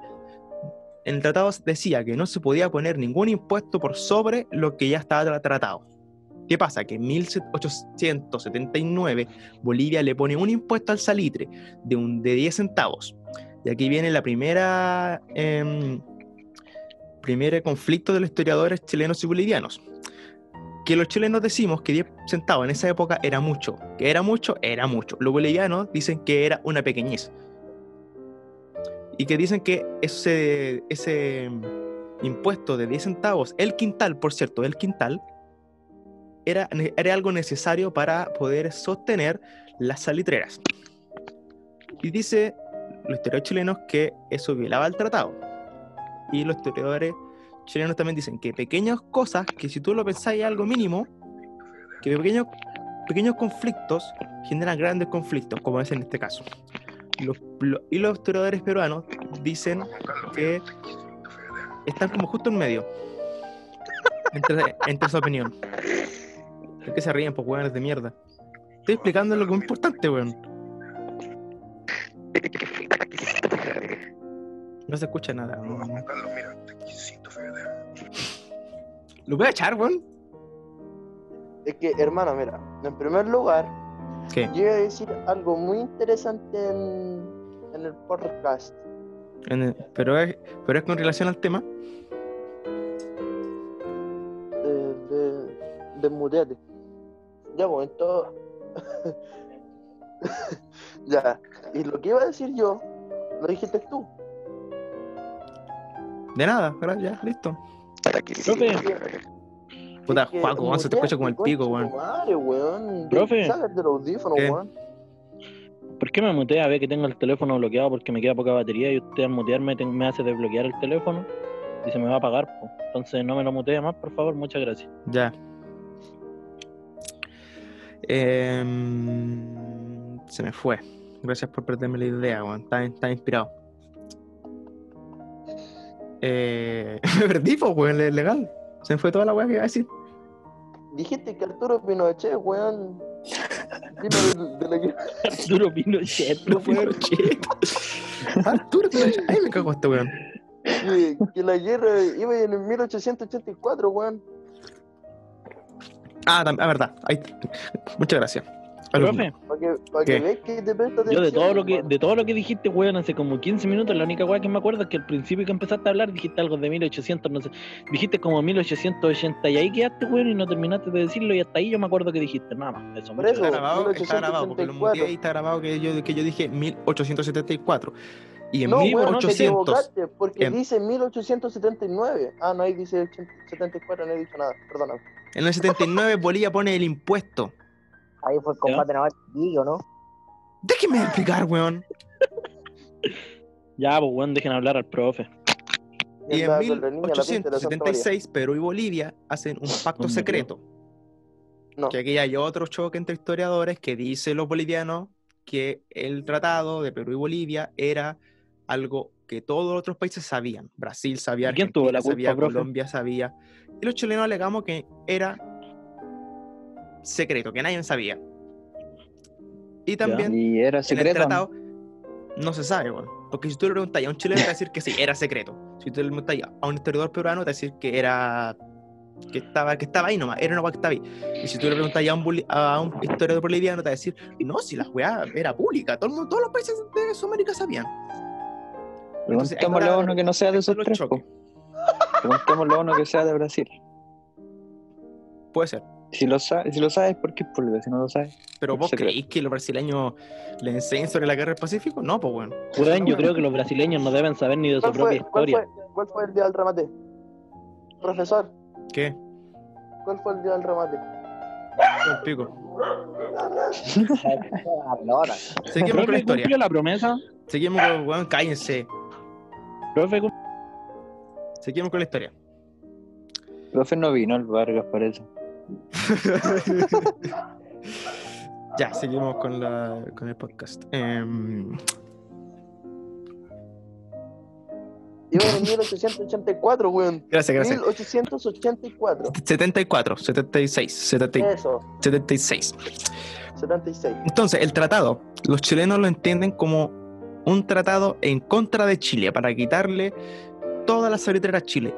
S1: en el tratado decía que no se podía poner ningún impuesto por sobre lo que ya estaba tra- tratado. ¿Qué pasa? Que en 1879 Bolivia le pone un impuesto al salitre de, un, de 10 centavos. Y aquí viene la primera em, primer conflicto de los historiadores chilenos y bolivianos. Que los chilenos decimos que 10 centavos en esa época era mucho. Que era mucho, era mucho. Los bolivianos dicen que era una pequeñez y que dicen que ese, ese impuesto de 10 centavos, el quintal, por cierto, el quintal, era, era algo necesario para poder sostener las salitreras. Y dice los historiadores chilenos que eso violaba el tratado. Y los historiadores chilenos también dicen que pequeñas cosas, que si tú lo pensáis algo mínimo, que pequeños, pequeños conflictos generan grandes conflictos, como es en este caso. Los- lo- y los historiadores peruanos dicen que están como justo en medio entre, entre su opinión. ¿Por qué se ríen, pues, weones de mierda? Estoy explicando algo importante, weón. No se escucha nada. weón. Lo voy a echar, weón.
S6: Es que, hermano, mira, en primer lugar,
S1: ¿Qué?
S6: yo iba a decir algo muy interesante en, en el podcast.
S1: En el- Pero es, pero es con relación al tema.
S6: de, de, de muteate. Ya, pues, entonces. ya. Y lo que iba a decir yo, lo dijiste tú.
S1: De nada, ¿verdad? Ya, listo.
S4: Profe,
S1: Puta,
S6: Es que este
S1: Juaco, weón, se te escucha como el
S6: muteate,
S1: pico,
S6: concha
S1: weón.
S6: tu Madre, weón.
S4: Profe.
S6: Sácate del audífono,
S1: ¿Qué?
S6: weón.
S4: ¿por qué me mutea? A ver que tengo el teléfono bloqueado porque me queda poca batería y usted al mutearme te- me hace desbloquear el teléfono y se me va a apagar. po. Entonces no me lo mutea más, por favor, muchas gracias.
S1: Ya. Em, se me fue. Gracias por perderme la idea, weón. Estaba, estaba inspirado. Eh, me perdí, pues, weón, es legal. Se me fue toda la weá que iba a decir.
S6: Dijiste que Arturo Pinochet, weón. Vino de, de la guerra.
S4: Arturo Pinochet, po, weón.
S1: Pinochet. Arturo Pinochet. Ay, me cago este weón.
S6: Que, que la guerra iba en el 1884, weón.
S1: Ah, tam- ah, verdad. Ahí está. Muchas gracias. A lo
S4: Profe,
S6: Para que, pa'
S1: ¿Qué?
S6: que veas que te presta
S4: yo
S6: atención.
S4: de todo lo que
S6: weón.
S4: de todo lo que dijiste, weón, hace como 15 minutos, la única weá que me acuerdo es que al principio que empezaste a hablar dijiste algo de 1800, no sé, dijiste como 1880 y ahí quedaste, weón, y no terminaste de decirlo y hasta ahí yo me acuerdo que dijiste, nada más, eso.
S6: Por
S4: muchas
S6: eso,
S1: Está grabado, está grabado, porque lo
S6: 1874.
S1: muteé y está grabado que yo, que yo dije 1874. Y en
S6: No, weón, no te
S1: 1800.
S6: equivocaste, porque
S1: en-
S6: dice 1879. Ah, no, ahí dice 74, no he dicho nada, perdóname.
S1: En el 79 Bolivia pone el impuesto.
S5: Ahí fue el combate naval chiquillo, ¿no?
S1: Déjeme explicar, weón.
S4: Ya, pues, weón, dejen hablar al profe.
S1: Y en
S6: la colonia, la pinta de la Santa María.
S1: 1876 Perú y Bolivia hacen un pacto
S4: ¿Dónde
S1: secreto.
S6: No.
S1: Que aquí hay otro choque entre historiadores que dicen los bolivianos que el tratado de Perú y Bolivia era algo que todos los otros países sabían. Brasil sabía,
S4: ¿Y quién tuvo
S1: Argentina
S4: la culpa,
S1: sabía,
S4: profe?
S1: Colombia sabía. Y los chilenos alegamos que era secreto que nadie sabía. Y también
S2: Y era
S1: en el
S2: secreto.
S1: tratado no se sabe, weón. Porque si tú le preguntas a un chileno, te va a decir que sí, era secreto. Si tú le preguntas a un historiador peruano, te va a decir que era. que estaba, que estaba ahí nomás, era una weá que estaba ahí. Y si tú le preguntas a un, boli- a un historiador boliviano, te va a decir, no, si la weá era pública, todo el mundo- todos los países de Sudamérica sabían. Entonces, ahí
S2: Preguntémosle a
S1: para-
S2: uno que no sea de
S1: esto
S2: esos
S1: lo
S2: tres.
S1: choque.
S2: po. Preguntémosle a uno que sea de Brasil.
S1: Puede ser.
S2: Si lo, sa- si lo sabes, ¿por qué público? Si no lo sabes.
S1: Pero vos
S2: Secreto.
S1: creéis que los brasileños les enseñan sobre la guerra del Pacífico? No, pues bueno.
S4: Weón, yo creo que los brasileños no deben saber ni de su
S6: ¿Cuál fue,
S4: propia
S6: cuál,
S4: historia.
S6: fue, cuál fue el día del remate? Profesor,
S1: ¿Qué?
S6: ¿cuál fue el día del remate?
S1: Con pico.
S5: La pelota.
S1: Seguimos con la
S4: ¿Profe
S1: historia.
S4: cumplió la promesa?
S1: Seguimos con, weón, cállense.
S4: ¿Profe cum-
S1: Seguimos con la historia.
S2: Profe no vino al Vargas, parece.
S1: ya, seguimos con, la, con el podcast. Em,
S6: Iba en 1884, weón.
S1: gracias, gracias.
S6: 1884.
S1: 74, 76, 70,
S6: Eso,
S1: 76.
S6: 76.
S1: Entonces, el tratado, los chilenos lo entienden como un tratado en contra de Chile, para quitarle toda la salitrera a Chile,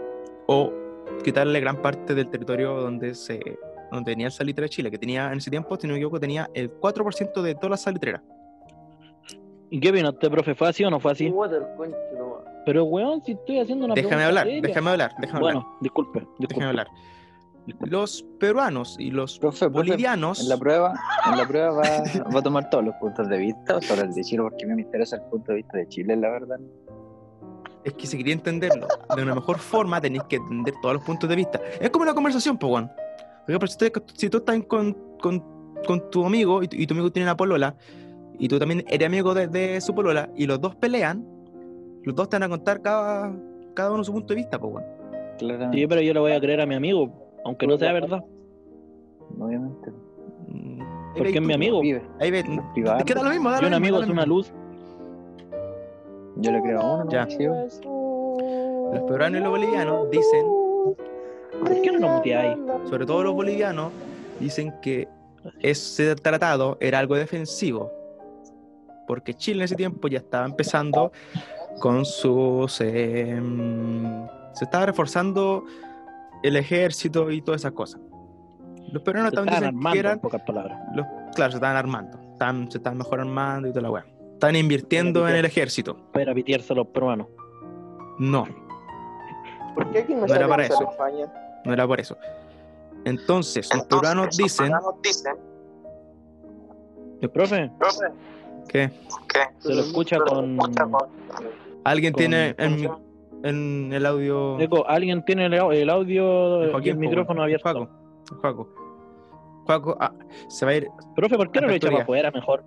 S1: o quitarle gran parte del territorio donde se donde tenía el salitrera de Chile, que tenía en ese tiempo, si no me equivoco, tenía el 4% de toda la salitrera.
S4: ¿Y qué opina usted, profe? ¿Fue así o no fue así?
S6: Water, conche, no.
S4: Pero, weón, si estoy haciendo una
S1: Déjame
S4: pregunta
S1: hablar,
S4: seria.
S1: déjame hablar, déjame hablar,
S4: Bueno, disculpe, disculpe.
S1: déjame hablar. Los peruanos y los
S2: Profe, profe,
S1: bolivianos...
S2: En la prueba, en la prueba va, va a tomar todos los puntos de vista sobre el de Chile, porque a mí me interesa el punto de vista de Chile, la verdad.
S1: es que si quería entenderlo de una mejor forma, tenéis que entender todos los puntos de vista. Es como una conversación, pues, weón. Por ejemplo, si, tú- si tú estás con, con, con tu amigo y, tu- y tu amigo tiene una polola, y tú también eres amigo de, de su polola, y los dos pelean, los dos te van a contar cada, cada uno su punto de vista, pues, weón.
S2: Claramente,
S4: Sí, pero yo le voy a creer a mi amigo, aunque no sea verdad,
S2: obviamente.
S1: Mm, ahí
S4: porque
S1: veis
S4: es
S1: tú,
S4: mi amigo.
S2: Vive,
S1: Ahí ves,
S2: es privado.
S1: es que da lo mismo, da
S4: Y
S1: lo
S4: un
S1: mismo,
S4: amigo
S1: da
S4: es
S1: lo
S4: una
S1: mismo.
S4: luz.
S2: Yo le creo a uno, ¿no?
S1: Ya.
S2: Sí, güey.
S1: Los peruanos y los bolivianos dicen
S4: ¿Por qué no lo muteáis?
S1: sobre todo los bolivianos, dicen que ese tratado era algo defensivo, porque Chile en ese tiempo ya estaba empezando con sus... em, se estaba reforzando el ejército y todas esas cosas. Los peruanos
S4: Se
S1: también dicen
S4: estaban
S1: que
S4: armando, en
S1: eran...
S4: pocas palabras.
S1: Los, claro, se estaban armando, estaban- se estaban mejor armando y toda la weá. Estaban invirtiendo en el ejército.
S4: Para pitearse a los peruanos.
S1: No,
S6: ¿Por qué aquí me
S1: No era
S6: sale
S1: para
S6: Gonzalo
S1: eso.
S6: España?
S1: no era por eso. Entonces, los peruanos dicen
S4: Profe,
S1: que...
S4: se lo escucha con...
S1: Alguien
S4: Con-
S1: tiene
S4: ¿cómo se
S1: en, en el audio.
S4: Eco, ¿alguien tiene el, au- el audio
S1: de
S4: y el
S1: po,
S4: micrófono
S1: weón.
S4: abierto?
S1: Juaco, Juaco. Juaco, ah, se va a ir.
S4: Profe, ¿por qué no lo echa para
S1: Apertura.
S4: afuera mejor?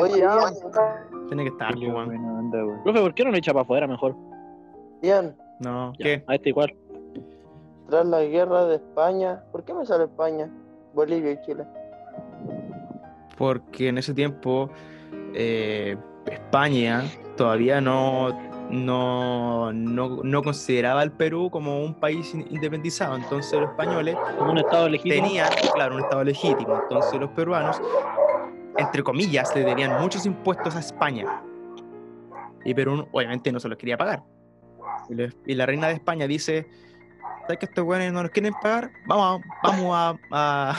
S6: Oye, Ian,
S1: Tiene que estar, po,
S2: Qué
S1: weón.
S2: buena onda, güey.
S4: Profe, ¿por qué no lo echa para afuera mejor?
S6: Ian,
S1: No,
S4: Ya,
S1: ¿qué?
S4: A este igual.
S6: tras la guerra de España, ¿por qué me sale España? Bolivia y Chile.
S1: Porque en ese tiempo eh, España todavía no, no, no, no consideraba al Perú como un país in- independizado. Entonces los españoles
S4: Como un estado legítimo.
S1: tenían, claro, un estado legítimo. Entonces los peruanos, entre comillas, le debían muchos impuestos a España. Y Perú obviamente no se los quería pagar. Y, le- y la reina de España dice, ¿sabes que estos güeyes no los quieren pagar? Vamos, a, vamos a, a-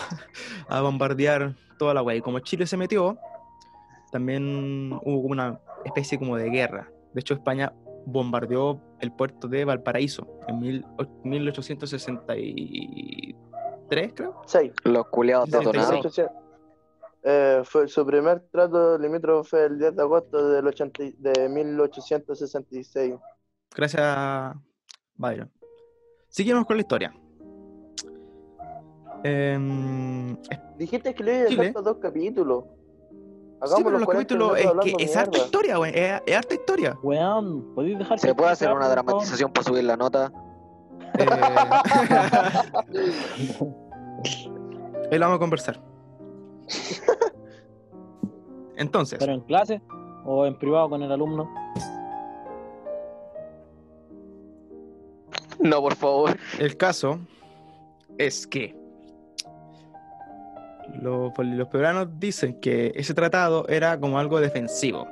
S1: a bombardear toda la wea. Y como Chile se metió, también hubo como una especie como de guerra. De hecho, España bombardeó el puerto de Valparaíso en mil och- 1863, creo.
S6: Seis.
S5: Los culeados
S1: 66.
S5: detonados.
S6: Eh, fue su primer trato limítrofe el 10 de agosto del 80 y- de 1866.
S1: Gracias, Byron. Seguimos con la historia. Em,
S6: Dijiste que le iba a dejar
S1: Chile.
S6: estos dos capítulos.
S1: sí, pero
S6: los
S1: los
S6: 40
S1: capítulos
S6: minutos
S1: es que
S6: hablando
S1: es
S6: mierda.
S1: harta historia, güey. Es, es harta historia.
S4: Weón, ¿podéis dejar que
S5: ¿Se puede hacer una
S4: por favor?
S5: dramatización para subir la nota?
S1: Eh, Ahí la vamos a conversar. Entonces,
S4: ¿Pero en clase o en privado con el alumno?
S5: No, por favor.
S1: el caso es que Los, poli- los peruanos dicen que ese tratado era como algo defensivo.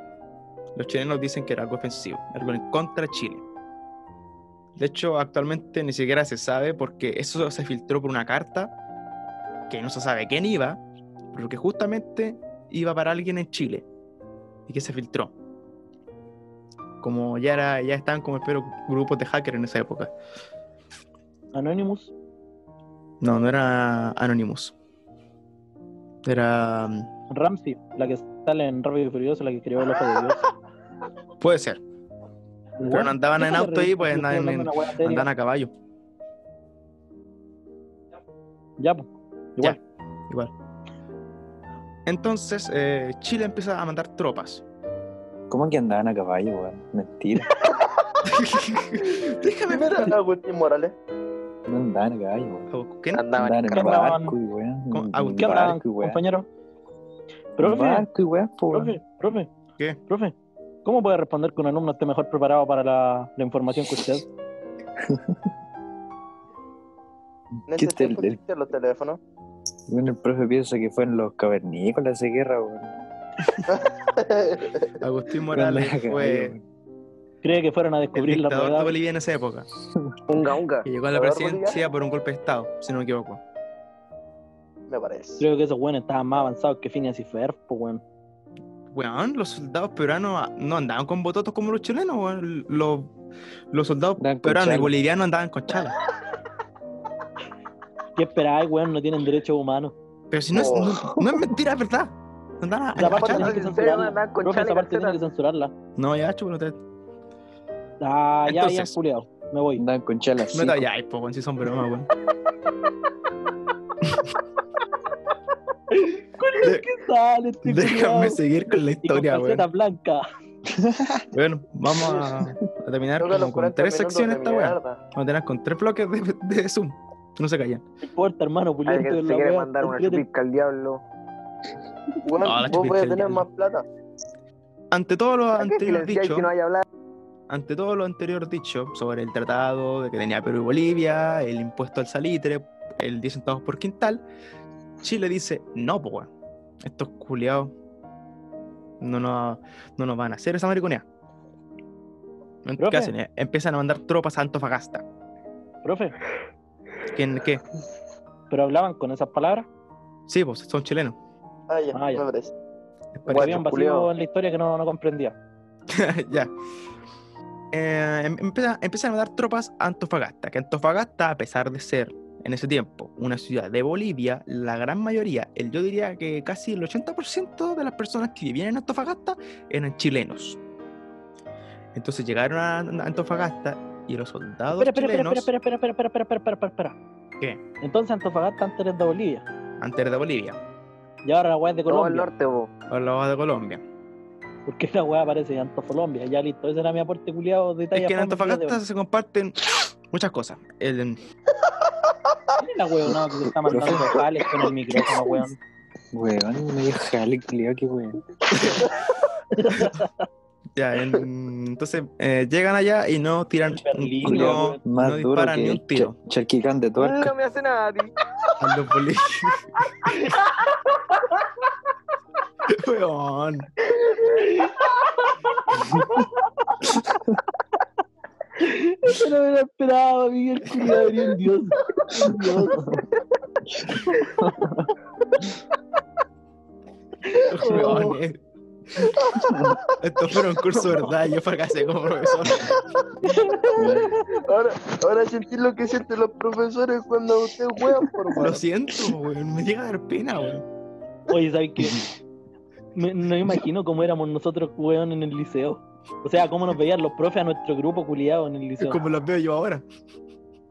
S1: Los chilenos dicen que era algo ofensivo, algo en contra de Chile. De hecho, actualmente ni siquiera se sabe porque eso se filtró por una carta que no se sabe quién iba, pero que justamente iba para alguien en Chile y que se filtró. Como ya era, ya estaban como espero grupos de hackers en esa época.
S4: Anonymous.
S1: No, no era Anonymous. Era. mm,
S4: Ramsey, la que sale en Rápido y Furioso, la que creó el ojo de Dios.
S1: Puede ser. Pero no andaban en auto ahí, pues, andaban en- Andan a caballo.
S4: Ya, pues. Igual.
S1: Igual. Entonces, eh, Chile empieza a mandar tropas.
S2: ¿Cómo que andaban a caballo, weón? Mentira.
S1: Déjame
S6: ¿Quién era
S1: ver.
S6: Agustín Morales?
S2: No andaban a caballo, weón.
S1: ¿Qué?
S3: Andaban
S2: Andaban
S3: en
S2: en
S4: Andaban-
S2: barco y weón.
S1: ¿Cómo?
S2: en
S1: Ah,
S4: ¿Qué andaban,
S2: barco y weón.
S4: compañero?
S2: En
S4: Profe,
S2: barco y weón, po, weón.
S4: profe, profe,
S1: ¿Qué?
S4: profe. ¿Cómo puede responder que un alumno esté mejor preparado para la, la información que usted?
S6: En
S2: ¿Qué
S6: ese
S2: tal
S6: tiempo
S2: el-
S6: existían los teléfonos.
S2: Bueno, el profe piensa que fueron los cavernícolas de guerra, weón.
S1: Agustín
S2: Andaban
S1: Morales
S2: a caballo,
S1: fue
S2: weón.
S4: ¿Cree que fueron a
S1: el
S4: descubrir la
S1: dictador de
S4: verdad?
S1: Bolivia en esa época.
S3: Unga, unga.
S1: Que llegó a la
S6: ¿Dictador
S1: presidencia por un golpe de Estado, si no me equivoco.
S6: Me parece.
S4: Creo que esos buenos estaban más avanzados que Phineas y Ferb, pues, weón.
S1: Weón, los soldados peruanos ah, no andaban con bototos como los chilenos, weón. Los, los soldados
S2: Andaban con
S1: peruanos y
S2: chalas.
S1: bolivianos andaban con chalas.
S4: ¿Qué esperáis, weón? No tienen derechos humanos.
S1: Pero si no, es, no, no es mentira, es verdad. Andaban
S4: Esa
S1: con chalas.
S4: parte tienen que
S3: Ustedes
S4: censurarla.
S3: andaban con
S4: Profe, esa
S3: chale,
S4: parte tienen que
S3: calceta.
S4: censurarla.
S1: No, ya, chupo, no te,
S4: Ah, ya, ya,
S1: Entonces-
S4: culiado. Me voy.
S2: Andaban con chalas.
S1: no te vayas, po, weón, si son bromas, weón. De-
S4: ¿Qué sale este
S1: Déjame
S4: culiao?
S1: seguir con la
S4: Y con
S1: historia, weón.
S4: calceta blanca.
S1: Bueno, vamos a, a terminar
S6: Creo que los
S1: como con
S6: 40
S1: tres
S6: minutos
S1: secciones
S6: de
S1: esta weá.
S6: mierda.
S1: Vamos a terminar con tres bloques de, de Zoom. No se callan.
S4: No importa, hermano, culiao.
S3: Alguien se quiere mandar una chupica al diablo.
S6: Bueno,
S1: No, la
S6: vos
S1: chupiste
S6: podés
S1: el
S6: tener
S1: diablo.
S6: más plata.
S1: Ante todo lo
S3: ¿A qué
S1: anterior
S3: silenciáis
S1: dicho,
S3: que no haya hablado?
S1: ante todo lo anterior dicho sobre el tratado de que tenía Perú y Bolivia, el impuesto al salitre, el 10 centavos por quintal, Chile dice, no, po, weón. Estos culiados no nos, no nos van a hacer esa mariconea.
S4: Profe.
S1: ¿Qué hacen? Eh, Empiezan a mandar tropas a Antofagasta.
S4: Profe,
S1: ¿Quién, ¿Qué?
S4: pero hablaban con esas palabras.
S1: Sí, pues son chilenos.
S6: Ah, ya,
S4: Ah, ya.
S6: me parece.
S1: Es
S4: Porque
S1: parecido.
S4: había un vacío
S3: culiao.
S4: en la historia que no, no comprendía.
S1: ya. Eh, em- empieza- empiezan a dar tropas a Antofagasta, que Antofagasta, a pesar de ser en ese tiempo una ciudad de Bolivia, la gran mayoría, el, yo diría que casi el 80% de las personas que vivían en Antofagasta eran chilenos. Entonces llegaron a a Antofagasta y los soldados
S4: Espera, espera, espera,
S1: chilenos
S4: espera, espera, espera, espera, espera, espera, espera, espera, espera.
S1: ¿Qué?
S4: Entonces Antofagasta antes era de Bolivia.
S1: antes era de Bolivia,
S4: Y ahora la weá es de
S3: Todo el
S4: Colombia.
S3: norte, vos.
S1: ahora la base de Colombia.
S4: porque la weá aparece de Antofolombia. Ya listo, ese era mi aporte culiado de talla.
S1: Es que en
S4: fome el día de
S1: Antofagasta
S4: hoy.
S1: se comparten muchas cosas. El,
S4: Mira la weón, no, que se está mandando jales con el micrófono, weón.
S2: Weón, medio jale, culiao, que weón.
S1: Ya, en- entonces eh, llegan allá y no tiran,
S4: Berlín,
S1: no,
S4: weón.
S2: Más
S1: no
S2: duro
S1: disparan
S2: que este.
S1: ni un tiro
S2: cha- charquicán de tuerca.
S3: No me hace nada, tío.
S1: a los bolivianos. Weón.
S4: Eso no me lo esperaba, Miguel culiado, ni un dios. Un dios.
S1: Weón, eh. Esto fue un curso de verdad, yo fracasé como profesor.
S2: weón.
S6: Ahora, ahora sentí lo que sienten los profesores cuando ustedes juegan por
S1: Lo
S6: mano.
S4: pues.
S1: siento, weón, me llega a dar pena, weón.
S4: Oye, ¿sabes qué? Me- no me imagino cómo éramos nosotros, weón, en el liceo. O sea, cómo nos veían los profes a nuestro grupo culiado en el
S1: Es
S4: liceo.
S1: como los veo yo ahora.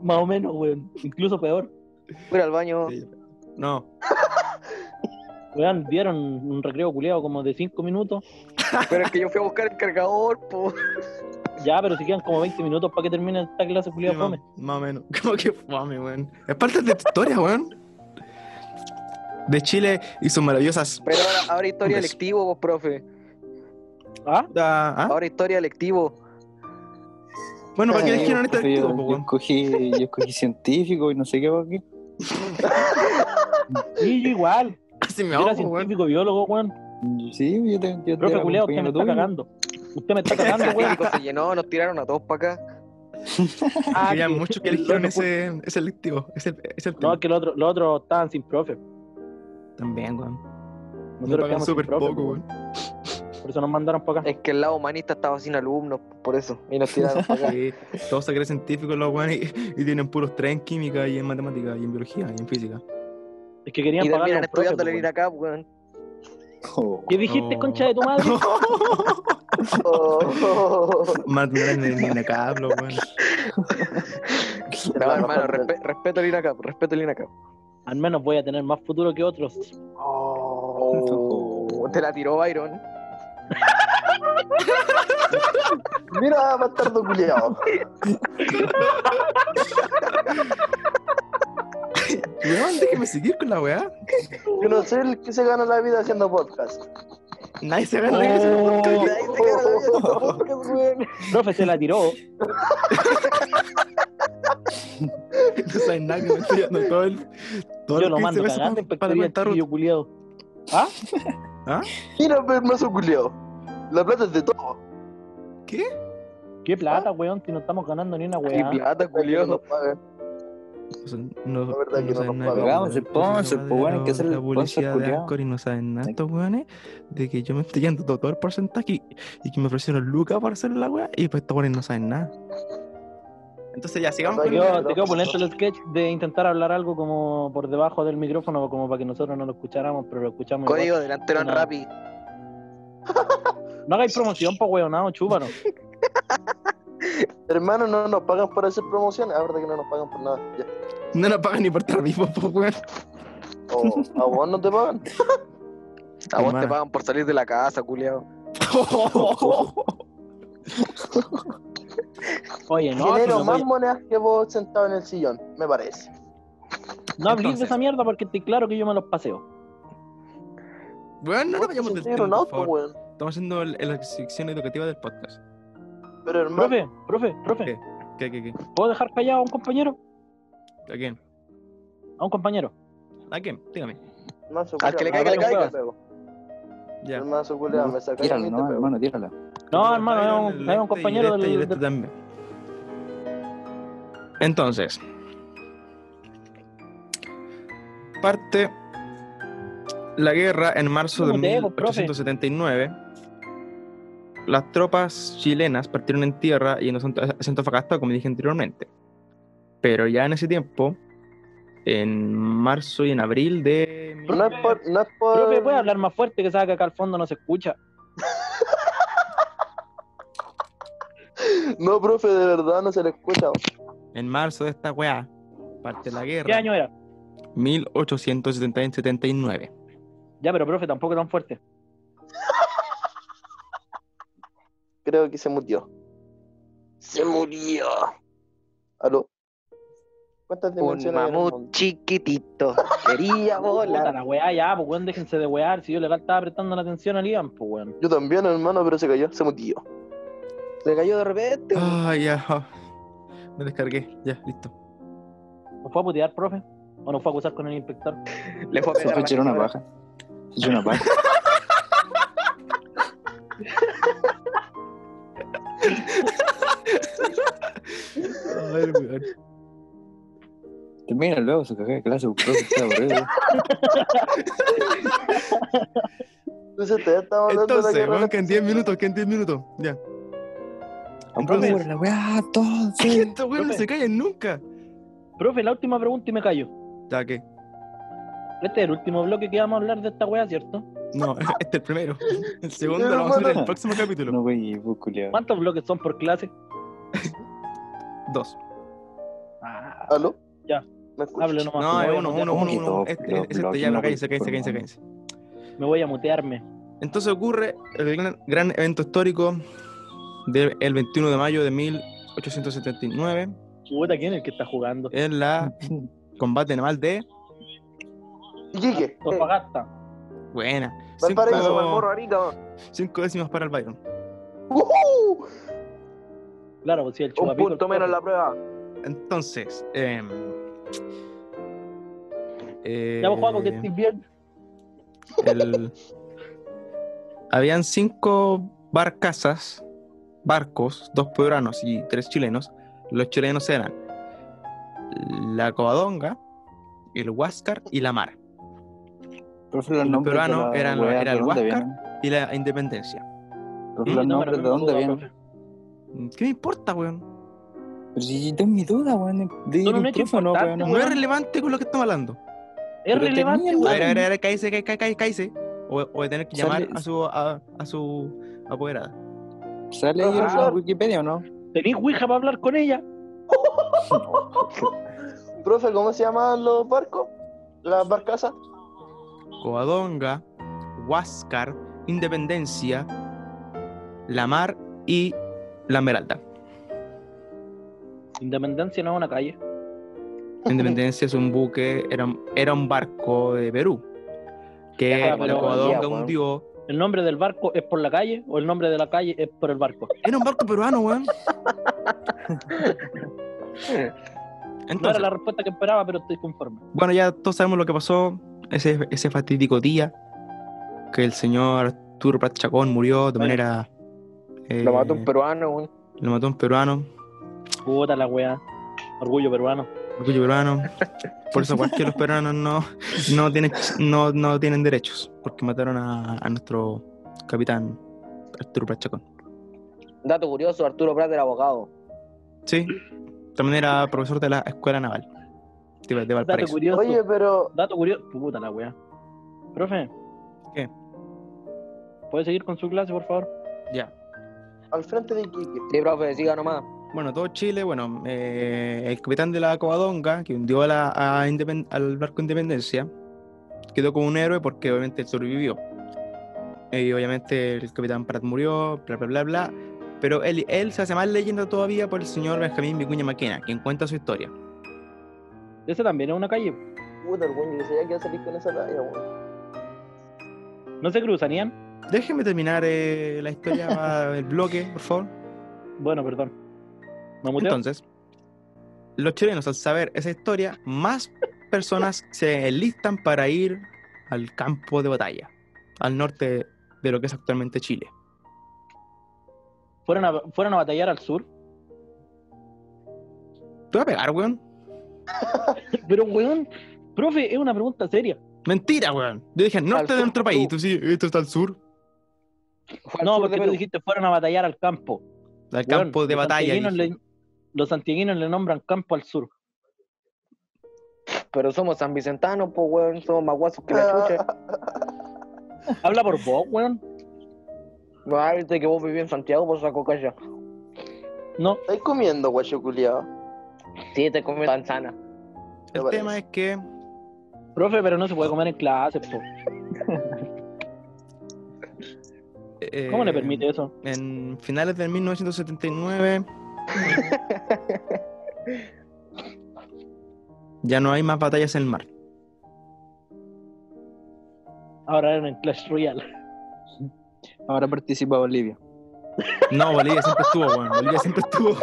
S4: Más o menos, weón. Incluso peor.
S5: Fui al baño.
S1: No,
S4: Weón, dieron un recreo culiado como de 5 minutos.
S5: Pero es que yo fui a buscar el cargador, po.
S4: Ya, pero si quedan como 20 minutos para que termine esta clase
S1: sí,
S4: culiado
S1: más,
S4: fome.
S1: más o menos. Como que fome, weón. Es parte de tu historia, weón. De Chile y sus maravillosas.
S5: Pero ahora, ahora historia
S1: Un beso.
S5: electivo, vos, profe.
S4: ¿Ah?
S1: Ah, ¿ah?
S5: Ahora historia electivo.
S1: Bueno,
S4: Eh,
S1: ¿para qué
S2: Yo-
S1: eligieron este
S2: yo-
S1: activo, po,
S2: yo
S1: weón?
S2: escogí- Yo escogí científico y no sé qué, weón.
S4: Y yo igual.
S1: Casi me
S4: Yo era
S1: ahogo, pues, weón.
S4: científico biólogo, weón.
S2: Sí, yo te. Yo
S4: Profe
S2: era
S4: culiao, usted me
S2: compañero
S4: está
S2: tuyo.
S4: cagando. Usted me está cagando, weón.
S5: se llenó, nos tiraron a todos para acá.
S4: Ah,
S1: Había
S4: que
S1: muchos que
S4: el
S1: eligieron
S4: otro fue-
S1: ese, ese electivo. Ese, ese
S4: No,
S1: tema.
S4: es que los otros los otros estaban sin profe.
S1: También, weón. Me
S4: Nosotros
S1: pagan
S4: quedamos sin
S1: súper
S4: profe,
S1: poco,
S4: weón.
S1: weón.
S4: Por eso nos mandaron para acá.
S5: Es que el lado humanista estaba sin alumnos, por eso. Y nos tiraron para acá.
S1: Sí, todos se creen científicos los weones y, y tienen puros tres en química y en matemática y en biología y en física.
S4: Es que
S5: y
S4: querían pagar a
S5: terminan
S4: los profes,
S5: estudiando venir
S4: weón.
S5: acá, weón.
S2: Oh.
S4: ¿Qué dijiste,
S1: No.
S4: concha de tu madre?
S1: Más grande ni la cablo, weón.
S5: No, hermano, respe- respeto al INACAP, respeto al INACAP.
S4: Al menos voy a tener más futuro que otros.
S5: Oh, te la tiró Byron.
S6: Mira, bastardo culiao.
S1: Weón, déjeme seguir con la weá.
S6: Yo no sé el que se gana la vida haciendo podcast.
S1: Nadie se gana la vida
S2: Oh.
S1: haciendo podcast.
S6: Nadie se gana la vida haciendo podcast, weón.
S4: Profe, se la tiró.
S1: No sabes nada que me estoy dando todo el. Todo
S4: Yo
S1: el
S4: lo mando cagando
S2: pues,
S4: en pesquería, chiquillo culiado. ¿Ah?
S6: Mira, hermoso culiao. La plata es de todo.
S4: ¿Qué plata, weón? Si no estamos ganando ni una
S5: Y
S4: weá.
S5: plata,
S6: No
S5: curioso.
S6: pagan.
S1: No,
S6: La verdad que no nos pagamos.
S2: Hagamos el sponsor, pues, weón, hay que hacer el
S1: La publicidad
S2: sponsor,
S1: de
S2: culiao.
S1: Anchor y no saben nada estos weones de que yo me estoy yendo todo, todo el porcentaje y, y que me ofrecieron lucas para hacer la weá y pues estos weones no saben nada. Entonces ya, sigamos
S4: Te
S1: con
S4: quedó, te quedó ponente el sketch de intentar hablar algo como por debajo del micrófono, como para que nosotros no lo escucháramos, pero lo escuchamos. igual.
S5: Código delantero en
S4: No.
S5: Rappi.
S4: No hagáis promoción, pues weonado, chúpalo.
S6: Hermano, no nos pagan por hacer promociones. La verdad que no nos pagan por nada. Ya.
S1: No nos pagan ni por estar vivos, pues weón.
S6: O, a vos no te pagan.
S5: A vos
S1: Hermana.
S5: te pagan por salir de la casa, culiao.
S4: Oye, no, si
S6: Genero
S4: no,
S6: más
S4: voy-
S6: monedas que vos sentado en el sillón, me parece.
S4: no hablís de
S1: Entonces.
S4: esa mierda porque estoy claro que yo me los paseo.
S1: Weón, no nos
S6: Vos te
S1: vayamos del
S6: sentás en
S1: tema,
S6: un
S1: por
S6: auto,
S1: favor.
S6: weón.
S1: Estamos haciendo el- la sección educativa del podcast.
S6: Pero hermano,
S4: Profe, profe, profe,
S1: ¿Qué? ¿Qué, qué, qué?
S4: ¿puedo dejar callado a un compañero?
S1: ¿A quién?
S4: A un compañero.
S1: ¿A quién? Dígame.
S6: Mazo
S5: Al que le
S6: culiao,
S5: caiga, le
S6: me
S5: caiga.
S6: pego.
S1: Ya.
S6: El mazo culiao, me saca
S2: Tírala, no, hermano, tírala.
S4: No, hermano, es un, es un
S1: Directa
S4: compañero
S1: este y
S4: del.
S1: directa
S4: del-
S1: también. Entonces, parte la guerra en marzo
S4: No
S1: de
S4: muteo, profe.
S1: 1879. Las tropas chilenas partieron en tierra y en Antofagasta- en Antofagasta, como dije anteriormente. Pero ya en ese tiempo, en marzo y en abril de...
S6: No es por. No es por...
S4: Profe, ¿puede hablar más fuerte que sabe que acá al fondo no se escucha?
S6: No, profe, de verdad no se le escucha.
S1: En marzo de esta weá, parte la
S4: ¿Qué
S1: guerra.
S4: año era?
S1: 1879.
S4: Ya, pero profe, tampoco tan fuerte.
S6: Creo que se murió.
S5: Se murió.
S6: Aló. ¿Cuántas
S5: Un
S6: dimensiones hay en el
S5: mamut
S6: mundo?
S5: chiquitito. Quería
S4: Puta,
S5: volar.
S4: la weá ya, pues weón, déjense de wear. Si yo legal estaba prestando la atención al Ian, pues weón.
S6: Yo también, hermano, pero se cayó, se murió.
S5: Se cayó de repente.
S1: Ah, ya. ah. Me descargué. Ya, listo.
S4: ¿Nos fue a putear, profe? ¿O nos fue a acusar con el inspector?
S5: Le fue a
S2: Se
S5: pegar.
S2: fue a
S5: la
S2: echar una
S5: señora.
S2: paja. Se echó una paja. Termina luego su cagada de clase, profe, está aburrido.
S6: Entonces, todavía estamos hablando de la
S1: Entonces,
S6: guerra
S1: weón, que en 10 minutos, que en 10 minutos. Ya.
S2: Tampoco por la weá, todo.
S1: ¿Qué
S2: sí.
S1: estos weones no se callan nunca?
S4: Profe, la última pregunta y me callo.
S1: Ya, ¿qué?
S4: Este es el último bloque que vamos a hablar de esta weá, ¿cierto?
S1: No, este es el primero. El segundo lo vamos a hacer en el próximo capítulo.
S2: No, wey, pues, culiao.
S4: ¿Cuántos bloques son por clase?
S1: Dos.
S6: ¿Aló?
S4: Ya.
S6: ¿Me escuchas?
S4: Ah, Hable nomás.
S1: No,
S4: me
S1: es
S4: voy a
S1: uno,
S4: mutear-
S1: uno,
S2: ¿Cómo
S1: uno,
S2: que
S1: uno.
S2: dos
S1: Este,
S2: bloques?
S1: este
S2: No,
S1: ya, no,
S2: no,
S1: cállense, cállense,
S2: por
S1: cállense,
S2: favor.
S1: cállense.
S4: Me voy a mutearme.
S1: Entonces ocurre el gran, gran evento histórico del el 21 de mayo de 1879
S4: Puta, ¿quién es el que está jugando?
S1: en la combate naval de
S6: Iquique.
S4: Ah, Antofagasta.
S1: Buena.
S6: Valparaíso,
S1: Cinco,
S5: Morro Arica, weón.
S1: cinco décimas para el Byron.
S6: ¡Uhú!
S4: Claro, pues sí, el
S5: Un
S4: chupapito.
S5: punto menos en la prueba.
S1: Entonces, eh, eh,
S4: Ya, pues, Juaco, que estés bien.
S1: el- Habían cinco barcazas, barcos, dos peruanos y tres chilenos. Los chilenos eran la Covadonga, el Huáscar y la Mara.
S2: Profe, los
S1: Los
S2: nombres de
S1: peruanos
S2: la
S1: eran-
S2: weá,
S1: era
S2: ¿de
S1: el
S2: dónde
S1: Huáscar.
S2: vienen?
S1: Y la Independencia.
S2: Profe,
S1: ¿Mm?
S2: los
S4: No, pero
S2: nombres de
S4: tengo
S2: dónde
S4: duda,
S2: vienen.
S4: profe.
S1: ¿Qué me importa, weón?
S2: Pero si yo tengo mi duda, weón. De
S4: Son
S2: ir
S4: un
S2: un
S4: hecho
S2: profe o no,
S4: importante,
S2: weón.
S1: No es relevante con lo que estamos hablando.
S4: Es
S2: Pero qué
S4: relevante,
S2: mierda,
S1: A ver, a ver,
S4: weón.
S1: a ver, cállese, cállese, cállese, cállese. O, o de tener que llamar
S2: Sale-
S1: a su, a, a su apoderada.
S2: ¿Sale ahí en la
S6: Profesor.
S2: Wikipedia o no?
S4: ¿Tenís Ouija para hablar con ella?
S6: Profe, ¿cómo se llaman los barcos? ¿Las barcazas?
S1: Covadonga, Huáscar, Independencia, La Mar y La Esmeralda.
S4: Independencia no es una calle.
S1: Independencia es un buque, era, un- era un barco de Perú que
S2: Ya,
S1: la
S2: pero-
S1: Covadonga
S2: ya, weón.
S1: hundió.
S4: ¿El nombre del barco es por la calle o el nombre de la calle es por el barco?
S1: Era un barco peruano, weón.
S4: No era
S1: Entonces,
S4: la respuesta que esperaba, pero estoy conforme.
S1: bueno, ya todos sabemos lo que pasó ese, ese fatídico día que el señor Arturo Prat Chacón murió de
S4: Bueno.
S1: manera. eh,
S3: Lo mató un peruano, weón.
S1: lo mató un peruano.
S4: Puta la weá. Orgullo peruano.
S1: Orgullo peruano. Por eso cualquier los peruanos no, no, tienen, no, no tienen derechos, porque mataron a, a nuestro capitán Arturo Prachacón.
S5: Dato curioso, Arturo Prat era abogado.
S1: Sí, también era profesor de la Escuela Naval de, de
S4: Dato
S1: Valparaíso.
S4: curioso.
S6: Oye, pero
S4: Dato curioso. Puta la weá. Profe.
S1: ¿Qué?
S4: ¿Puede seguir con su clase, por favor?
S1: Ya.
S6: al frente de Iquique.
S5: Sí, profe, siga nomás.
S1: Bueno, todo Chile, bueno, eh, el capitán de la Covadonga, que hundió a la- a Independ- al barco Independencia, quedó como un héroe porque obviamente él sobrevivió. Eh, Y obviamente el capitán Pratt murió, bla, bla, bla, bla. Pero él, él se hace más leyenda todavía por el señor Benjamín Vicuña Maquena, quien cuenta su historia.
S4: Ese también es una calle.
S6: Puta, el güey, yo sabía que iba a salir con esa talla, weón.
S4: ¿No se cruzan, Ian?
S1: Déjeme terminar eh, la historia del bloque, por favor.
S4: Bueno, perdón. ¿Me muteo?
S1: Entonces, los chilenos al saber esa historia, más personas se enlistan para ir al campo de batalla, al norte de lo que es actualmente Chile.
S4: ¿Fueron a, ¿Fueron a batallar al sur?
S1: ¿Te voy a pegar, weón?
S4: Pero, weón, profe, es una pregunta seria.
S1: Mentira, weón. Yo dije al norte de
S5: Al sur,
S1: nuestro país, y tú sí, esto está al sur.
S5: Fue al
S4: No,
S5: sur de
S4: porque tú
S5: Perú.
S4: dijiste fueron a batallar al campo.
S1: Al
S4: Weón,
S1: campo de
S4: los
S1: batalla.
S4: santiaguinos
S1: dije.
S4: le- los santiaguinos le nombran campo al sur.
S5: Pero somos san vicentanos, pues, weón. Somos más guasos que la
S4: Ah.
S5: chucha.
S4: Habla por vos, weón.
S5: No, ah, viste que vos vivís en Santiago, por saco calla.
S4: No,
S6: ¿Estáis comiendo, guacho culiao?
S5: Sí, te comes manzana.
S1: El
S6: me
S1: tema es que
S4: profe, pero no se puede comer en clase, po.
S1: eh,
S4: ¿Cómo le permite eso?
S1: En finales del 1979 ya no hay más batallas en el mar.
S4: Ahora eran en Clash Royale.
S2: Ahora participa Bolivia.
S1: No, Bolivia siempre estuvo, weón. Bolivia siempre estuvo.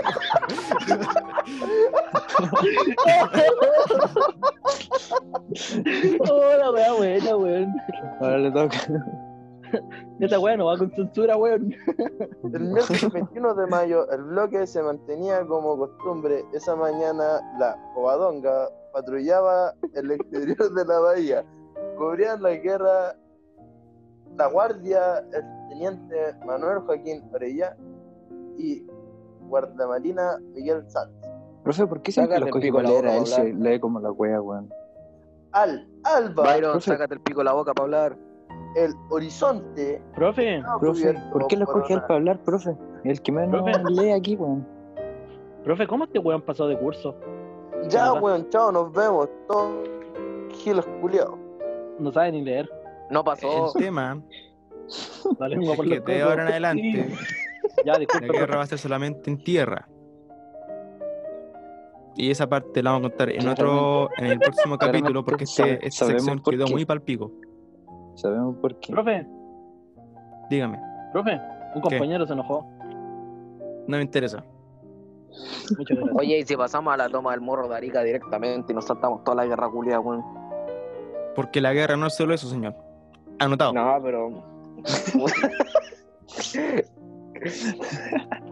S4: Oh, la weá buena, weón.
S2: Ahora le toca.
S4: Esta weá no va con censura, weón.
S6: El miércoles 21 de mayo, el bloque se mantenía como costumbre. Esa mañana, la Covadonga patrullaba el exterior de la bahía. Cubrían la guerra la guardia, el teniente Manuel Joaquín Orellá y guardamarina Miguel Sanz.
S2: Profe, ¿por qué siempre
S5: Sácate
S2: los
S5: el
S2: coge
S5: pico de la
S2: bolera?
S5: boca
S2: Él
S5: para
S2: se lee como la wea, weón.
S6: Al alba,
S5: Byron,
S2: profe.
S5: sácate el pico de la boca para hablar.
S6: el horizonte.
S4: Profe,
S6: estaba
S2: Profe,
S6: cubierto
S2: ¿por qué los
S6: por
S2: coge él
S6: una-
S2: para hablar, profe? El que menos
S4: Profe.
S2: lee aquí, weón.
S4: profe, ¿cómo este weón pasó de curso?
S6: Ya,
S4: Nada.
S6: weón, chao, nos vemos. Todos gilos culiados.
S4: No sabe ni leer.
S5: No pasó.
S2: Oh.
S1: El tema
S4: La lengua
S1: es
S4: por
S1: que
S4: los
S1: de
S4: cocos.
S1: ahora en adelante
S4: Ya,
S1: la
S4: disculpe,
S1: guerra
S4: profe.
S1: va a ser solamente en tierra. Y esa parte la vamos a contar en otro, en el próximo capítulo, porque este, esta
S2: Sabemos
S1: sección
S2: por
S1: quedó
S2: qué.
S1: muy palpico.
S2: Sabemos por qué.
S4: Profe,
S1: Dígame,
S4: profe, un compañero se enojó.
S1: no me interesa.
S4: Muchas gracias.
S5: Oye, y si pasamos a la toma del morro de Arica directamente y nos saltamos toda la guerra culia, weón.
S1: Porque la guerra no es solo eso, señor. Anotado.
S5: No, pero.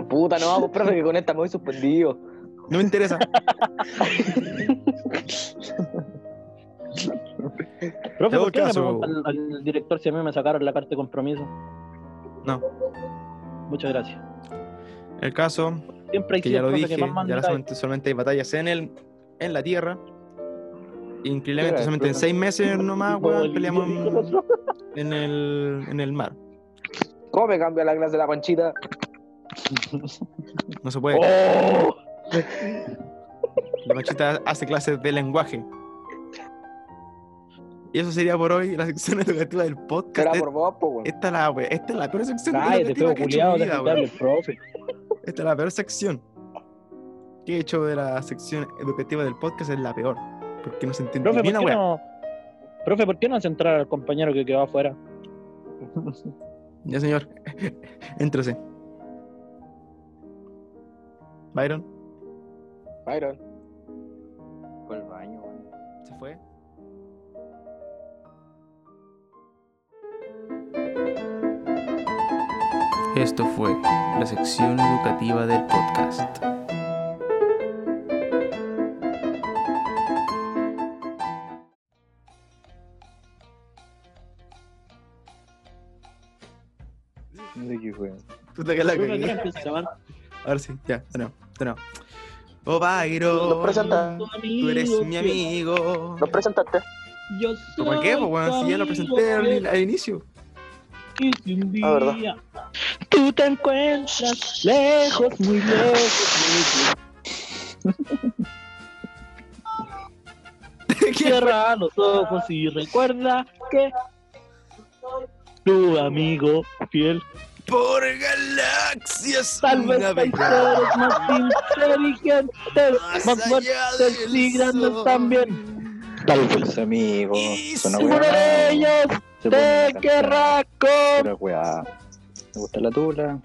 S5: Puta, no, pues, profe, que con esta me voy suspendido.
S1: No me interesa.
S4: Profe,
S1: hago
S4: ¿por qué no le
S1: caso.
S4: preguntan al, al director si a mí me sacaron la carta de compromiso?
S1: No.
S4: Muchas gracias.
S1: El caso,
S4: Siempre hay
S1: que ya
S4: sido
S1: lo
S4: el profe
S1: dije,
S4: que más manda
S1: ya solamente, solamente hay batallas en el en la tierra.
S2: Era
S1: Increíblemente
S2: el
S1: solamente en
S2: problema.
S1: seis meses nomás,
S4: Como
S1: weón,
S4: el
S1: peleamos en,
S4: ridículo.
S1: en el, en el mar.
S5: ¿Cómo me cambio la clase de la panchita?
S1: No se puede. La machita hace clases de lenguaje. Y eso sería por hoy la sección educativa del
S5: Será
S1: podcast.
S5: por vos, po, weón.
S1: Esta es la, we- esta es la peor sección
S4: Cállate,
S1: educativa
S4: feo
S1: que he hecho en
S4: culiado,
S1: mi vida,
S4: déjame
S1: weón.
S4: hablar el profe.
S1: Esta es la peor sección. Que he hecho de la sección educativa del podcast es la peor. Porque no se entiende
S4: Profe,
S1: ni
S4: ¿por
S1: una
S4: qué
S1: wea.
S4: no? Profe, ¿por qué no hace entrar al compañero que quedó afuera?
S1: Ya, señor. Éntrese. Byron,
S5: Byron.
S2: Por el baño, weón.
S1: se fue.
S9: Esto fue la sección educativa del podcast.
S2: No sé qué fue.
S1: Puta que la
S4: Profe,
S1: cagué.
S4: ¿quién empieza a llamar?
S1: Ahora sí, ya, de nuevo, de nuevo. Oh, Byron.
S6: Los presenta.
S1: Tú eres mi amigo.
S6: Los presentaste.
S4: Yo
S1: ¿Por qué, po, weón? Si ya lo presenté al, al inicio.
S6: Ah, verdad.
S4: Tú te encuentras lejos, muy lejos, muy lejos. Cierra los ojos y recuerda que tu amigo fiel
S1: Por galaxias.
S4: tal vez hay
S1: navegando
S4: seres más inteligentes, más fuertes
S1: del
S4: y grandes
S1: sol.
S4: también.
S2: Tal vez, amigo.
S1: Y
S2: Suena
S1: si
S4: Uno
S2: weá.
S4: de ellos
S2: Se pone
S4: te
S2: una
S4: querrá con
S2: Pura weá. Me gusta la tula.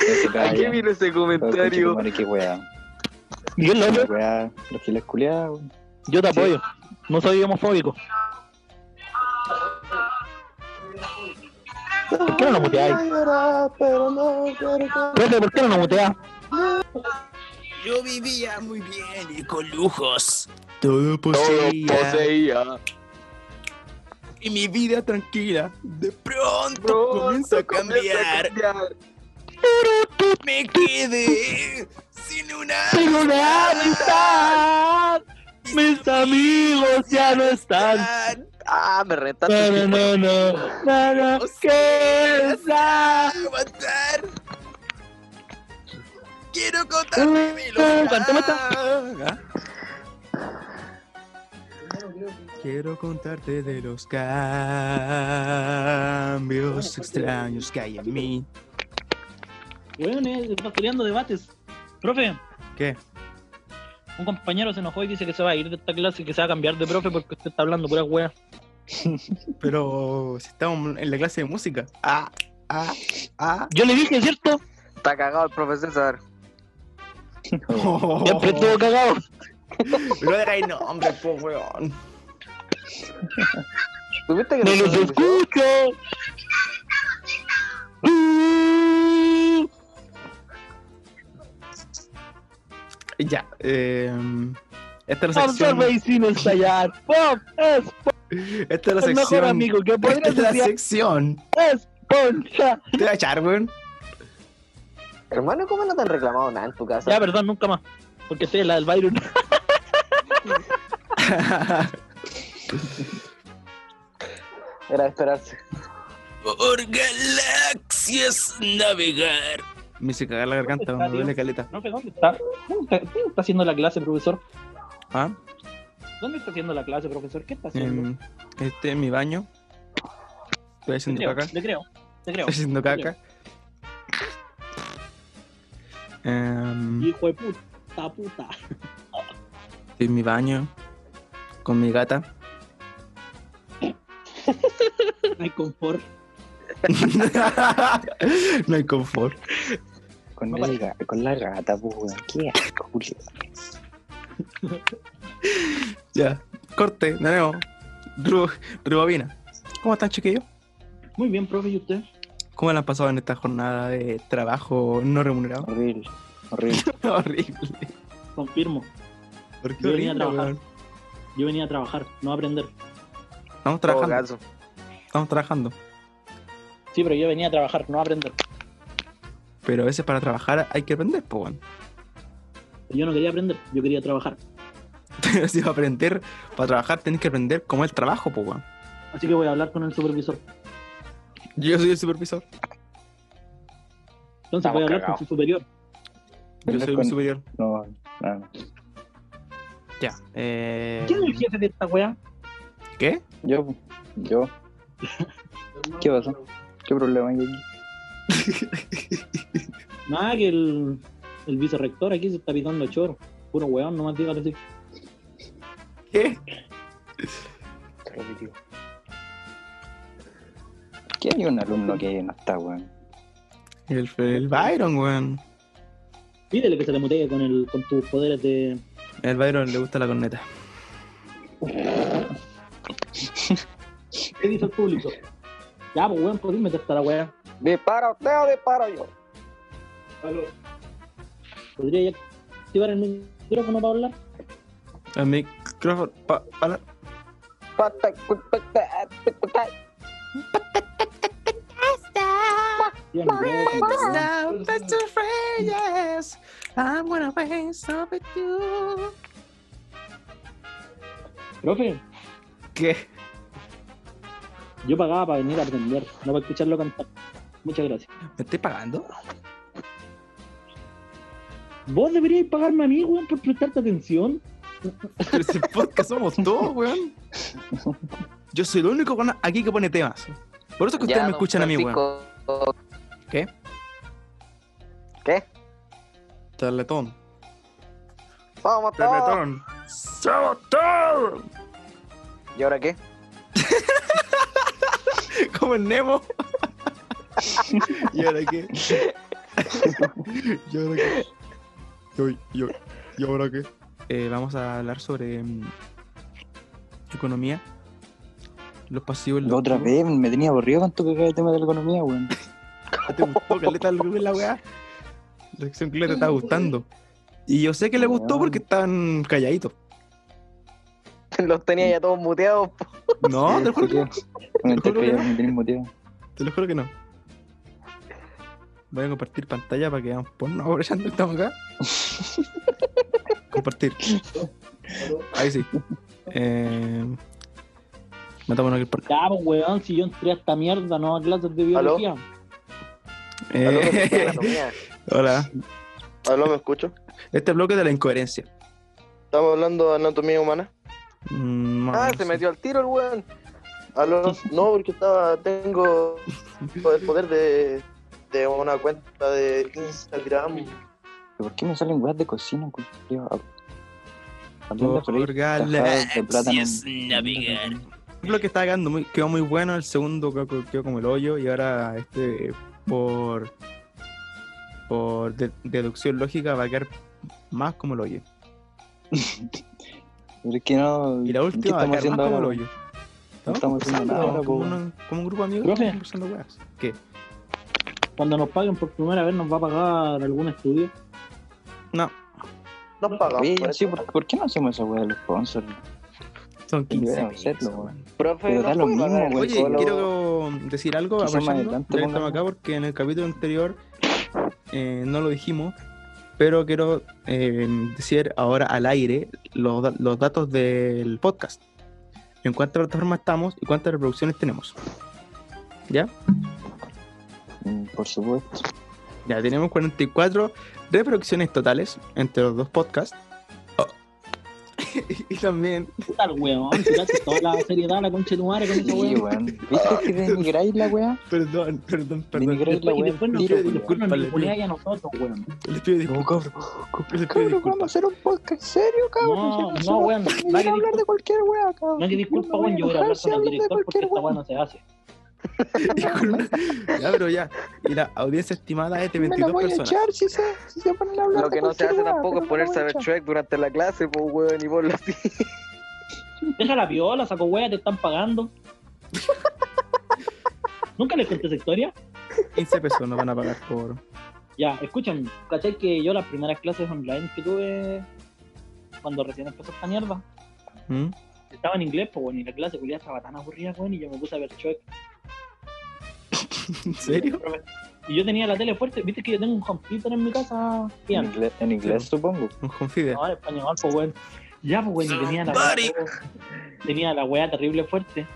S2: Ese
S3: ¿A qué
S2: gallo.
S3: vino ese
S2: Todo
S3: comentario?
S2: conchetumare, qué weá.
S4: Miguel
S2: Qué
S4: López.
S2: weá. Los giles culiados.
S4: Yo te apoyo. No soy homofóbico. ¿Por qué no lo muteáis? Profe, ¿por qué no lo muteáis?
S1: Yo vivía muy bien y con lujos. Todo poseía. Y mi vida tranquila. De pronto, comienza a cambiar. Me quedé sin una.
S4: Sin una amistad. Mis amigos ya no están.
S3: Ah, me retaste.
S4: No, no, no, no. No, no. ¿Qué es la-
S1: Ah, aguantar. Quiero contarme mi
S4: Eh,
S1: locura.
S4: ¿cuánto me
S1: ¿Ah? Quiero contarte de los cambios extraños que hay en mí.
S4: Weón, eh, está peleando debates. Profe,
S1: ¿Qué?
S4: un compañero se enojó y dice que se va a ir de esta clase y que se va a cambiar de profe porque usted está hablando pura wea.
S1: Pero si estamos en la clase de música. Ah, ah, ah.
S4: Yo le dije, ¿cierto?
S3: Está cagado el profesor César.
S1: Oh.
S4: Siempre estuvo cagado.
S1: No digáis nombre, po, weón.
S5: ¿Tuviste que
S4: ¡No los
S5: nos-
S4: escucho! Mm.
S1: Ya, eh, esta es la sección.
S4: Observe y sin estallar. Pop es
S1: Esta es la
S4: el mejor
S1: sección.
S4: amigo que
S1: Esta
S4: podrás
S1: es la
S4: decir.
S1: sección.
S4: Es poncha.
S1: Te voy a echar, weón.
S5: Hermano, ¿cómo no te han reclamado nada en tu casa?
S4: Ya, perdón, nunca más. Porque estoy en la del Byron.
S5: Era de esperarse.
S1: Por galaxias navegar. Me hice cagar la garganta, me duele caleta.
S4: Profe, ¿dónde está? ¿Dónde está, dónde está haciendo la clase, profesor?
S1: ¿Ah?
S4: ¿Dónde está haciendo la clase, profesor? ¿Qué está haciendo?
S1: em, este es mi baño. Estoy
S4: Te
S1: haciendo
S4: creo,
S1: caca.
S4: te creo, te creo.
S1: Estoy haciendo caca. Em,
S4: Hijo de puta, puta.
S1: estoy en mi baño. Con mi gata.
S4: Hay confort.
S1: no hay confort.
S2: Con, el ga- con la pues, gata, pues, weón. Qué asco, culiao.
S1: Ya. Corte, de nuevo. Ru- Rubovina. ¿Cómo están, chiquillos?
S4: Muy bien, profe, ¿y usted?
S1: ¿Cómo la han pasado en esta jornada de trabajo no remunerado?
S2: Horrible, horrible.
S1: horrible.
S4: Confirmo.
S1: ¿Por qué
S4: Yo venía a
S1: horrible,
S4: trabajar.
S1: weón?
S4: Yo venía a trabajar, no a aprender.
S1: Estamos
S3: Todo
S1: trabajando,
S3: caso.
S1: estamos trabajando.
S4: Sí, pero yo venía a trabajar, no a aprender.
S1: Pero a veces para trabajar hay que aprender, po, weón.
S4: Yo no quería aprender, yo quería trabajar.
S1: Pero si vas a aprender, para trabajar tenés que aprender cómo es el trabajo, po, weón.
S4: Así que voy a hablar con el supervisor.
S1: Yo soy el supervisor.
S4: Entonces voy a hablar con su superior.
S1: Yo soy mi
S2: Con-
S1: superior.
S2: No, nada. más.
S1: Ya. Eh...
S4: ¿Quién es el jefe de esta weá?
S1: ¿Qué?
S2: Yo, yo. ¿Qué pasó? ¿Qué problema hay aquí?
S4: Nada, que el, el vicerrector aquí se está pitando choro. Puro weón, nomás diga así.
S1: ¿Qué?
S2: ¿Qué hay un alumno que no está, weón?
S1: El, el Byron, weón.
S4: Pídele que se le mutee con, el, con tus poderes de.
S1: El Byron le gusta la corneta.
S4: ¿Qué dice el público? Ya, pues weón, por meterte a la weá.
S5: Dispara usted o disparo yo.
S4: ¿Podría ya activar el micrófono para hablar?
S1: El micrófono. pa- para-
S5: Pata- cu- pata- pata-
S4: Sí, no, no, no. Profe,
S1: ¿Qué?
S4: yo pagaba para venir a aprender, no para escucharlo cantar. Muchas gracias.
S1: ¿Me estoy pagando?
S4: Vos deberíais pagarme a mí, weón, por prestarte atención.
S1: Pero si el podcast somos todos, weón. Yo soy el único weón, aquí que pone temas. Por eso es que ustedes me
S5: Ya, don
S1: escuchan a mí, weón.
S5: Francisco,
S1: Tarletón.
S5: Vamos todos.
S1: Tarletón. ¡Sabotón!
S5: ¿Y ahora qué?
S1: Como el Nemo. ¿Y ahora qué? ¿Y ahora qué? ¿Y, y- y ahora qué? Eh, vamos a hablar sobre mm, economía. Los pasivos. los
S2: Otra
S1: activos.
S2: vez me tenía aburrido con tu cagada de tema de la economía, weón.
S1: Ah, ¿Te gustó, Caleta, el- la weá? La sección que te está gustando. Y yo sé que le
S5: Ah.
S1: gustó porque están calladitos.
S5: Los tenía ya todos muteados. po.
S1: No, Ah, te lo juro que no.
S2: Con el callado me tenés muteado.
S1: Te lo juro que no. Voy a compartir pantalla para que vean porno aprovechando que estamos acá. compartir. Ahí sí. Eh, matamos aquí el porno.
S4: Ya, pues, weón, si yo entré a esta mierda, no a clases de
S6: ¿Aló?
S4: biología.
S6: Aló, ¿me
S1: Eh,
S6: escuchan?
S1: hola.
S6: Aló, ¿me escucho?
S1: Este bloque de la incoherencia.
S6: Estamos hablando de anatomía humana.
S1: Mm, no,
S5: Ah,
S1: no
S5: se
S1: sé.
S5: metió al tiro el weón.
S6: Aló, no, porque estaba, tengo el poder de, de una cuenta de Instagram.
S2: ¿Pero por qué me salen weas de cocina, culiao? Ah, Hablando por ahí,
S1: Por
S2: tajadas de plátano.
S9: galaxias navegar.
S1: El bloque estaba quedando muy, quedó muy bueno. El segundo creo que quedó como el hoyo. Y ahora este por por de- deducción lógica va a quedar más como el hoyo.
S2: Pero es que no.
S1: Y la
S2: ¿qué
S1: última va a
S2: estamos
S1: quedar más
S2: haciendo
S1: como el
S2: ahora?
S1: hoyo.
S2: No estamos haciendo
S1: conversando,
S2: nada,
S1: como,
S2: po.
S1: una- como un grupo de amigos
S4: Profe.
S1: estamos conversando weas. ¿Qué?
S4: Cuando nos paguen por primera vez, nos va a pagar algún estudio.
S1: No,
S6: Nos pagamos.
S2: Oye,
S6: por
S2: sí,
S6: eso.
S2: ¿por, por qué no hacemos esa wea de los sponsors?
S1: son 15
S2: Deberíamos hacerlo,
S1: pesos,
S2: weón.
S1: weón.
S5: Profe,
S2: Pero da
S5: ¿nos
S2: lo
S5: puede
S2: mismo,
S5: pagar?
S2: weón.
S1: Oye, quiero decir algo
S2: Quizá más
S1: aprovechando
S2: adelante
S1: ya que estamos
S2: pongamos.
S1: acá porque en el capítulo anterior eh, no lo dijimos, pero quiero eh, decir ahora al aire los, da- los datos del podcast. En cuántas plataformas estamos y cuántas reproducciones tenemos. ¿Ya?
S2: Mm, Por supuesto.
S1: Ya tenemos 44 reproducciones totales entre los dos podcasts. y también
S4: Puta el weón, tiraste toda la seriedad, la concha de tu madre con esa
S2: Sí,
S4: weón.
S2: weón. ¿Viste que denigráis la wea?
S1: Perdón, perdón, perdón.
S2: Denigráis la
S4: Y
S2: wea.
S4: después nos
S2: Tiro,
S1: piden
S2: culiao.
S1: disculpas.
S4: Nos manipuláis a nosotros, weón.
S1: Les pido
S2: No,
S1: disculpas.
S2: cabrón.
S1: Les pido
S2: Cabrón, vamos a
S1: disculpas.
S2: hacer un podcast serio,
S4: No,
S2: cabrón.
S4: no,
S2: Si somos
S4: weón,
S2: tan-
S4: nadie
S2: ni hablar
S4: disculpa.
S2: de cualquier wea, cabrón.
S4: No hay que disculpa,
S2: me voy
S4: weón, yo voy a hablar
S2: enojar si
S4: con el
S2: hablan de
S4: director porque
S2: cualquier
S4: esta
S2: wea.
S4: weón no se hace.
S1: Disculpa. ya, pero ya. Y la audiencia estimada es de
S2: Me la
S1: 22
S2: voy a
S1: personas.
S2: echar si se, si se ponen a hablar
S5: Lo
S2: de
S5: que no se
S2: cualquier
S5: hace
S2: wea, pero
S5: tampoco
S2: me
S5: es
S2: la voy
S5: ponerse a ver
S2: echar.
S5: Shrek durante la clase, pues weón, y ponlo así.
S4: Deja la piola, saco wea, te están pagando. Nunca les conté esa historia.
S1: 15 pesos nos van a pagar por.
S4: Ya, escuchen, ¿cachai que yo las primeras clases online que tuve cuando recién empezó esta mierda?
S1: ¿Mm?
S4: Estaba en inglés, pues bueno, y la clase culiada estaba tan aburrida, weón, y yo me puse a ver Shrek.
S1: ¿En serio?
S4: Y yo tenía la tele fuerte, viste que yo tengo un home theater en mi casa,
S2: En
S4: bien.
S2: inglés, en inglés, supongo.
S1: Un confide.
S4: No, en español, pues weón. Ya, pues weón, y tenía la wea, tenía la wea terrible fuerte.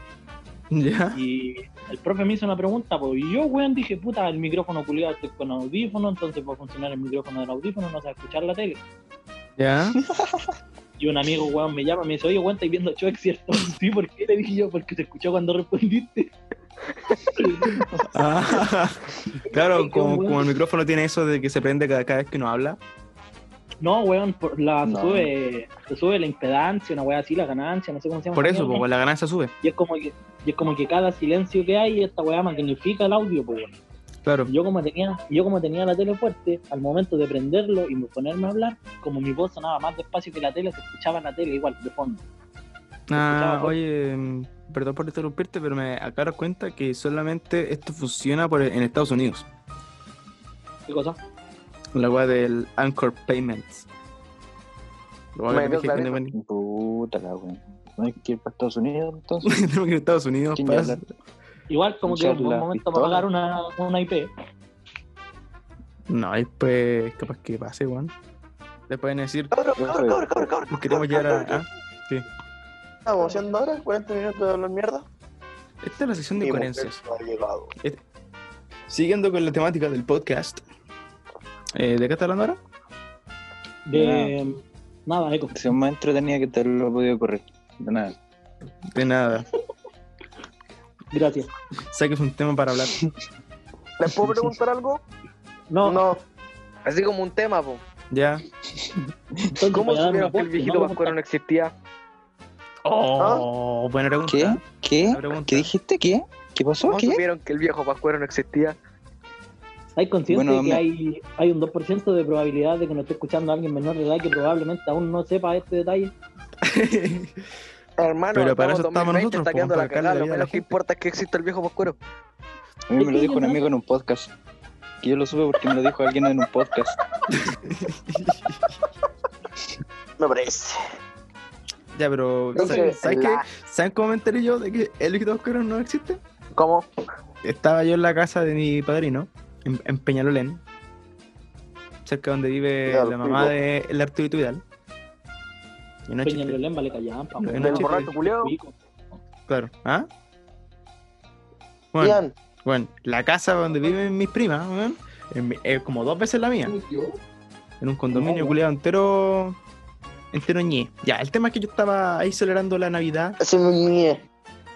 S1: ¿Ya?
S4: Y el profe me hizo una pregunta, pues, y yo, weón, dije, puta, el micrófono culiado estoy con audífono, entonces va a funcionar el micrófono del audífono, no se va a escuchar la tele.
S1: ¿Ya?
S4: Y un amigo, weón, me llama, me dice, oye, weón, ¿estáis viendo Chuck, cierto? Sí, ¿por qué? Le dije yo, porque te escuchó cuando respondiste.
S1: Ah, claro,
S4: Ay, qué
S1: como,
S4: bueno.
S1: como el micrófono tiene eso de que se prende cada, cada vez que uno habla.
S4: No, weón, por la,
S2: No.
S4: Se, sube, se sube la impedancia, una weá así, la ganancia, no sé cómo se llama.
S1: Por
S4: esa
S1: eso,
S4: mierda.
S1: pues la ganancia sube.
S4: Y es como que, y es como que cada silencio que hay, esta weá magnifica el audio, pues, weón.
S1: Claro.
S4: Yo como tenía, yo como tenía la tele fuerte, al momento de prenderlo y ponerme a hablar, como mi voz sonaba más despacio que la tele, se escuchaba en la tele igual, de fondo.
S1: Ah,
S4: escuchaba-
S1: oye, mm, perdón por interrumpirte, pero me acabo de dar cuenta que solamente esto funciona por, en Estados Unidos.
S4: ¿Qué cosa?
S1: La weá del Anchor Payments. Lo voy a
S5: Me quedó
S1: que
S5: clarito.
S1: tenemos
S2: Puta la wea. No hay que ir para Estados Unidos entonces.
S1: que ir a Estados Unidos
S2: ¿Quién
S1: para
S2: habla?
S4: Igual como que es un buen
S2: Charla,
S4: momento
S2: pistola.
S4: para pagar una, una IP.
S1: No, después capaz que pase, weón. Te pueden decir,
S6: Cabros,
S2: Yo
S6: cabros,
S2: soy-
S6: cabros, cabros, cabros.
S1: nos queremos llegar a. ah,
S6: ¿Qué estamos haciendo ahora? ¿40 minutos de hablar mierda?
S1: Esta es la sección de
S6: Mi mujer
S1: coherencias.
S6: no ha llegado.
S1: pues, eh, Siguiendo con la temática del podcast. Eh, ¿De qué está hablando ahora?
S4: De nada, eco.
S2: Si es más entretenida que te lo he podido correr. De nada.
S1: De nada.
S4: Gracias.
S1: Sé que es un tema para hablar.
S6: ¿Les puedo preguntar algo?
S4: No,
S6: No.
S5: Así como un tema, po.
S1: Ya.
S4: entonces
S5: ¿Cómo
S4: voy a dar una
S5: supieron que el
S4: vuelta,
S5: viejito
S4: no voy a
S5: Pascuero no existía?
S1: Oh, buena pregunta.
S2: ¿Qué? ¿Qué?
S1: Una pregunta.
S2: ¿Qué dijiste? ¿Qué? ¿Qué pasó?
S5: ¿Cómo
S2: ¿Qué?
S5: supieron que el viejo Pascuero no existía?
S4: ¿Estáis conscientes
S2: Bueno,
S4: que
S2: me-
S4: hay, hay un 2% de probabilidad de que nos esté escuchando alguien menor de edad que probablemente aún no sepa este detalle?
S5: Hermano,
S1: Pero para
S5: estamos
S1: eso
S5: en
S1: estamos
S5: 2020,
S1: nosotros,
S5: está
S1: po,
S5: quedando
S1: para
S5: la
S1: sacarle la vida a
S5: cagada. Lo
S1: la
S5: menos que
S1: gente.
S5: importa es que exista el viejo Pascuero.
S2: A mí me lo dijo un amigo en un podcast. Que yo lo supe porque me lo dijo alguien en un podcast.
S6: No parece.
S1: ya, pero.
S6: No sé,
S1: ¿Sabes sabes qué? ¿Saben cómo me enteré yo de que el líquido oscuro no existe?
S6: ¿Cómo?
S1: Estaba yo en la casa de mi padrino, en, en Peñalolén, cerca donde vive
S6: Ya,
S1: la
S6: lo
S1: mamá
S6: pico.
S1: de el Arturito Vidal. Y no es chiste,
S4: Peñalolén, vale, callampa.
S1: No,
S4: weón.
S1: no,
S6: ¿Del
S1: chiste.
S6: borracho culiao?
S4: Pico.
S1: claro. ¿Ah? Bueno,
S6: Ian,
S1: bueno, la casa donde viven mis primas, weón, es mi- es como dos veces la mía. En un
S2: Oh.
S1: condominio culiado entero. Entero ñe. Ya, el tema es que yo estaba ahí celebrando la Navidad.
S6: se me mía.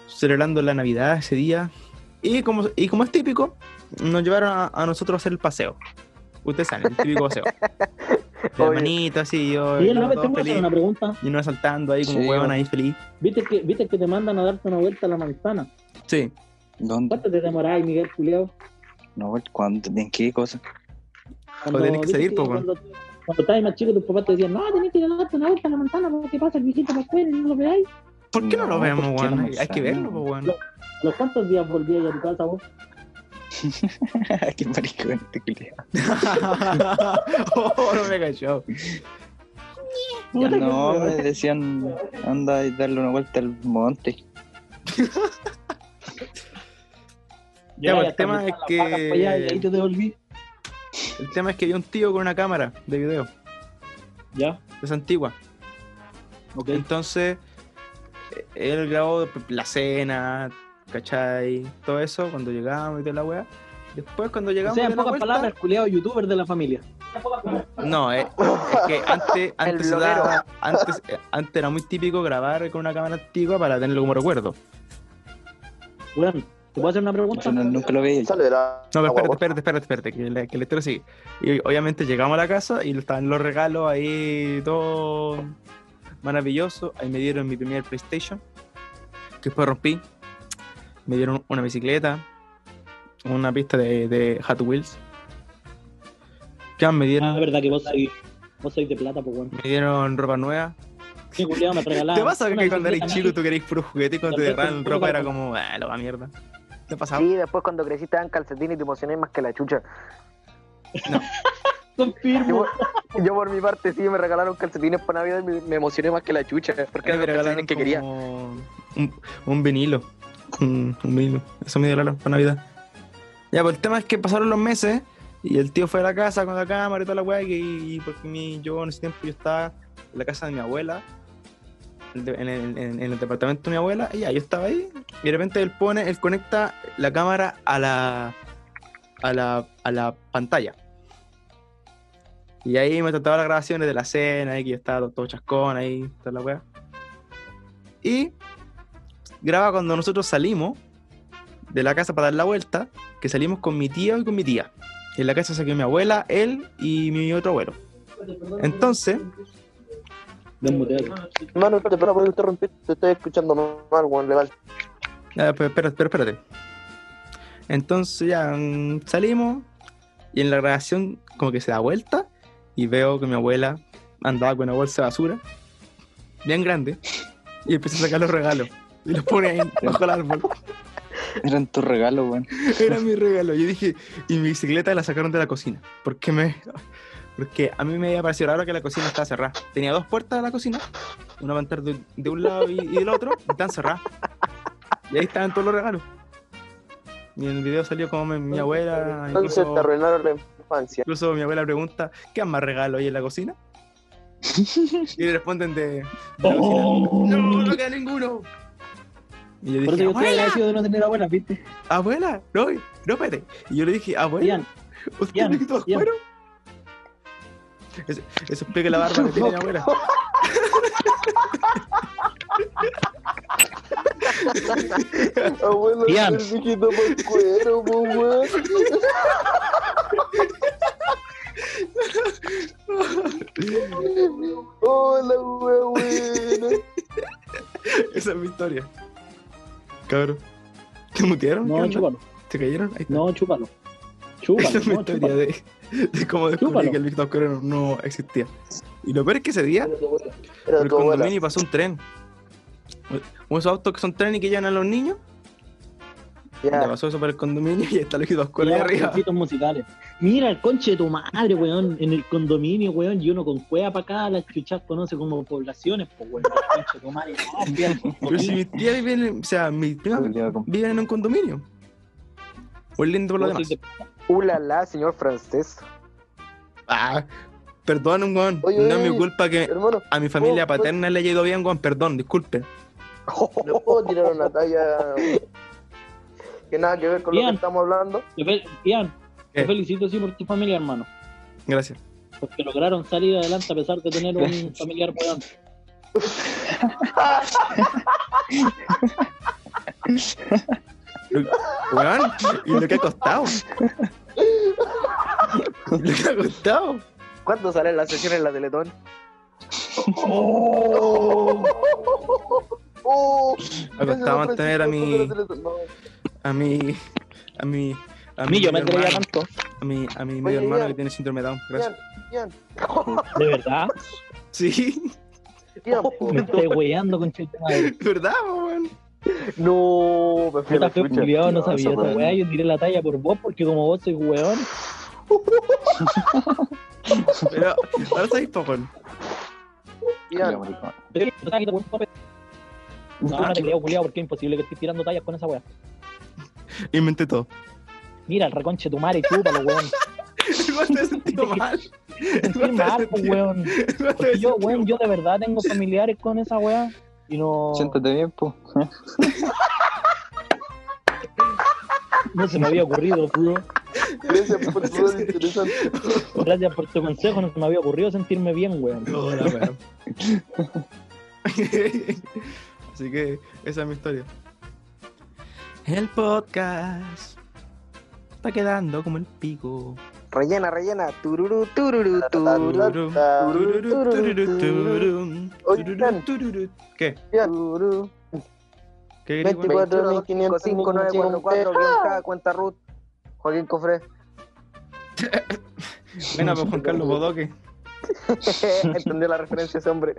S1: celebrando la Navidad ese día. Y como, y como es típico, nos llevaron a, a nosotros a hacer el paseo. Ustedes saben, el típico paseo. De
S5: Obvio.
S1: hermanito, así, yo.
S4: Miguel, no me
S1: todo
S4: tengo que hacer
S1: feliz,
S4: una pregunta.
S1: Y uno saltando ahí como
S2: Sí,
S1: huevón
S2: bueno.
S1: ahí feliz.
S4: ¿Viste que, ¿Viste que te mandan a darte una vuelta a la manzana?
S1: Sí.
S2: ¿Dónde?
S4: ¿Cuánto te demoráis, Miguel Culeado?
S2: No, ¿cuándo? ¿En qué cosa?
S1: O Pues tenés que salir, po, weón.
S4: cuando, cuando estabas más chico, tus papás te decían, no, tenés que ir a darte una vuelta a la manzana porque pasa el viejito Pascuero y no lo veáis.
S1: ¿Por qué no, lo
S2: No,
S1: vemos,
S2: ¿por qué
S1: weón?
S2: no
S1: Hay, hay que
S2: manzana?
S1: verlo, pues, weón.
S4: ¿A los cuántos días volvías a tu casa vos?
S2: qué maricón este culiao.
S1: oh, no me cachó.
S4: Puta que
S2: No, me
S4: weón.
S2: decían, anda y darle una vuelta al monte.
S1: Ya, pues, el
S4: hasta
S1: tema
S4: donde
S1: es
S4: están las
S1: que-
S4: vacas pa' allá pues y ahí te devolví.
S1: El tema es que había un tío con una cámara de video,
S4: Ya,
S1: es antigua.
S4: ok.
S1: Entonces, eh, él grabó la cena, ¿cachai? Todo eso cuando llegábamos y toda la weá. Después, cuando
S4: O
S1: llegamos.
S4: sea, en
S1: de la
S4: pocas
S1: vuelta-
S4: palabras, Culeado, youtuber de la familia.
S1: No, eh, es que antes, antes, se
S5: bloguero.
S1: daba- antes, eh, antes era muy típico grabar con una cámara antigua para tenerlo como recuerdo.
S4: Weón, ¿te puedo hacer una
S2: Yo
S4: pregunta?
S2: no- nunca lo veía.
S6: Sale de la.
S1: No, pero
S6: agua,
S1: espérate,
S6: por
S1: espérate, espérate, espérate, que la, que la historia sigue. Y obviamente llegamos a la casa y estaban los regalos ahí, todo maravilloso. Ahí me dieron mi primer PlayStation, que después rompí. Me dieron una bicicleta, una pista de, de Hot Wheels. ¿Qué más me dieron?
S4: Ah, verdad que vos sois, vos sois de plata, pues, weón.
S1: Me dieron ropa nueva.
S4: Sí, culiao, me regalaba.
S1: ¿Te pasa
S4: una
S1: que cuando eres
S4: bicicleta
S1: chico tú queréis puros juguetes y cuando te
S4: También
S1: agarraban
S4: con-
S1: ropa era como, ah, la mierda? ¿Te ha pasado?
S5: Sí, después cuando creciste te dan calcetines y te emocioné más que la chucha.
S4: Nike. Confirmo.
S5: Yo, yo por mi parte sí me regalaron calcetines para Navidad y me, me emocioné más que la chucha. Porque
S1: A mí
S5: eran
S1: me
S5: los
S1: regalaron
S5: calcetines que quería.
S1: como Un, un vinilo. Un, un vinilo. Eso me regalaron para Navidad. Ya, pues el tema es que pasaron los meses y el tío fue a la casa con la cámara y toda la weá. Y, y porque mi, yo en ese tiempo yo estaba en la casa de mi abuela, en el, en- en- en el departamento de mi abuela. Y ya, yo estaba ahí. Y de repente él pone, él conecta la cámara a la, a la, a la pantalla. Y ahí me trataba las grabaciones de la cena, y que yo estaba todo chascón ahí, toda la weá. Y graba cuando nosotros salimos de la casa para dar la vuelta, que salimos con mi tío y con mi tía. En la casa saqué mi abuela, él y mi otro abuelo. Entonces,
S4: Desmuteate.
S6: Hermano, espérate, espera, puedo interrumpir. Te estoy escuchando mal, weón, legal.
S1: Ah, pero, espera- pero espérate. Entonces ya mm, salimos y en la grabación como que se da vuelta y veo que mi abuela andaba con una bolsa de basura bien grande y empecé a sacar los regalos y los pone ahí bajo el árbol.
S2: Eran tus regalos, weón.
S1: Era mi regalo. Yo dije, y mi bicicleta la sacaron de la cocina. Porque me. Porque a mí me había parecido raro que la cocina estaba cerrada. Tenía dos puertas de la cocina, una para entrar de, de un lado y, y del otro, y estaban cerradas. Y ahí estaban todos los regalos. Y en el video salió como mi, mi abuela.
S6: Entonces te
S1: Incluso,
S6: arruinaron la infancia.
S1: incluso mi abuela pregunta, ¿qué más regalo hay en la cocina? Y le responden de. de la
S4: Oh.
S1: cocina, no, no queda ninguno. Y yo
S4: Por eso
S1: dije,
S4: yo estoy
S1: abuela,
S4: agradecido de no tener abuelas, ¿viste?
S1: abuela, no, no, espérate. Y yo le dije, abuela.
S4: Ian,
S1: ¿Usted
S4: Ian,
S1: le quitó los
S4: Ian.
S1: cueros? Eso, eso explica la barba que tiene mi abuela.
S6: Abuelo,
S2: Bien.
S6: el viejito por cuero, po, weón. Hola, weón.
S1: Esa es mi historia. Cabrón. ¿Te mutearon? ¿Qué
S4: no,
S1: onda?
S4: chúpalo.
S1: ¿Te cayeron? Ahí está.
S4: No, chúpalo.
S1: Esa
S4: Chúpalo,
S1: es mi
S4: no,
S1: historia
S4: chúpalo.
S1: de, de cómo descubrí
S4: Chúpalo.
S1: que el Víctor Cuero no, no existía. Y lo peor es que ese día, por
S6: Era
S1: el
S6: tu abuela.
S1: condominio pasó un tren. Un esos autos que son tren y que llevan a los niños. Le
S6: Ya,
S1: pasó eso por el condominio y está el Víctor
S4: Y
S1: Cuero ahí
S4: daba
S1: arriba.
S4: conciertos musicales. Mira el conche de tu madre, weón, en el condominio, weón, y uno con cueva para acá, las chuchas conoce como poblaciones, pues, weón, el conche de tu madre. no, bien,
S1: Pero si mis tías viven, en- o sea, mis primas
S2: Culeado, compadre.
S1: viven en un condominio. Fue lindo por lo
S4: vos
S1: demás.
S4: sois de-
S5: Ulala, señor francés.
S1: Ah, perdón, weón.
S6: Oye,
S1: no es
S6: oye,
S1: mi culpa que
S6: hermano,
S1: a mi familia
S6: oh,
S1: paterna le haya ido bien, weón. Perdón, disculpe.
S6: ¿le puedo tirar una talla que nada que ver con lo
S4: Bien.
S6: que estamos hablando?
S4: Te fel- Ian, te
S1: ¿Qué?
S4: felicito sí por tu familia, hermano,
S1: Gracias.
S4: porque lograron salir adelante a pesar de tener un familiar, weón.
S1: Weón, y lo que ha costado. lo que ha costado.
S5: ¿Cuándo salen las sesiones en la Teletón?
S6: ¡Oh!
S1: Ha costado mantener a mi.
S6: No,
S1: a mi. a mi. a
S4: Ni yo me
S1: medio
S4: atrevería
S1: hermano, A mi, a mi medio
S6: Oye,
S1: hermano
S6: Ian.
S1: que tiene síndrome de Down. Gracias.
S6: Ian,
S4: De verdad,
S1: Sí,
S6: Ian,
S4: me estoy weando, conche de tu madre.
S1: ¿verdad, weón?
S5: No, me fui a
S4: Puta
S5: la
S4: feo
S5: chucha.
S4: culiao, no
S2: No,
S4: sabía
S2: esa
S4: esa
S2: weá.
S4: weá, yo tiré la talla por vos, porque como vos sois weón,
S1: Pero ahora sabéis, papón.
S6: Ian,
S4: pero no sabía que te weón, papel. No, no te creo, culiao, porque es imposible que estés tirando tallas con esa weá.
S1: Inventé todo.
S4: Mira, el reconche de tu madre, chúpalo, weón.
S1: El weón te ha sentido mal. El
S4: Qué
S1: weón te ha
S4: mal, pues,
S1: sentido- el weón
S4: weón.
S1: te ha
S4: Porque yo,
S1: sentido
S4: weón, yo de verdad tengo familiares con esa weá. Y no,
S2: Siéntate bien, po.
S4: no se me había ocurrido, bro.
S6: gracias por todo interesante.
S4: Gracias por tu consejo, no se me había ocurrido sentirme bien, weón.
S1: No, la wea. Así que esa es mi historia. El podcast está quedando como el pico.
S5: Rellena, rellena. Tururú, tururú, tururú.
S1: Tururum, tururu, tururu, tururum,
S6: Oye,
S1: tururu,
S6: Fran.
S1: tururu. ¿Qué?
S5: tururú.
S1: ¿Qué querés, weón?
S6: 24 mil 500
S5: 24594, guión K, cuenta Ruth. Joaquín Cofré.
S1: Buena, pues, Juan Carlos Bodoque.
S5: Entendió la referencia ese hombre.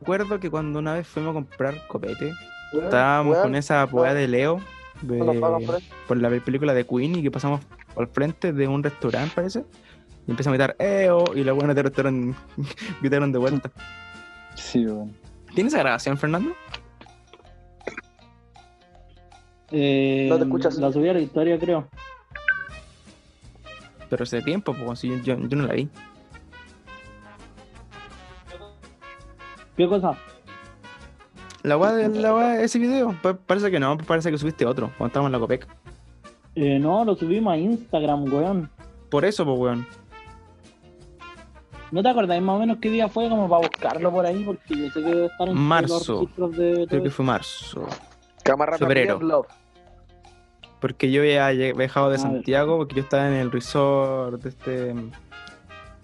S1: acuerdo que cuando una vez fuimos a comprar copete,
S6: Weón,
S1: estábamos
S6: weón,
S1: con esa weá de Leo de-
S6: no nos pagan por eso.
S1: por la película de Queen y que pasamos al frente de un restaurante, parece. Y empezamos a gritar EO y los buenos del restaurante gritaron de vuelta.
S2: Sí, weón.
S1: ¿Tienes esa grabación, Fernando?
S4: Eh,
S6: No te escuchas.
S4: La subí a la historia, creo.
S1: Pero hace tiempo, pues si yo, yo- yo no la vi.
S4: ¿Qué cosa?
S1: La weá de la weá de ese video, pa- parece que no, parece que subiste otro cuando estábamos en la Copec.
S4: Eh, no, lo subimos a Instagram, weón.
S1: Por eso, pues weón.
S4: ¿No te acordáis más o menos qué día fue como para buscarlo por ahí? Porque yo sé que debe estar en
S1: Marzo.
S4: los registros de
S1: Creo
S4: todo
S1: que fue marzo.
S5: Cámara
S1: Febrero.
S5: Love.
S1: Porque yo había lleg- viajado de
S4: A ver.
S1: Santiago, porque yo estaba en el resort de este.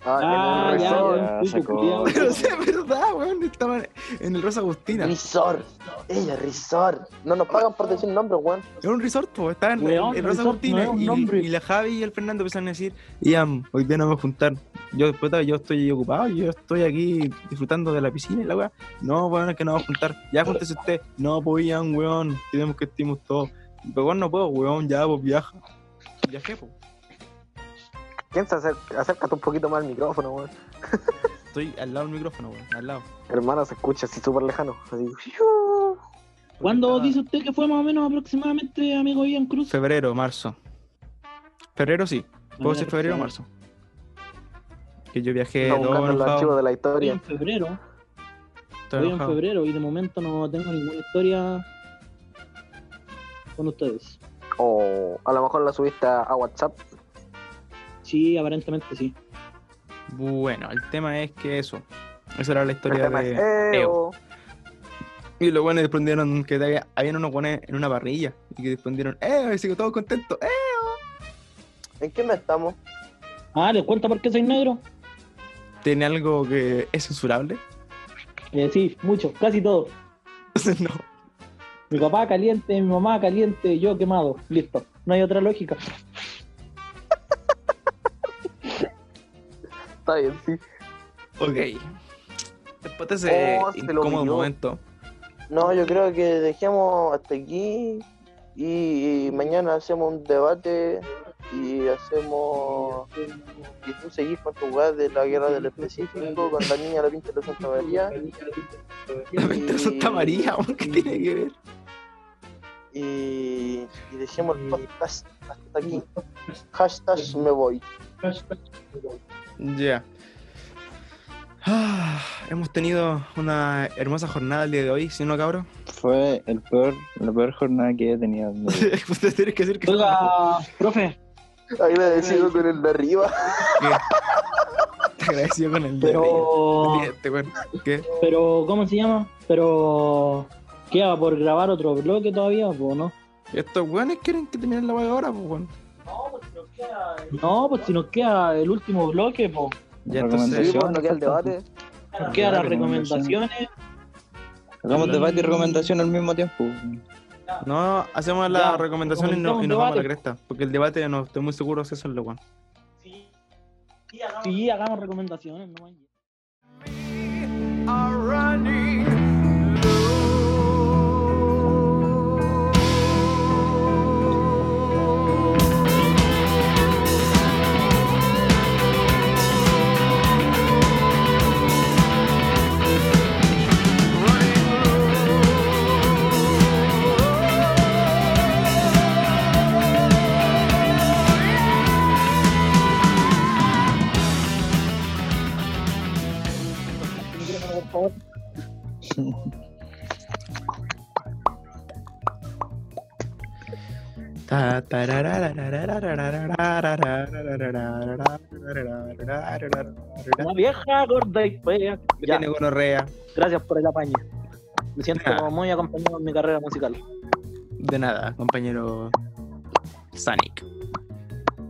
S4: Ah, ya,
S2: resort.
S4: ya, sí,
S2: Sacó.
S4: culiao.
S1: Pero sí, es verdad, weón. Estaba en el Rosa Agustina.
S6: Resort. Ella, Resort. No nos pagan por decir nombres, weón.
S1: Era un resort, pues. Estaba en,
S4: Weón,
S1: en Rosa
S4: resort
S1: Agustina.
S4: no es un
S1: y-
S4: nombre.
S1: y, la Javi y el Fernando empezaron a decir: Ian, hoy día nos vamos a juntar. Yo, puta, yo estoy ocupado, yo estoy aquí disfrutando de la piscina y la weá. No, weón, es que nos vamos a juntar. Ya júntese usted. No, pues, Ian, weón. Tenemos que estemos todos. Pero weón, no puedo, weón. Ya, pues, viaja. Viajé, pues.
S5: ¿Quién se acerca? Acércate un poquito más al micrófono, weón.
S1: Estoy al lado del micrófono, weón. Al lado.
S5: Hermano, se escucha así súper lejano. Así.
S1: Porque
S4: ¿Cuándo
S1: estaba-
S4: dice usted que fue más o menos aproximadamente, amigo Ian Cruz?
S1: Febrero, marzo. Febrero sí. Puedo
S4: Manera
S1: decir febrero o
S4: personal.
S1: marzo. Que yo viajé
S5: Está
S1: todo
S5: buscando los archivos
S1: enojado.
S5: de la
S4: Hoy
S5: historia.
S4: en febrero,
S1: todo
S4: hoy en
S1: enojado.
S4: febrero y de momento no tengo ninguna historia con ustedes.
S5: O a lo mejor la subiste a- a WhatsApp.
S4: Sí, aparentemente sí.
S1: Bueno, el tema es que eso. Esa era la
S5: El
S1: historia
S5: tema es,
S1: de...
S5: eh,
S1: Eo.
S5: o-
S1: Y los buenos respondieron que había- habían unos buenos en una parrilla. Y que respondieron, ¡eh! Y sigo todo contento. ¡eh!
S6: ¿En qué me estamos?
S4: Ah, ¿les cuento por qué soy negro?
S1: ¿Tiene algo que es censurable?
S4: Eh, sí, mucho, casi todo.
S1: no.
S4: Mi papá caliente, mi mamá caliente, yo quemado. Listo. No hay otra lógica.
S5: Está bien, sí.
S1: Ok. Después de ese
S6: Oh, se lo
S1: incómodo
S6: humilló.
S1: momento,
S6: No, yo creo que dejemos hasta aquí y, y mañana hacemos un debate y hacemos... Y tú seguís con tu weá de la guerra del específico, con la niña la pinche de la Santa María
S1: la venta de Santa María, ¿qué tiene que ver?
S6: y, y dejemos el podcast hasta aquí. Hashtag me voy.
S1: Ya. Ah, hemos tenido una hermosa jornada el día de hoy, ¿sí o no, cabro?
S2: Fue el peor, la peor jornada que he tenido. en mi vida.
S1: Usted tiene que decir que...
S4: Oiga, profe,
S6: Agradecido con el de arriba.
S1: Te agradeció con el dedo.
S4: pero.
S1: Este, weón. ¿Qué?
S4: Pero, ¿cómo se llama? Pero. Queda por grabar otro bloque todavía, ¿o no?
S1: Estos weones quieren que terminen la weá ahora, pues, weón.
S4: No, pues si nos queda el último bloque, pues.
S1: Ya, entonces...
S2: Recomendación.
S5: Seguimos, no queda el debate.
S4: Nos quedan las
S2: Recomendaciones.
S4: recomendaciones.
S2: Hagamos debate y recomendación al mismo tiempo.
S1: No, hacemos las
S4: Ya,
S1: recomendaciones y, no- y
S4: comencemos
S1: nos vamos a la
S4: debate.
S1: cresta. Porque el debate, no estoy muy seguro si eso es lo weón.
S4: Sí, hagamos recomendaciones, no hay.
S1: Ta, tararararararararararararararararararararararararararararararararararararararararararararararararararararararararararararararara.
S4: Una vieja gorda y fea.
S1: Que
S4: Ya,
S1: Tiene gonorrea.
S4: gracias por el apaño. Me siento
S1: Nada.
S4: muy acompañado en mi carrera musical.
S1: De nada, compañero Sonic.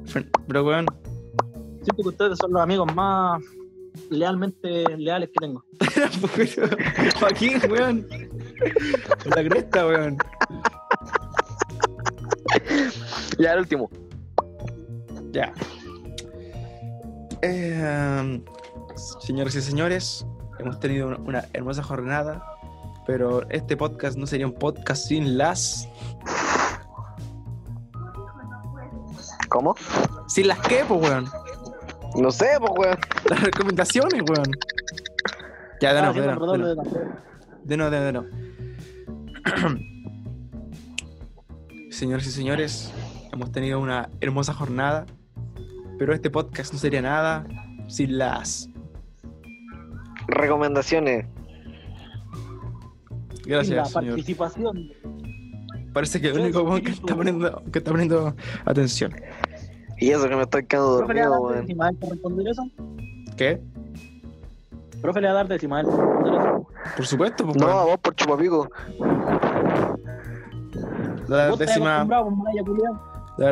S1: Fer- Pero weón,
S4: Siento que ustedes son los amigos más lealmente leales que tengo.
S1: Joaquín, weón. La cresta, weón.
S5: Ya, el último.
S1: Ya. Eh, um, señoras y señores, Hemos tenido una, una hermosa jornada, pero este podcast no sería un podcast sin las.
S5: ¿Cómo?
S1: ¿Sin las qué, pues, weón?
S5: No sé, pues, weón.
S1: Las recomendaciones, weón. Ya, de
S4: Ah,
S1: nuevo,
S4: sí,
S1: de
S4: perdón,
S1: nuevo, de
S4: lo de
S1: nuevo.
S4: la-
S1: De nuevo, de nuevo, de nuevo. Señoras y señores, hemos tenido una hermosa jornada, pero este podcast no sería nada sin las.
S5: Recomendaciones.
S4: y la
S1: Gracias, señor.
S4: participación.
S1: Parece que el único weón que está poniendo, que está poniendo atención.
S5: Y eso que me estoy quedando
S4: ¿Profe le va a dar de
S5: dormido, weón.
S4: decimal por responder eso?
S1: ¿Qué?
S4: ¿Profe le va a dar de decimal por responder eso?
S1: Por supuesto, pues,
S5: No, a
S1: weón.
S5: vos por chupapico.
S1: La
S4: Vos te
S1: décima,
S4: acostumbrado, pues, Maya, culiao.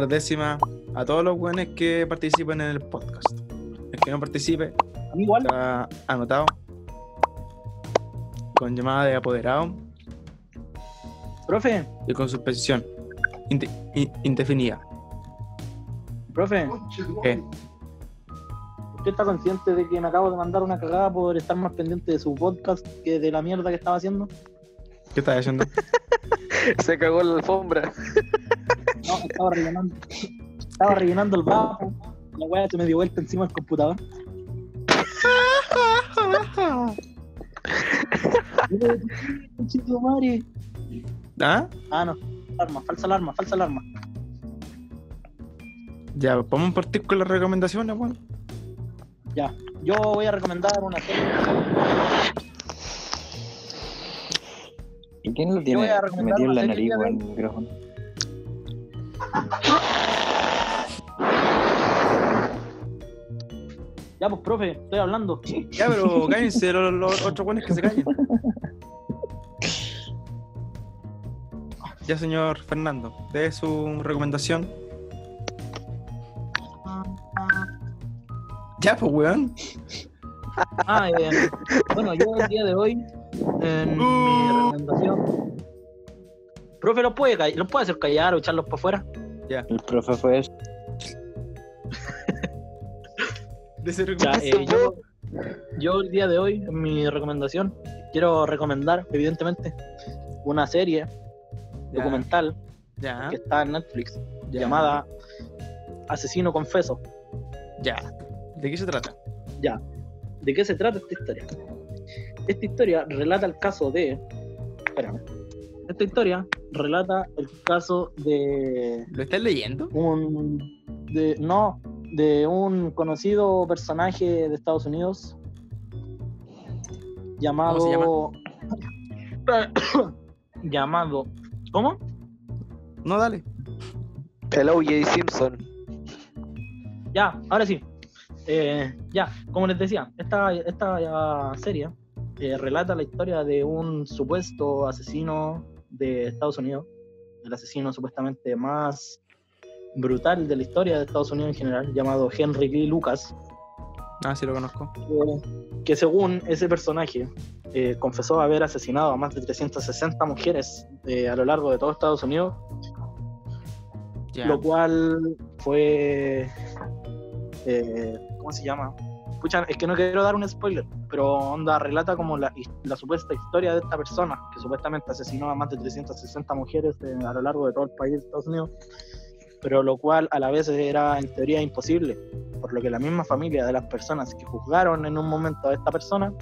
S1: la décima a todos los weones que participen en el podcast. El que no participe,
S4: A mí igual.
S1: está anotado. Con llamada de apoderado.
S4: Profe,
S1: y con suspensión inde- in- indefinida.
S4: profe,
S1: ¿Qué?
S4: ¿usted está consciente de que me acabo de mandar una cagada por estar más pendiente de su podcast que de la mierda que estaba haciendo?
S1: ¿Qué estás haciendo?
S5: Se cagó en la alfombra.
S4: No, estaba rellenando. Estaba rellenando el bajo. La weá se me dio vuelta encima del computador. Chico madre.
S1: ¿Ah?
S4: Ah, no. Alarma, falsa alarma, falsa alarma.
S1: Ya, podemos partir con las recomendaciones, weón.
S4: Ya. Yo voy a recomendar una serie.
S2: ¿Y quién lo
S4: voy
S2: tiene
S4: a recomendar
S2: metido en
S4: una
S2: la
S4: serie
S2: nariz,
S4: que
S2: weón,
S4: vi.
S2: el micrófono?
S4: Ya, pues, profe, estoy hablando.
S1: Ya, pero cállense los, los otros weones que se callen. Ya, señor Fernando, dé su recomendación. Ya, pues, weón.
S4: Ah, eh, bueno, yo el día de hoy, en mi recomendación. Profe, ¿los puede, call- los puede hacer callar o echarlos para afuera?
S2: El profe fue eso.
S1: De su
S4: Ya,
S1: recomendación.
S4: eh, yo, yo el día de hoy, en mi recomendación, quiero recomendar, evidentemente, una serie
S1: Ya,
S4: documental
S1: Ya,
S4: que está en Netflix
S1: ya.
S4: llamada Asesino Confeso.
S1: Ya. ¿De qué se trata?
S4: ¿De qué se trata esta historia? Esta historia relata el caso de. Espérame. Esta historia relata el caso de
S1: ¿Lo estás leyendo?
S4: un de no de un conocido personaje de Estados Unidos llamado
S1: ¿Cómo
S4: llamado ¿cómo?
S1: No, dale.
S5: El OJ Simpson.
S4: Ya, ahora sí. Eh, ya, como les decía, esta, esta serie eh, relata la historia de un supuesto asesino de Estados Unidos, el asesino supuestamente más brutal de la historia de Estados Unidos en general, llamado Henry Lee Lucas.
S1: Ah, sí lo conozco.
S4: que- que según ese personaje eh, confesó haber asesinado a más de 360 mujeres eh, a lo largo de todo Estados Unidos,
S1: Ya.
S4: lo cual fue... eh, ¿Cómo se llama? Pucha, es que no quiero dar un spoiler, pero onda relata como la, his- la supuesta historia de esta persona que supuestamente asesinó a más de 360 mujeres eh, a lo largo de todo el país de Estados Unidos, pero lo cual a la vez era en teoría imposible, por lo que la misma familia de las personas que juzgaron en un momento a esta persona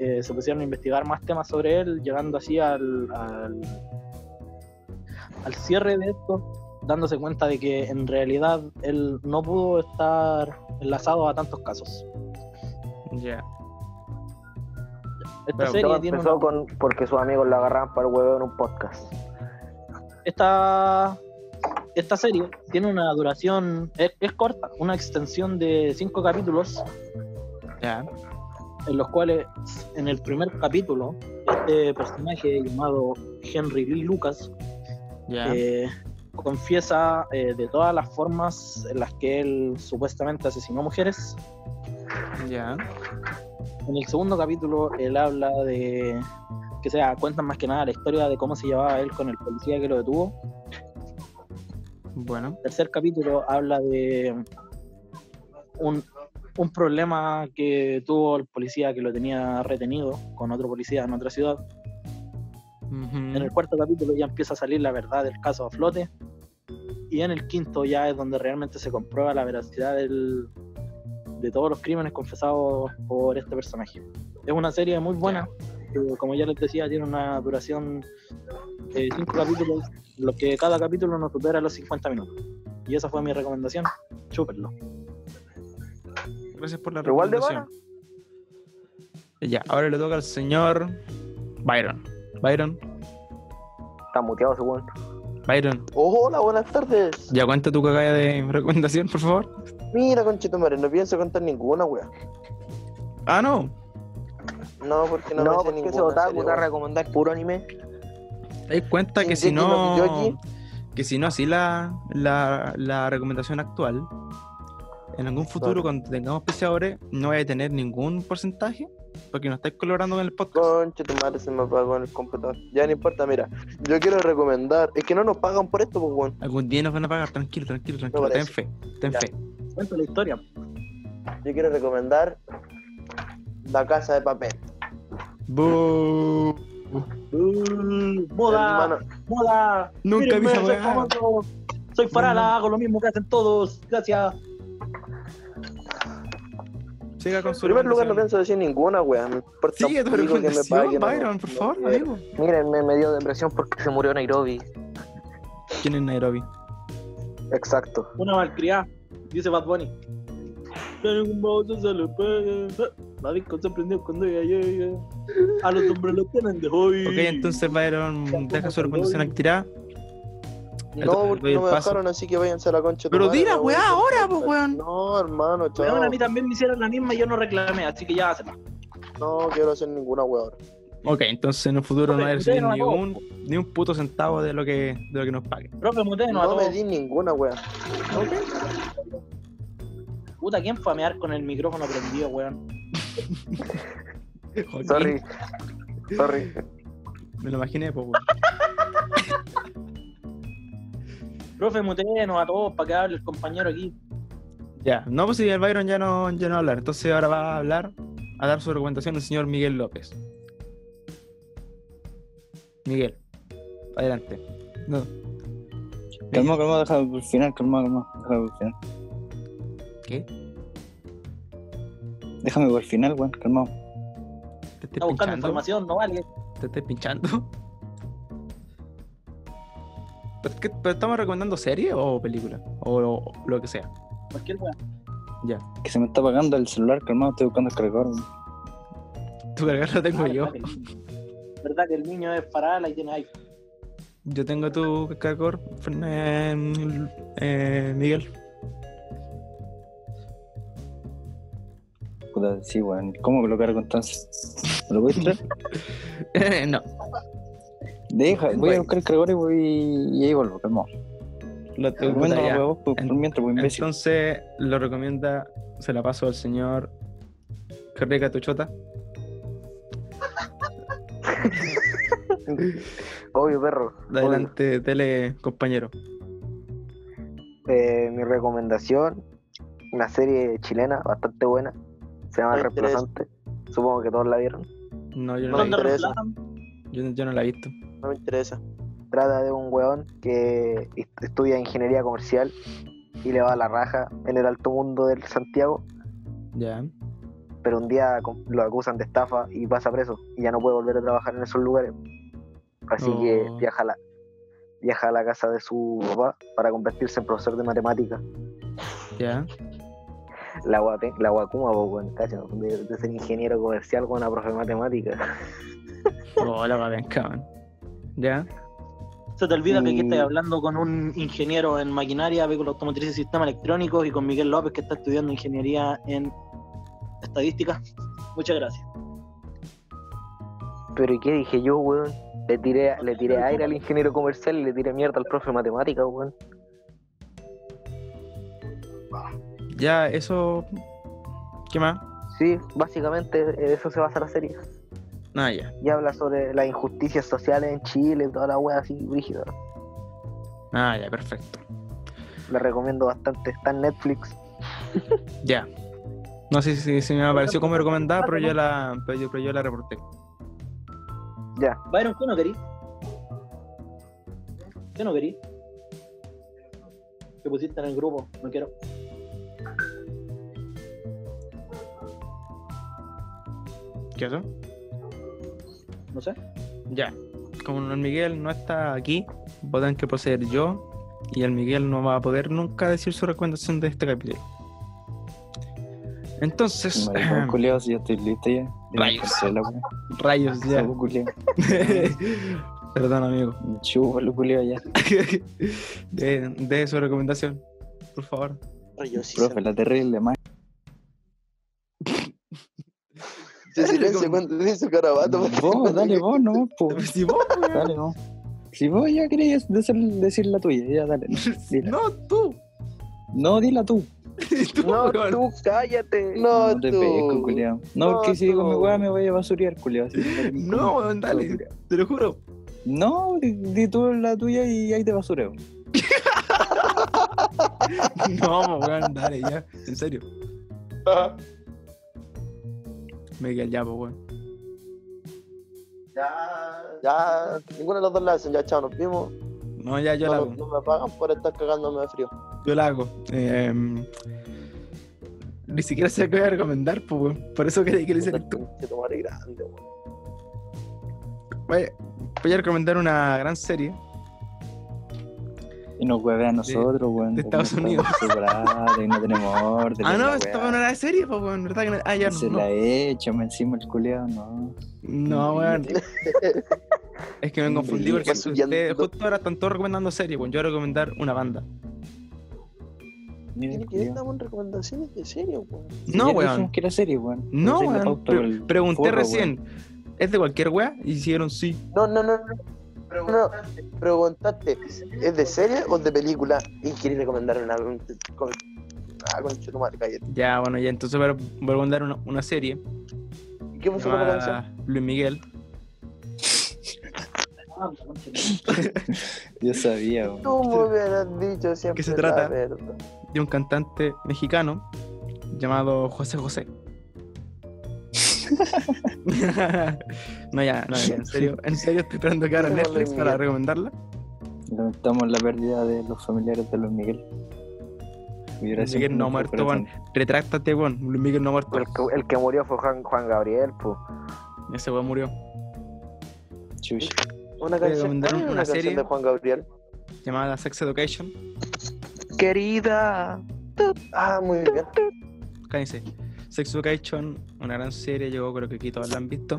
S4: eh, se pusieron a investigar más temas sobre él, llegando así al, al, al cierre de esto, dándose cuenta de que en realidad él no pudo estar enlazado a tantos casos.
S1: Ya.
S4: Esta
S1: Pero
S4: serie
S6: Todo
S4: tiene
S6: empezó
S4: una-
S6: con, porque sus amigos la agarraban para el huevo en un podcast.
S4: esta, esta serie tiene una duración, es, es corta, una extensión de cinco capítulos,
S1: Ya.
S4: en los cuales en el primer capítulo este personaje llamado Henry Lee Lucas
S1: Ya.
S4: eh, confiesa eh, de todas las formas en las que él supuestamente asesinó mujeres.
S1: Ya.
S4: En el segundo capítulo él habla de que sea cuentan más que nada la historia de cómo se llevaba él con el policía que lo detuvo.
S1: Bueno.
S4: tercer capítulo habla de un un problema que tuvo el policía que lo tenía retenido con otro policía en otra ciudad. En el cuarto capítulo ya empieza a salir la verdad del caso a flote. Y en el quinto ya es donde realmente se comprueba la veracidad del- de todos los crímenes confesados por este personaje. Es una serie muy buena. que, Como ya les decía, tiene una duración de cinco capítulos, lo que cada capítulo nos supera los 50 minutos. Y esa fue mi recomendación. Chúpenlo.
S1: Gracias por la
S6: Igual de
S1: recomendación. Eh, Ya, ahora le toca al señor Byron. Byron,
S5: Está muteado ese weón.
S1: Byron.
S6: Hola, buenas tardes.
S1: Ya cuenta tu cagada de recomendación, por favor.
S6: Mira, conchetumare, no pienso contar ninguna, wea.
S1: Ah, no.
S6: No, porque no,
S5: No,
S6: me sé
S5: porque ese
S6: ninguna, en
S5: otaku
S6: serio,
S5: te va a
S6: weón.
S5: recomendar puro anime.
S1: Te das cuenta que si
S6: Shingeki no
S1: no.
S6: Kyoji.
S1: Que si no, así la, la, la recomendación actual. En algún futuro, cuando tengamos auspiciadores, no vaya a tener ningún porcentaje. Porque no estáis colaborando con el podcast.
S6: Conchetumare, se me apagó en el computador. Ya no importa, mira. Yo quiero recomendar. Es que no nos pagan por esto, pues, weón.
S1: Algún día nos van a pagar. Tranquilo, tranquilo, tranquilo. Ten
S6: parece.
S1: fe. Ten
S6: Ya.
S1: fe.
S4: Cuenta la historia.
S6: Yo quiero recomendar. La casa de papel.
S1: Bu.
S4: Uh, Moda,
S6: Hermano,
S4: moda.
S1: Nunca vi
S4: Mírenme,
S1: esa
S4: soy
S1: weá.
S4: famoso, Soy farala, hago lo mismo que hacen todos. Gracias.
S1: Siga con
S6: en
S1: su
S6: primer lugar, no
S1: recomendación.
S6: pienso decir ninguna, wea. Me importa
S1: Sigue tu
S6: un pico que me
S1: recomendación,
S6: paguen o no.
S1: Byron, por
S6: No eh,
S1: favor,
S6: quiero.
S1: amigo.
S5: Miren, me, me dio depresión porque se murió Nairobi.
S1: ¿Quién es Nairobi?
S5: Exacto.
S4: Una malcriada, dice Bad Bunny. Pero un baboso se le pega. La disco se prendió cuando ella llega. A los hombres los tienen de hobby.
S1: Ok, entonces Byron deja su recomendación activada.
S6: No, porque
S1: Doy el
S6: no me
S1: paso.
S6: dejaron, así que váyanse a la concha. de tu
S1: Pero
S6: madre,
S1: di la
S6: weón.
S1: weá ahora, po, weón.
S6: No, hermano,
S4: pues, Weón, a
S6: chao.
S4: mí también me hicieron la misma y yo no reclamé, así que ya hacen.
S6: No quiero hacer ninguna weá ahora.
S1: Ok, entonces en el futuro no va a recibir
S4: Ustedes no
S1: ni
S4: la
S1: un, ni un puto centavo de lo que, de lo que nos paguen.
S4: Profe, mutéenos a
S6: No me
S4: todos.
S6: di ninguna weá.
S4: Puta, ¿quién fue a mear con el micrófono prendido, weón?
S1: Joaquín,
S5: Sorry. Sorry.
S1: Me lo imaginé, po, weón.
S4: Profe, mutéenos a todos para que hable el compañero aquí.
S1: Ya, no, pues si el Byron ya no, ya no va a hablar. Entonces ahora va a hablar, a dar su recomendación el señor Miguel López. Miguel, adelante. No.
S2: Calma, calma, deja el final, calma, calma. Déjame por el final.
S1: ¿Qué?
S2: Déjame por el final, weón, calma.
S1: ¿Te estoy
S4: Está buscando
S1: pinchando?
S4: información, no vale.
S1: ¿Te estoy pinchando? ¿Pero, qué- Pues pero estamos recomendando serie o película? O, o lo que sea.
S4: Cualquier weón.
S2: Que se me está apagando el celular, calma, estoy buscando el cargador. weón.
S1: Tu cargador lo tengo
S4: Ah,
S1: yo.
S4: verdad que el niño- ¿Verdad que el niño es farala y tiene ahí?
S1: Yo tengo tu cargador, Fern- eh, eh, Miguel.
S2: Puta, sí, weón. ¿Cómo que lo cargo entonces? ¿Me lo voy a traer?
S1: no.
S2: Deja, voy
S1: Bueno.
S2: a buscar el cargador y voy y ahí vuelvo, calma.
S1: Lo tengo
S2: Recomiendo
S1: ya.
S2: la weá vos por, por
S1: En-
S2: mientras, pues imbécil.
S1: Entonces lo recomienda, se la paso al señor Carrega Tuchota.
S5: Obvio, perro. Obvio.
S1: Adelante, tele compañero.
S5: Eh, mi recomendación, una serie chilena bastante buena. Se llama El
S6: Ay, tres.
S5: Reemplazante. Supongo que todos la vieron.
S1: No, yo no, la, he
S6: No,
S4: ¿Dónde
S1: visto.
S6: interesa.
S4: reemplazan?
S1: Yo, yo no la he visto.
S6: No me interesa.
S5: Trata de un weón que est- estudia ingeniería comercial y le va a la raja en el alto mundo del Santiago,
S1: Ya.
S5: pero un día com- lo acusan de estafa y pasa preso y ya no puede volver a trabajar en esos lugares. Así
S1: Oh.
S5: que viaja a, la, viaja a la casa de su papá para convertirse en profesor de matemáticas.
S1: Ya.
S5: La, guate, la guacuma, po, weón, cacha, de, de ser ingeniero comercial con una profe de matemáticas.
S1: Hola, Babenca, man. Ya.
S4: Se te olvida que aquí
S5: Y-
S4: estás hablando con un ingeniero en maquinaria, vehículos automotrices y sistemas electrónicos y con Miguel López que está estudiando ingeniería en estadística. Muchas gracias.
S5: Pero ¿y qué dije yo, weón? Le tiré, le tiré aire al ingeniero comercial y le tiré mierda al profe de matemáticas, weón.
S1: Ya, eso. ¿Qué más?
S5: Sí, básicamente de eso se basa la serie.
S1: Ah, ya.
S5: Y habla sobre las injusticias sociales en Chile, toda la wea así rígida.
S1: Ah, ya, perfecto.
S5: La recomiendo bastante. Está en Netflix.
S1: Ya. No sé si, si me apareció como recomendada, pero yo la, pero yo, pero yo la reporté.
S5: Ya.
S4: Byron, ¿qué no querís? ¿Qué no querís? Te pusiste en el grupo, no quiero.
S1: ¿Qué eso?
S4: No sé.
S1: Ya. Como el Miguel no está aquí, voy a tener que proceder yo. Y el Miguel no va a poder nunca decir su recomendación de este capítulo. Entonces,
S2: Maricón culiao, si yo estoy listo ya. Ya
S1: Rayos.
S2: cancela, weón.
S1: rayos ya.
S2: Sapo culiao.
S1: Perdón, amigo.
S2: Chúpalo culiao ya.
S1: de, de su recomendación, por favor.
S2: Profe, la terrible, man.
S6: Se silencia cuando dice carabato.
S2: Vos, dale vos, no, po.
S1: Si vos,
S2: Dale vos. Si vos ya querías decir, decir la tuya, ya dale. No, dila.
S1: no, tú.
S2: No, dila tú.
S1: Tú,
S6: No,
S1: weón.
S6: tú cállate. No,
S2: te
S6: tú.
S2: pesco, culiao. No,
S6: No,
S2: porque si digo
S6: tú.
S2: mi weá me voy a basurear, culiao. Así que dale,
S1: No, weón, dale, te lo juro.
S2: No, di, di tú la tuya y ahí te basureo.
S1: No, weón, dale, ya, en serio. Miguel, ya, pues, weón.
S6: Ya, ya, ninguno de los dos la hacen, ya chao, nos vimos.
S1: No, ya, yo la
S6: No,
S1: hago.
S6: no me pagan por estar cagándome de frío.
S1: Yo la hago. Eh, ni siquiera sé qué voy a recomendar, pues, weón. Por eso quería que le hicieras tú.
S6: Pinche tu madre grande, weón.
S1: Vaya, voy a recomendar una gran serie.
S2: Y nos hueve a nosotros, weón.
S1: de Estados
S2: Estamos
S1: Unidos.
S2: acostumbrados Y no tenemos orden.
S1: Ah,
S2: la
S1: no,
S2: weá.
S1: esta no era serie, pues, weón. ¿Verdad que no? Ah, ya,
S2: Se
S1: no.
S2: la he hecho, me encima el culiao, no.
S1: No, weón. Es que me confundí porque
S6: Está subiendo.
S1: ustedes justo ahora están todos recomendando series, weón. Yo voy a recomendar una banda.
S2: Mira el
S6: Tiene que
S2: culiao.
S6: estamos en recomendaciones de serio, weón.
S1: No,
S2: Ya
S1: weón.
S2: dijimos que era serie, weón.
S1: No,
S2: Pero
S1: weón.
S2: pauta
S1: Pre-
S2: por el
S1: pregunté
S2: forro,
S1: recién. ¿Es de cualquier weá? Y Hicieron sí.
S6: No, no, no, no. No, preguntaste, ¿es de serie o de película? Y quieres recomendarme una. Con, ah, concha tu madre, cállate.
S1: Ya, bueno, ya. Entonces voy a voy a recomendar una, una serie.
S6: ¿Y qué puso
S1: Ah,
S6: la canción?
S1: llamada Luis Miguel.
S4: Ah, la concha de la-
S2: weón. Yo sabía, weón.
S6: Tú me hubieras dicho siempre.
S1: se trata?
S6: la verdad.
S1: De un cantante mexicano llamado José José. no, ya, no, ya, en serio, en serio estoy esperando que ahora
S6: Luis
S1: Netflix para
S6: Miguel.
S1: recomendarla.
S2: Lamentamos la pérdida de los familiares de Luis Miguel. Hubiera
S1: Luis
S2: sido
S1: Miguel no ha
S2: nuestro
S1: muerto,
S2: corazón.
S1: weón. Retráctate, weón. Luis Miguel no ha muerto.
S5: El que, el que murió fue Juan, Juan Gabriel, pues.
S1: Ese weón murió.
S2: Chush.
S6: Una
S1: Te
S6: canción,
S1: recomendaron
S6: ¿cuál es
S1: una
S6: una canción
S1: serie.
S6: de Juan Gabriel.
S1: Llamada Sex Education.
S3: Querida.
S6: Ah, muy bien.
S1: Cállense. Sex Education, una gran serie, yo creo que aquí todos la han visto.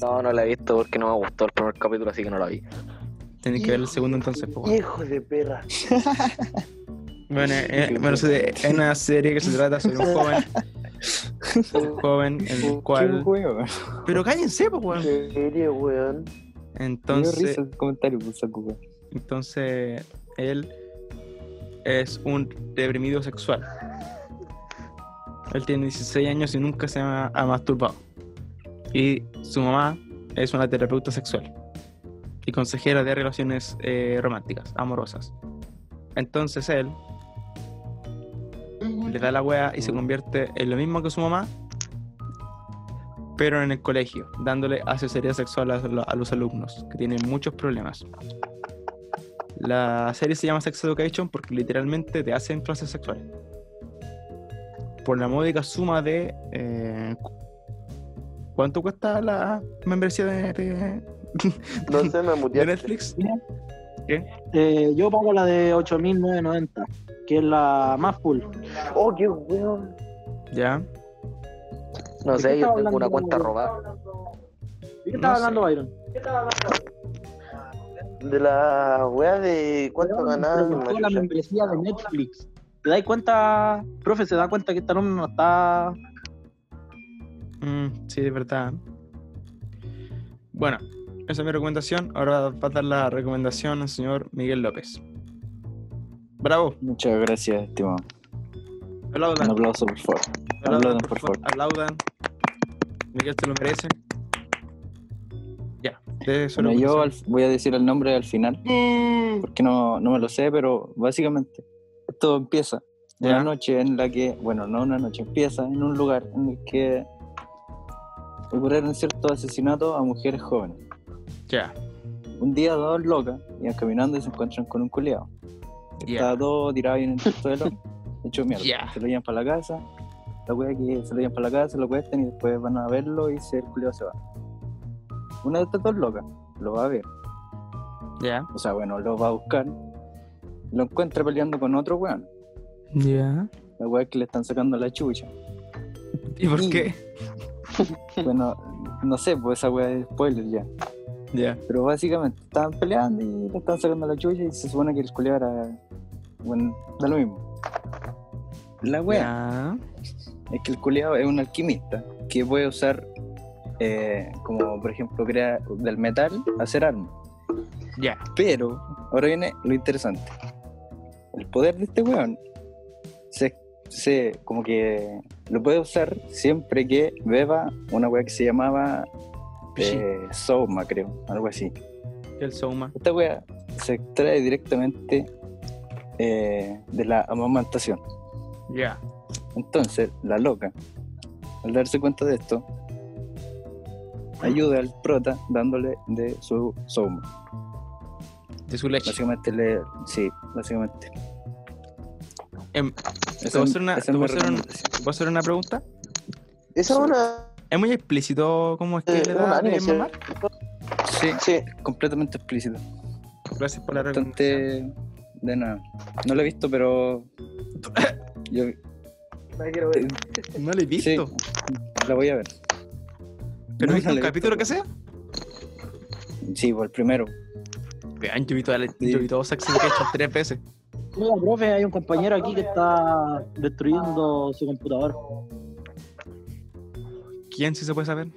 S3: No, no la he visto porque no me gustó el primer capítulo, así que no la vi.
S1: Tenéis que ver el segundo entonces, pues, weón.
S6: Hijo de perra.
S1: Bueno, eh, bueno, se- es una serie que se trata sobre un joven. Un joven en el cual.
S2: Qué weón.
S1: Pero cállense, pues, weón.
S6: Serie, weón.
S2: Me dio
S1: Entonces,
S2: risa el comentario, pues, puso Cuba.
S1: entonces él es un deprimido sexual. Él tiene 16 años y nunca se ha, ha masturbado. Y su mamá es una terapeuta sexual y consejera de relaciones eh, románticas, amorosas. Entonces él le da la wea y se convierte en lo mismo que su mamá, pero en el colegio, dándole asesoría sexual a, lo- a los alumnos, que tienen muchos problemas. La serie se llama Sex Education porque literalmente te hacen clases sexuales. Por la módica suma de... eh, cu- ¿Cuánto cuesta la membresía de, de-
S6: No sé, me
S1: de
S6: muteaste.
S1: Netflix?
S4: Eh, yo pago la de 8.990, que es la más full.
S6: Oh, qué weón.
S1: Ya.
S3: No
S4: ¿De qué
S3: sé, yo
S4: estaba
S3: tengo una
S4: hablando?
S3: cuenta robada.
S4: ¿De qué estaba
S1: No
S4: hablando Byron?
S6: De la weá de cuánto
S4: Byron
S6: ganaba mi
S4: preguntó la
S6: marido.
S4: membresía de Netflix. ¿Te das cuenta, profe? ¿Se da cuenta que esta alumna no está
S1: Mm, sí, es verdad. Bueno, esa es mi recomendación. Ahora va a dar la recomendación al señor Miguel López. Bravo.
S2: Muchas gracias, estimado. Un
S1: Aplaudan.
S2: aplauso, por favor. aplaudan, por favor.
S1: Aplaudan. Miguel se lo merece. Ya. de su
S2: Bueno, yo
S1: recomendación.
S2: al- voy a decir el nombre al final, porque no, no me lo sé, pero básicamente esto empieza de
S1: Ya.
S2: la noche en la que, bueno, no una noche, empieza en un lugar en el que ocurrieron ciertos asesinatos a mujeres jóvenes.
S9: Ya,
S2: Un día dos locas iban caminando y se encuentran con un culiao. Estaba
S9: ya.
S2: todo tirado ahí en el suelo, hecho mierda.
S9: Ya.
S2: Se lo llevan para la casa, la wea que se lo llevan para la casa, lo cuestan y después van a verlo y se, el culiao se va. Una de estas dos locas lo va a ver,
S9: Ya.
S2: o sea, bueno, lo va a buscar, lo encuentra peleando con otro weón.
S9: Ya.
S2: La wea que le están sacando la chucha.
S1: ¿Y por
S2: Sí.
S1: qué?
S2: Bueno, no sé, pues esa weá es spoiler ya.
S1: Ya.
S2: Pero básicamente estaban peleando y le estaban sacando la chulla y se supone que el culiao era. Bueno, da lo mismo. La weá
S9: Ya.
S2: es que el culiao es un alquimista que puede usar, eh, como por ejemplo, crea del metal, hacer armas.
S9: Ya.
S2: Pero, ahora viene lo interesante. El poder de este weón se, se- como que lo puede usar siempre que beba una weá que se llamaba eh, Soma, creo, algo así.
S1: El Soma.
S2: Esta weá se extrae directamente eh, de la amamantación.
S9: Ya.
S2: Entonces, la loca, al darse cuenta de esto, ayuda al prota dándole de su Soma.
S1: De su leche.
S2: Básicamente le. Sí, básicamente.
S1: Em,
S2: Esa
S1: te voy a
S2: es-
S1: hacer una-
S2: esa es
S1: te voy a
S2: mi
S1: hacer un-
S2: recomendación.
S1: ¿Puedo hacer una pregunta?
S6: Esa es una.
S1: Es muy explícito cómo es que
S6: eh,
S1: le
S6: un
S1: da
S6: anime,
S1: de
S6: ¿sí?
S1: mamar.
S2: Sí,
S6: Sí,
S2: completamente explícito.
S1: Gracias por la recomendación.
S2: Bastante. De nada. No lo he visto, pero. Yo
S5: La quiero ver.
S1: No lo he visto.
S2: Sí, la voy a ver.
S1: ¿Pero
S2: No,
S1: viste
S2: no
S1: un
S2: la he
S1: capítulo que
S2: visto.
S1: sea?
S2: Sí, por el primero.
S1: Vean, yo vi toda la, yo vi todo Sex Education tres veces.
S4: Hola, profe, hay un compañero aquí que está destruyendo su computador.
S1: ¿Quién sí se puede saber?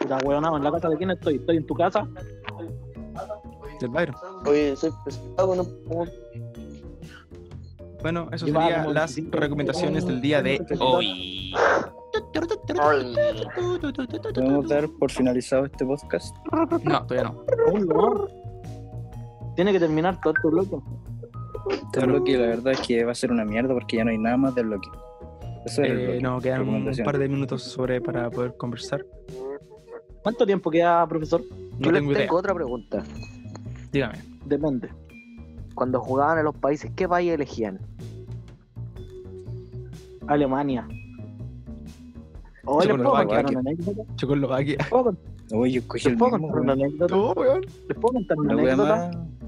S4: Puta huevonado, ¿en la casa de quién estoy? ¿Estoy en tu casa?
S1: Del Byron.
S6: oye, soy pues, ah, pesado, no puedo-
S1: Bueno, eso
S4: Llevaba
S1: serían
S4: como
S1: las
S4: 25
S1: recomendaciones del día de hoy.
S2: Podemos dar por finalizado este podcast.
S9: No, todavía no.
S4: Aún no. Tiene que terminar todo este bloque.
S2: Este bloque, la verdad es que va a ser una mierda porque ya no hay nada más de bloque. Eso es el
S1: Eh,
S2: bloque.
S1: no, quedan un
S2: Recomendación.
S1: par de minutos sobre para poder conversar.
S4: ¿Cuánto tiempo queda, profesor?
S1: No
S5: Yo les
S1: tengo idea.
S5: tengo otra pregunta.
S1: Dígame.
S4: Depende.
S5: Cuando jugaban en los países, ¿qué país elegían?
S4: Alemania. Oh,
S1: Sí,
S4: ¿Les
S1: bueno,
S4: puedo
S1: va,
S4: contar
S1: va,
S4: una anécdota?
S1: Checoslovaquia.
S4: ¿Les puedo contar-
S2: Oye, yo cogí
S4: les
S2: el
S4: puedo
S2: mismo.
S4: contar una
S2: weón.
S4: anécdota?
S1: No, weón.
S4: ¿Les puedo contar una
S2: La wea
S4: anécdota?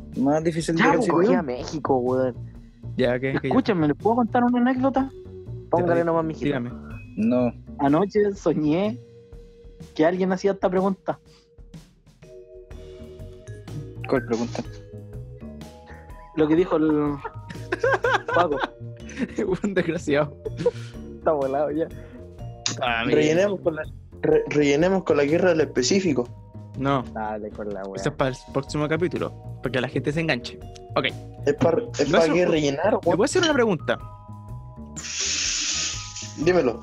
S2: más, más difícil de
S5: Ya,
S2: decir,
S5: cogí
S2: weón.
S5: a México, weón.
S1: Ya, que. que ya.
S4: Escúchenme, ¿les puedo contar una anécdota?
S5: Póngale nomás, mijito.
S1: Dígame.
S2: No.
S4: Anoche soñé que alguien hacía esta pregunta.
S2: ¿Cuál pregunta?
S4: Lo que dijo el... Paco.
S1: un desgraciado.
S5: Está volado ya.
S1: Ah, mira.
S6: Rellenemos con la. re- rellenemos con la guerra del específico.
S1: No,
S5: Dale con la weá.
S1: esto es para el próximo capítulo. Porque la gente se enganche.
S6: Es para es
S1: No,
S6: pa'
S1: eso-
S6: que rellenar,
S1: Le
S6: weón.
S1: voy a hacer una pregunta.
S6: Dímelo.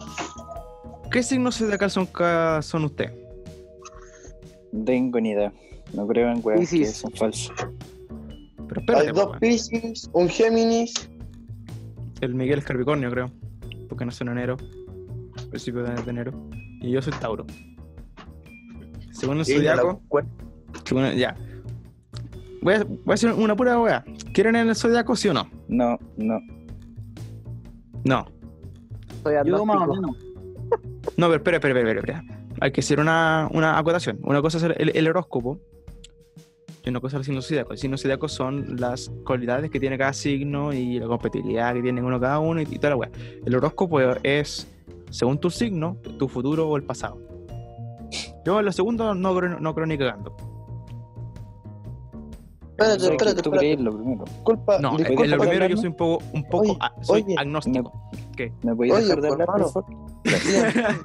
S1: ¿Qué signos zodiacal son, ca- son usted?
S2: No tengo ni idea. No creo en weas que
S5: Piscis.
S2: son falsas.
S1: Pero
S6: Hay
S1: espérate, po,
S6: dos
S1: weón.
S6: Pisces, un Géminis.
S1: El Miguel es Capricornio, creo. Porque nació en enero. Principio de de enero. Y yo soy Tauro. Según el
S6: y la-
S1: zodiaco. según el- ya. Voy a, voy a hacer una pura weá. ¿Quieren en el zodiaco, sí o no?
S2: No, no.
S1: No.
S5: Estoy
S4: Yo más o
S5: agnóstico.
S4: menos.
S1: No, pero espera, espera, espera, espera. espera. Hay que hacer una, una acotación. Una cosa es el, el- el horóscopo y una cosa es el signo zodiaco. El signo zodiaco son las cualidades que tiene cada signo y la competitividad que tiene uno cada uno y, y toda la weá. El horóscopo es, según tu signo, tu futuro o el pasado. Yo en lo segundo no, creo- no creo ni cagando.
S6: Espérate,
S2: Hay que
S6: espérate,
S2: tú
S6: espérate.
S2: crees lo primero.
S6: Disculpa,
S1: No, en-
S6: disculpa
S1: en lo
S6: por
S1: primero yo
S6: hablarme.
S1: soy un poco, un poco
S6: Oye,
S1: a- soy
S6: oye.
S1: agnóstico.
S2: ¿Me podéis
S6: Oye,
S2: dejar de
S6: por
S2: hablar, por
S6: mano.
S2: favor?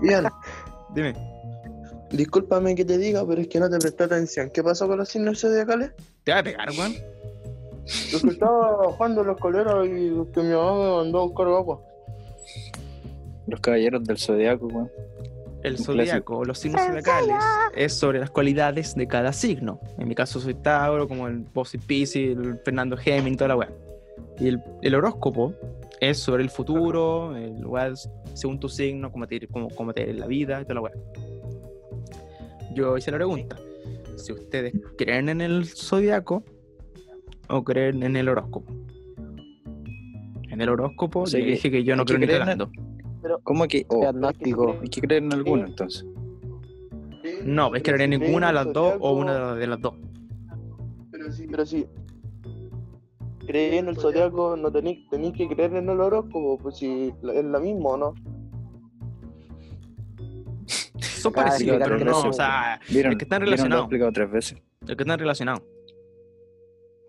S6: Bien,
S1: Dime.
S6: discúlpame que te diga, pero es que no te presté atención. ¿Qué pasó con los signos zodiacales?
S1: Te voy a pegar, weón.
S6: Los que estaba bajando los coleros y los que mi mamá me mandó a buscar agua.
S2: Los caballeros del zodiaco, weón.
S1: El
S2: Un
S1: zodiaco, los signos zodiacales, es sobre las cualidades de cada signo. En mi caso soy Tauro, como el Bossy Pisi, el Fernando Heming, toda la weá. Y el, el horóscopo es sobre el futuro, el weá, según tu signo, cómo te, ir- cómo, cómo te ir en la vida y toda la weá. Yo hice la pregunta: si ustedes creen en el zodiaco o creen en el horóscopo. En el horóscopo,
S2: O sea
S1: yo
S2: que
S1: dije que yo no
S2: hay que
S1: creo ni
S2: creer en-
S1: cagando.
S2: ¿Cómo que? oh,
S6: Soy agnóstico.
S2: hay que creer en alguno entonces.
S1: No, es que no
S6: Pero
S1: haría
S6: si creen
S1: ninguna de
S6: en
S1: las dos o
S6: zodiaco-
S1: una de las- de las dos.
S6: Pero sí. Pero sí. Creí en el zodiaco, no tenéis tenéis que creer en el horóscopo, pues si la- es la misma o no.
S1: Son
S5: Ah,
S1: parecidos,
S5: explicar
S1: pero
S5: que
S1: no,
S5: no.
S1: o sea,
S2: ¿Vieron?
S1: Es que están
S2: ¿Vieron? Lo he
S1: relacionados.
S2: explicado tres veces.
S1: es que están relacionados.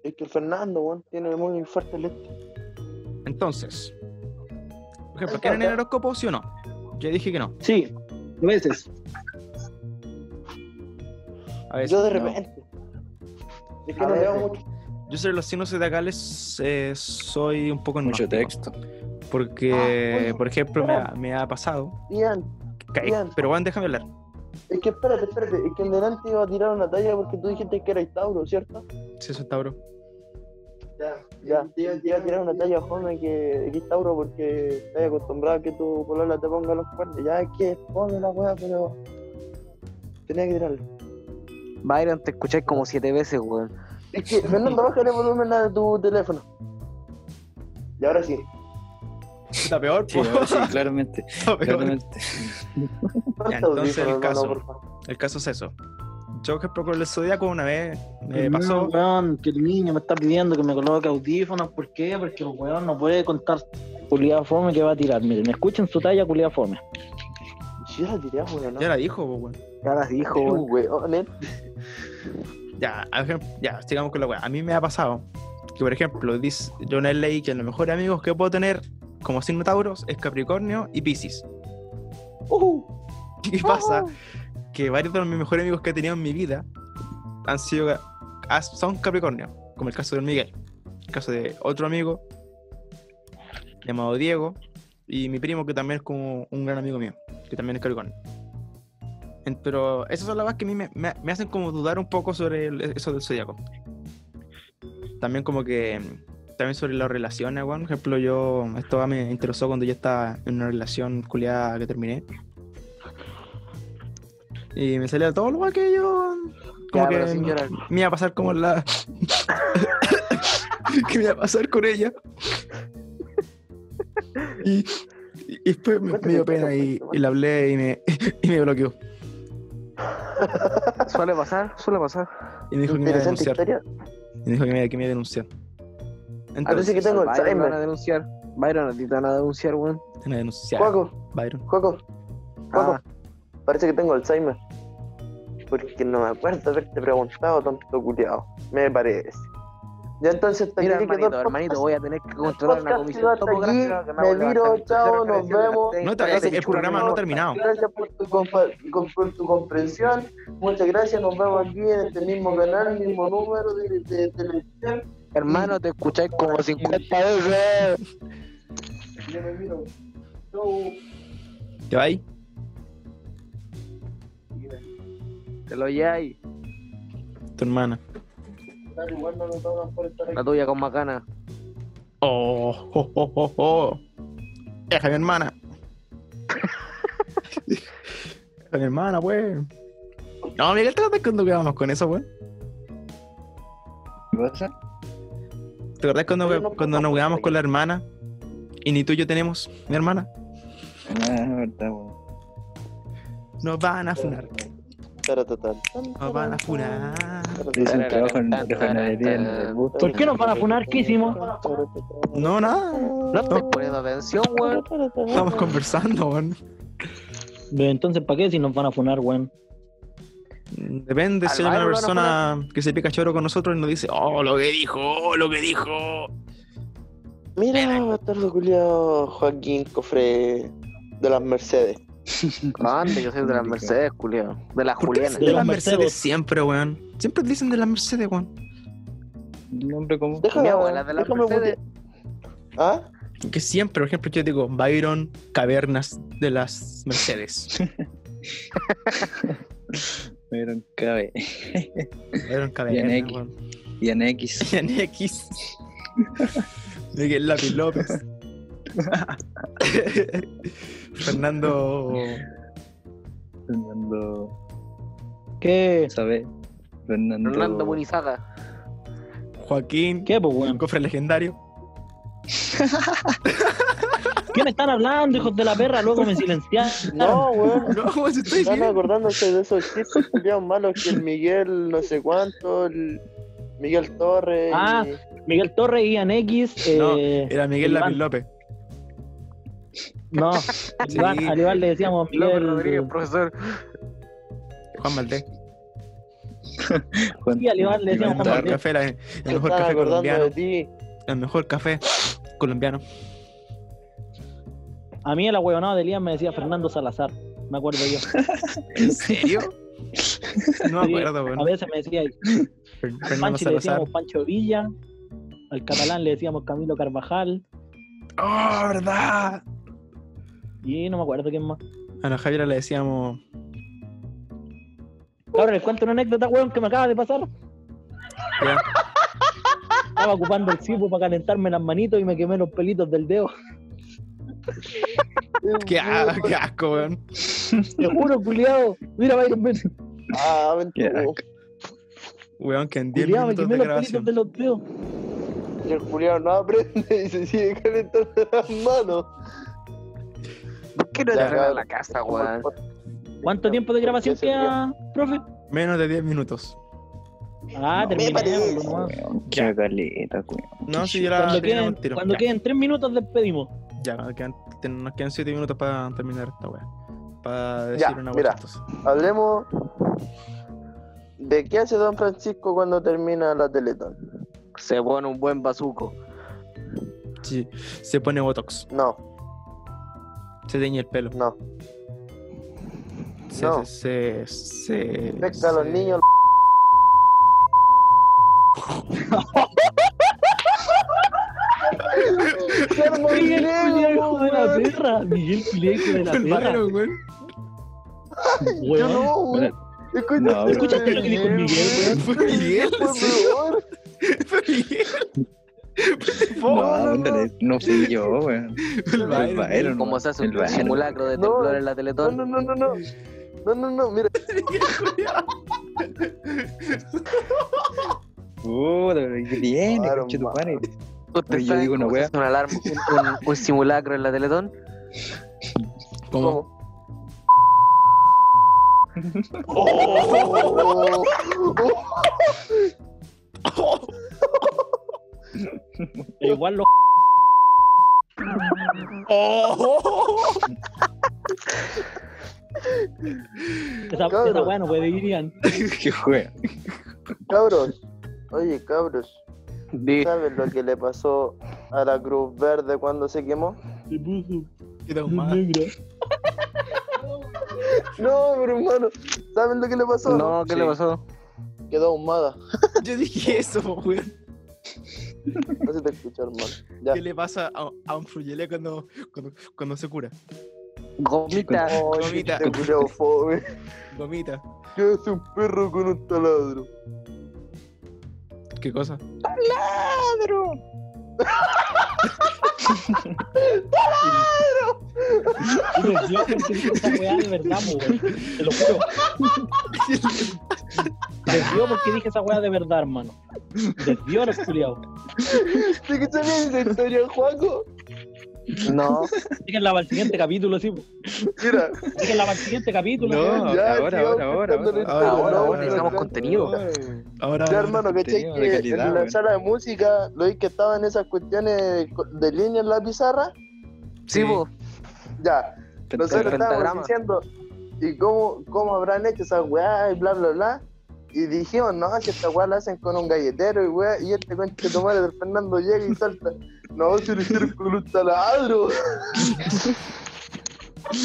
S6: Es que el Fernando, weón, tiene muy fuerte el este.
S1: Entonces, por ejemplo, ¿creen en el horóscopo, sí o no? Yo dije que no.
S4: Sí, a veces.
S1: A veces,
S6: Yo de
S1: no.
S6: repente. Es que
S5: A
S6: no
S5: veces.
S6: veo mucho.
S1: Yo sobre los signos zodiacales eh, soy un poco
S2: Mucho
S1: agnóstico,
S2: texto.
S1: Porque,
S6: Ah, oye,
S1: por ejemplo, me ha, me ha pasado.
S6: Ian,
S1: Ca-
S6: Bien.
S1: Pero van, déjame hablar.
S6: es que espérate, espérate. Es que en delante iba a tirar una talla porque tú dijiste que eras Tauro, ¿cierto?
S1: Sí, soy Tauro.
S6: Ya, iba a tirar una talla fome que, que es Tauro porque estás acostumbrado a que tu polola te ponga los cuernos. Ya es que es fome la weá, pero. Tenía que tirarlo.
S5: Byron, te escuché como siete veces, weón.
S6: Es que, Fernando, bájale el volumen a tu teléfono. Y ahora sí.
S1: Está peor, pues.
S2: Sí,
S1: po.
S2: sí, claramente.
S1: Está peor.
S2: claramente.
S1: Ya, entonces, el caso.
S6: favor.
S1: El caso es eso. Yo, por ejemplo, con el zodiaco una vez me
S4: No,
S1: Eh, pasó.
S4: weón, que el niño me está pidiendo que me coloque audífonos. ¿Por qué? Porque el weón no puede contar culiada fome que va a tirar. Miren, escuchen su talla culiada fome.
S6: Yo la tiré, weón. ¿no?
S1: Ya la dijo, po, weón.
S5: Ya las dijo,
S6: Uh,
S5: weón.
S6: weón, eh.
S1: Ya, a ver, ya, sigamos con la weá. A mí me ha pasado que, por ejemplo, dice, yo una vez leí que los mejores amigos que puedo tener como signo Tauros es Capricornio y Piscis. ¿Qué pasa? Que varios de los mejores amigos que he tenido en mi vida han sido, ah, son Capricornio, como el caso de Miguel, el caso de otro amigo llamado Diego y mi primo que también es como un gran amigo mío, que también es Capricornio. En- Pero esas son las cosas que a mí me, me- me hacen como dudar un poco sobre el- eso del zodiaco. También como que mm, también sobre las relaciones, weón. Por ejemplo, yo esto me interesó cuando yo estaba en una relación culiada que terminé. Y me salía todo lo weón que yo como
S5: Ya,
S1: que
S5: pero sin llorar.
S1: me iba a pasar como la que me iba a pasar con ella. Y, y después me, me dio pena y, y la hablé y me, y me bloqueó.
S5: Suele pasar, suele pasar.
S1: Y me dijo que me iba a
S6: Interesante
S1: denunciar.
S6: historia.
S1: Y me dijo que me, que me iba a denunciar.
S6: Parece
S1: Entonces,
S6: que tengo
S5: Byron lo van
S6: Alzheimer.
S5: a denunciar. Byron, a ti te van a denunciar, weón.
S1: te van a denunciar,
S6: Juaco,
S1: Byron.
S6: Juaco, Juaco.
S5: Ah,
S6: Parece que tengo Alzheimer. Porque no me acuerdo haberte preguntado, tonto culiado. Me parece. Ya entonces te
S5: mira,
S6: diré que
S5: hermanito,
S6: todo el
S5: hermanito,
S6: podcast-
S5: voy a tener que controlar
S6: podcast
S5: una
S6: quedó
S5: comisión
S6: hasta
S5: topográfica
S6: aquí.
S5: que
S6: Me
S5: hago
S6: viro,
S5: levantar
S6: chao,
S5: tercera
S6: nos
S5: canción de
S6: vemos.
S5: las seis,
S1: No,
S5: para
S1: todavía
S5: que
S1: el
S5: chula,
S1: programa
S5: amigo.
S1: no ha terminado.
S6: Gracias por tu, compa- con- por tu comprensión. Muchas gracias. Nos vemos aquí en este mismo canal, mismo número de, de televisión.
S5: Hermano, te escucháis como 50 veces.
S6: Ya me miro. Chau.
S1: ¿Te va ahí?
S5: Te lo lleváis.
S1: Tu hermana.
S6: Dale, igual no nos toman por estar aquí.
S5: La tuya con macana.
S1: Oh, oh, oh, oh, oh. Deja a mi hermana. Deja a mi hermana, pues. No, Miguel, ¿te acuerdas cuando quedamos con eso, pues?
S2: ¿Qué pasa?
S1: ¿Te acuerdas cuando, cuando nos quedamos con la hermana? Y ni tú y yo tenemos mi hermana.
S2: Ah, es verdad, weón.
S1: Nos van a funar.
S6: Taratata.
S1: Nos van a funar.
S2: Hice un trabajo en refanadería en el bus.
S4: ¿Por qué nos van a funar? ¿Qué hicimos?
S1: No, nada.
S5: No estoy poniendo atención, weón.
S1: Estamos conversando, weón.
S4: Entonces, ¿para qué si nos van a funar, weón?
S1: Depende si hay
S5: Al
S1: una
S5: Byron lo van
S1: persona que se pica choro con nosotros y nos dice, oh, lo que dijo, oh, lo que dijo.
S6: Mira, bastardo culiao Joaquín Cofre de las Mercedes.
S5: Grande, yo soy de las Mercedes, culiao. De las
S1: ¿Por qué dicen
S5: Julianas.
S1: de
S4: De
S1: las
S4: las
S1: Mercedes,
S4: Mercedes.
S1: siempre, weón? Siempre dicen de las Mercedes, weón.
S2: ¿El hombre cómo?
S6: Déjame,
S5: Mi abuela de las
S6: déjame
S5: Mercedes.
S6: putear. ¿Ah?
S1: Que siempre, por ejemplo, yo digo, Byron, cavernas de las Mercedes.
S2: Me dieron cabe.
S1: Byron,
S2: Y en
S1: cavernas,
S2: X.
S1: weón.
S2: Y en X.
S1: Y en X. De que es Lápiz López. Fernando.
S2: Fernando. ¿Qué? ¿Sabes? Fernando.
S5: Fernando Burizaga.
S1: Joaquín.
S4: ¿Qué, pues,
S1: Un
S4: weón?
S1: cofre legendario.
S4: ¿Qué me están hablando, hijos de la perra? Luego me silenciaron.
S6: No, weón.
S1: No, weón, se está
S6: Están
S1: diciendo.
S6: acordándose de esos chistes culiados malos que el Miguel no sé cuánto, el Miguel Torres. y-
S4: Ah. Miguel Torres, Ian X.
S1: No,
S4: eh,
S1: Era Miguel Lápiz
S4: Iván.
S1: López.
S4: No, Iván,
S1: Sí.
S4: a Iván le decíamos
S3: López
S4: Miguel.
S3: Rodríguez, profesor.
S1: Juan Valdés.
S2: Juan-
S4: Sí, al Iván le
S1: El
S4: decíamos Juan
S1: mejor
S4: Valdés.
S1: café, era el
S6: se
S1: mejor
S6: están
S1: café
S6: acordando
S1: colombiano.
S6: de ti.
S1: El mejor café colombiano.
S4: A mí el ahueonado de Elías me decía Fernando Salazar. Me acuerdo yo.
S1: ¿En serio? No me
S4: Sí,
S1: acuerdo, weón.
S4: A veces me decía,
S1: Fer-
S4: al
S1: Fernando
S4: Panchi le
S1: Salazar.
S4: decíamos Pancho Villa, al catalán le decíamos Camilo Carvajal,
S1: ¡Oh, verdad!
S4: y no me acuerdo quién más.
S1: A la Javiera le decíamos.
S4: Ahora les cuento una anécdota, weón, que me acaba de pasar.
S1: Ya.
S4: Estaba ocupando el cipo para calentarme las manitos y me quemé los pelitos del dedo.
S1: ¡Qué, a- qué asco, weón!
S4: Te juro, culiado. Mira, Byron, ven.
S6: Ah, ven
S2: Qué
S6: tú.
S1: Weón, que en 10
S4: Culiado, me
S1: minutos
S4: quemé
S1: de
S4: los pelitos
S1: grabación.
S4: de los dedos.
S6: Y el culiao no aprende y se sigue calentando las manos.
S3: ¿Por qué no te
S6: Ya,
S3: arreglas
S6: cabrón.
S3: la casa, weón?
S4: ¿Cuánto tiempo de grabación queda, profe?
S1: Menos de 10 minutos.
S4: Ah,
S2: No,
S4: terminemos.
S2: weón,
S4: nomás.
S2: Qué caleta, weón.
S1: No, si
S2: Qué
S1: yo la
S4: Cuando
S1: tenía
S4: queden,
S1: un tiro.
S4: cuando
S1: Ya,
S4: queden tres minutos, despedimos.
S1: ya, nos quedan- ten- nos quedan 7 minutos para terminar esta weá. Para decir
S6: Ya,
S1: una
S6: mira.
S1: weá. chistosa.
S6: Hablemos de qué hace Don Francisco cuando termina la Teletón.
S3: Se pone un buen bazuco.
S1: Sí, se pone botox.
S6: No,
S1: Se teñe el pelo.
S6: no.
S1: Se,
S6: No.
S1: se, se, se,
S6: Pesca a los
S1: se-
S6: niños. ¡Qué
S4: Miguel Culeado, hijo de la
S6: weón!
S4: perra. Miguel Culeado, hijo de la
S1: El
S4: perra.
S1: Byron, weón.
S6: Yo
S4: Weón.
S6: no, weón.
S2: No,
S6: Escucha,
S2: bro.
S4: ¿Escuchaste lo que dijo el Miguel, weón?
S1: Fue Miguel, sí.
S6: weón.
S1: Fue Miguel.
S2: No, ándale, no fui yo, weón.
S1: El
S2: El
S1: Byron.
S2: Byron,
S3: Como se hace
S2: el
S3: un
S2: Byron.
S3: simulacro de
S6: No.
S3: temblor en la Teletón.
S6: No, no, no, no, no. No, no, no, mira.
S2: Puta, pero ¿qué tiene,
S6: Claro,
S2: conchetumare?
S3: ¿Usted
S2: Yo
S3: sabe
S2: digo una
S3: cómo se
S2: wea.
S3: hace una alarma, un, un- un simulacro en la Teletón?
S1: ¿Cómo?
S6: ¿Cómo? Oh,
S4: Igual los esa,
S6: Cabrón.
S4: esa weá no puede ir, Ian.
S2: Qué weón.
S6: Cabros. Oye, cabros.
S3: Di,
S6: ¿Saben lo que le pasó a la Cruz Verde cuando se quemó?
S4: Se puso
S1: Qué traumada.
S6: No, pero hermano. ¿Saben lo que le pasó?
S3: no, ¿qué le pasó?
S6: Quedó ahumada.
S1: Yo dije eso, weón.
S6: No se te escucha, hermano. Ya.
S1: ¿Qué le pasa a, a un fruyelé cuando, cuando, cuando se cura?
S3: Gomita.
S6: Oye,
S1: Gomita.
S6: este culiao fome.
S1: Gomita.
S6: ¿Qué hace un perro con un taladro?
S1: ¿Qué cosa?
S4: Pero yo porque dije esa weá de verdad, po, weón. Te lo juro. Desvió porque dije esa weá de verdad, hermano. Desvió los culiados.
S6: ¿De qué sabías esa historia, Juaco?
S3: No,
S4: Díganla para el siguiente capítulo, sí. po.
S6: Mira,
S4: Díganla para el siguiente capítulo.
S2: No,
S4: weón.
S6: ya,
S2: ahora,
S6: sigamos
S2: ahora, ahora,
S1: ahora.
S6: contando la historia.
S1: Ahora,
S6: No,
S1: ahora,
S6: bueno,
S3: necesitamos
S6: ya.
S3: contenido.
S1: Ahora,
S6: Ya, hermano, que
S2: Contenido de
S6: que
S2: calidad,
S6: en la
S2: weón.
S6: sala de música, lo vi que estaba en esas cuestiones de, de línea en la pizarra.
S3: sí, vos.
S6: Ya, nosotros
S3: el
S6: estábamos
S3: pentagrama.
S6: diciendo, ¿y cómo, cómo habrán hecho esas weá y bla, bla, bla? Y dijimos, no, si esta weá la hacen con un galletero y weá, y este conche de madre del Fernando llega y salta. No, se lo hicieron con un taladro.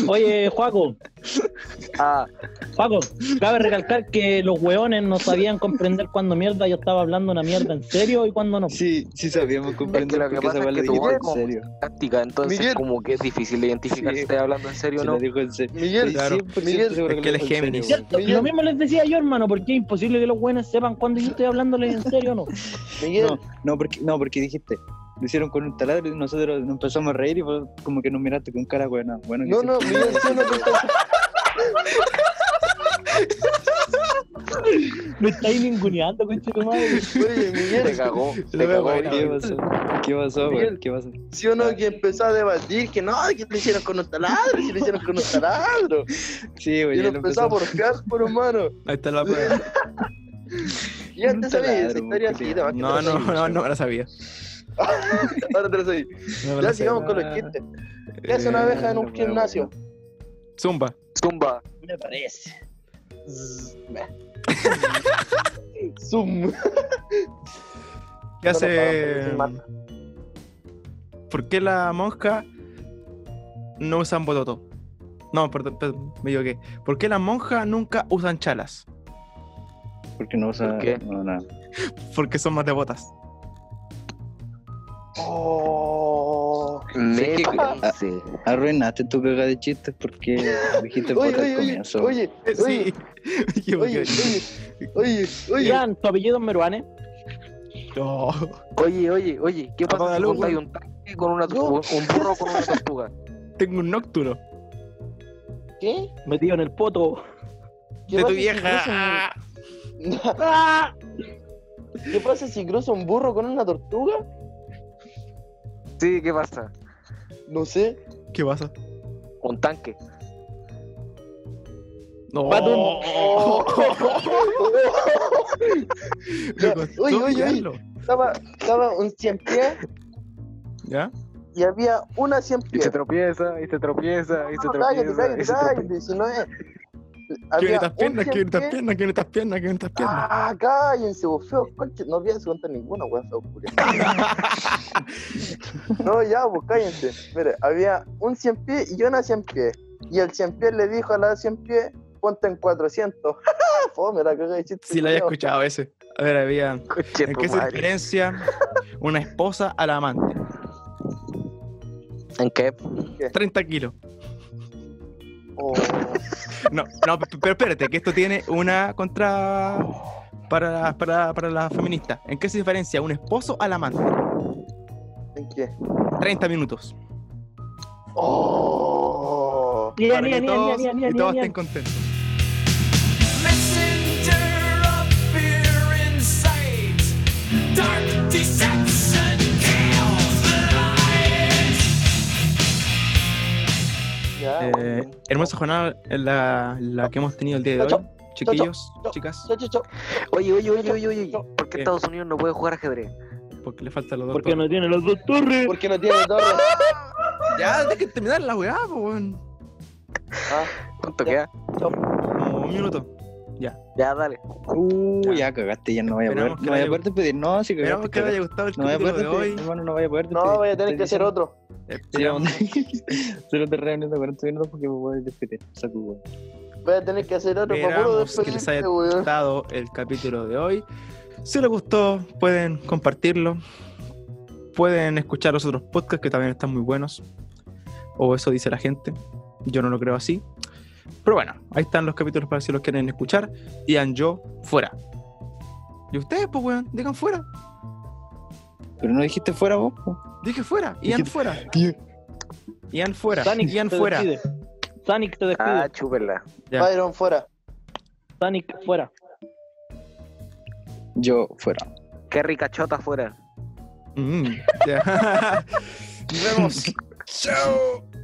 S4: Oye, Juaco,
S3: Ah,
S4: Juaco, cabe recalcar que los weones no sabían comprender cuando mierda yo estaba hablando una mierda en serio y cuando no.
S2: Sí, sí sabíamos comprender
S3: lo que
S2: por qué
S3: pasa
S2: esa weá
S3: es que
S2: la
S3: tu
S2: dijiste
S3: voz
S2: en
S3: como-
S2: serio.
S3: táctica, entonces
S6: Miguel.
S3: como que es difícil identificar si
S2: Sí.
S3: estoy hablando en serio o
S2: Se
S3: no.
S2: la dijo en serio.
S6: Miguel,
S1: Claro.
S2: Estoy 100%
S6: Miguel,
S2: seguro
S1: es que él es
S2: lo dijo en serio,
S1: Géminis.
S2: weón.
S4: ¿Cierto? Lo mismo les decía yo, hermano, porque es imposible que los buenos sepan cuándo yo estoy hablándoles en serio o no.
S6: Miguel,
S2: No, porque, no, porque dijiste, lo hicieron con un taladro y nosotros nos empezamos a reír y vos como que nos miraste con cara buena. Bueno,
S6: No,
S2: que
S6: no,
S2: se-
S6: mira, eso no te está-
S4: Me estáis ninguneando, concha tu madre.
S6: Oye, Miguel,
S3: Te cagó. Te
S1: Le voy a
S3: cagó.
S1: poner-
S2: ¿Qué pasó? ¿Qué pasó,
S6: Miguel.
S2: güey? ¿Qué pasó?
S6: si o no que empezó a debatir que no, que lo hicieron con un taladro, si lo hicieron con un taladro.
S2: Sí,
S6: Y
S2: güey,
S6: lo
S2: ya lo
S6: empezó a
S2: empezó.
S6: porfiar por humano.
S1: Ahí está la prueba.
S6: Ya
S2: Un
S6: te sabías esa
S2: taladro,
S6: historia
S2: culiao.
S6: así, te vas que
S1: No,
S6: te la
S1: no,
S6: sabías.
S1: no, no me la sabía.
S6: Ahora te lo sabí.
S1: No me la
S6: Ya
S1: sabía.
S6: sigamos con los chistes. ¿Qué hace una
S1: Eh,
S6: abeja en
S2: la
S6: un
S2: wea,
S6: gimnasio?
S1: Zumba.
S3: Zumba.
S4: Me parece.
S6: Zoom.
S1: ¿Qué
S6: Solo
S1: hace? mm,
S6: para- para-
S1: ¿Por qué la monja no usan bototo? No, perdón, perdón, me equivoqué. ¿Por qué las monjas nunca usan chalas?
S2: Porque no vas a.
S3: ¿Por qué?
S2: No, nada.
S1: Porque son más devotas.
S6: Oh.
S3: Me
S2: Sí, que-
S3: parece.
S2: Arruinaste tu caga de chistes porque dijiste
S6: Oye,
S2: puta al
S6: oye, oye,
S2: comienzo.
S6: oye,
S1: Sí. Me
S6: oye, oye,
S1: equivoqué.
S6: oye, oye, oye.
S4: Ian, ¿tu apellido es Meruane?
S1: No.
S3: Oye, oye, oye, ¿qué
S1: Apaga
S3: pasa
S1: la
S3: si
S1: luz,
S3: juntáis
S1: weón.
S3: un tanque con una tortuga? Un burro con una tortuga.
S1: Tengo un nocturno.
S6: ¿Qué?
S4: Metido en el poto.
S6: ¿Qué
S1: De
S6: pasa
S1: tu
S6: si
S1: vieja.
S6: cruza un- ¿Qué pasa si cruza un burro con una tortuga?
S3: Sí, ¿qué pasa?
S6: No sé.
S1: ¿Qué pasa?
S3: Un tanque.
S1: No.
S4: Patum.
S6: Oh.
S1: Me costó
S6: Oye, oye, oye.
S1: pillarlo.
S6: Estaba, estaba un cien pies
S1: ¿Ya?
S6: y había una cien pies.
S3: tropieza, y se tropieza, y se
S6: Cállate, cállate, cállate, si no es.
S1: ¿Quién
S6: Había
S1: estas
S6: un
S1: piernas? ¿Quién estas
S6: cien pies.
S1: piernas? ¿Quién estas piernas? ¿Quién estas piernas?
S6: Ah, cállense, vos feos, conche. No olvides contar ninguna, weón, feo, culiao. No, ya, pues cállense. Mira, había un cien pie y una cien pie. Y el cien pie le dijo a la cien pie, ponte en 400. Fome la caga de chiste.
S1: Sí, la había
S6: culiao.
S1: escuchado ese. A ver, había.
S3: Coche
S1: ¿En
S3: tu
S1: qué se
S3: madre.
S1: diferencia una esposa a la amante?
S3: ¿En qué?
S1: 30 kilos.
S6: Oh.
S1: No, no, p- pero espérate, que esto tiene una contra. Para, para, para la feminista. ¿En qué se diferencia un esposo al amante?
S6: ¿En qué?
S1: 30 minutos.
S6: ¡Oh!
S1: Para
S7: Ian,
S1: que
S7: Ian, Ian,
S1: todos-
S7: Ian,
S1: Y
S7: Ian,
S1: todos
S7: Ian,
S1: estén
S7: Ian.
S1: contentos.
S6: Ya.
S1: Eh, hermosa jornada en la, la que hemos tenido el día de hoy.
S6: Chao,
S1: Chiquillos, chicas,
S6: Chao, chao, chao.
S3: Oye, oye, oye, oye, oye. ¿Por
S1: ¿Qué?
S3: qué Estados Unidos no puede jugar ajedrez?
S1: porque le faltan los dos.
S4: Porque no tiene los dos torres.
S6: Porque no tiene torre.
S1: Ya, hay que terminar la weá, po, weón.
S6: Ah.
S3: ¿Cuánto queda?
S1: Como un minuto.
S3: Ya, dale.
S2: Uh, ya cagaste, ya no voy a poder.
S1: Esperamos que
S2: No voy
S1: haya-
S2: a poder despedir. No, si
S1: Esperamos
S2: cagaste.
S1: que les haya gustado
S2: cagaste.
S1: el
S2: No voy a
S1: capítulo
S2: poder
S1: de
S2: despedir,
S1: hoy.
S2: hermano, no voy a poder
S6: No, voy a tener que hacer
S2: hacer
S6: otro.
S1: Esperamos-
S2: Solo te reuniendo 40 minutos porque voy a poder despedir. Saco, güey.
S6: Voy a tener que hacer otro. para puro
S1: Esperamos que les haya
S6: despedirte, weón.
S1: gustado el capítulo de hoy. Si les gustó, pueden compartirlo. Pueden escuchar los otros podcasts que también están muy buenos. O eso dice la gente. Yo no lo creo así. Pero bueno, ahí están los capítulos para si los quieren escuchar. Digan yo fuera. Y ustedes, pues, weón, digan fuera.
S2: Pero no dijiste fuera vos, po.
S1: Dije fuera. Ian
S2: Dijiste-
S1: fuera. Ian fuera.
S4: Sonic
S1: Ian
S4: se
S1: fuera.
S4: despide. Sonic se despide.
S3: Ah, chúpenla.
S1: Ya.
S6: Byron fuera.
S4: Sonic fuera.
S2: Yo fuera.
S3: Qué rica chota fuera.
S1: Mm, ya. Nos vemos. Chao.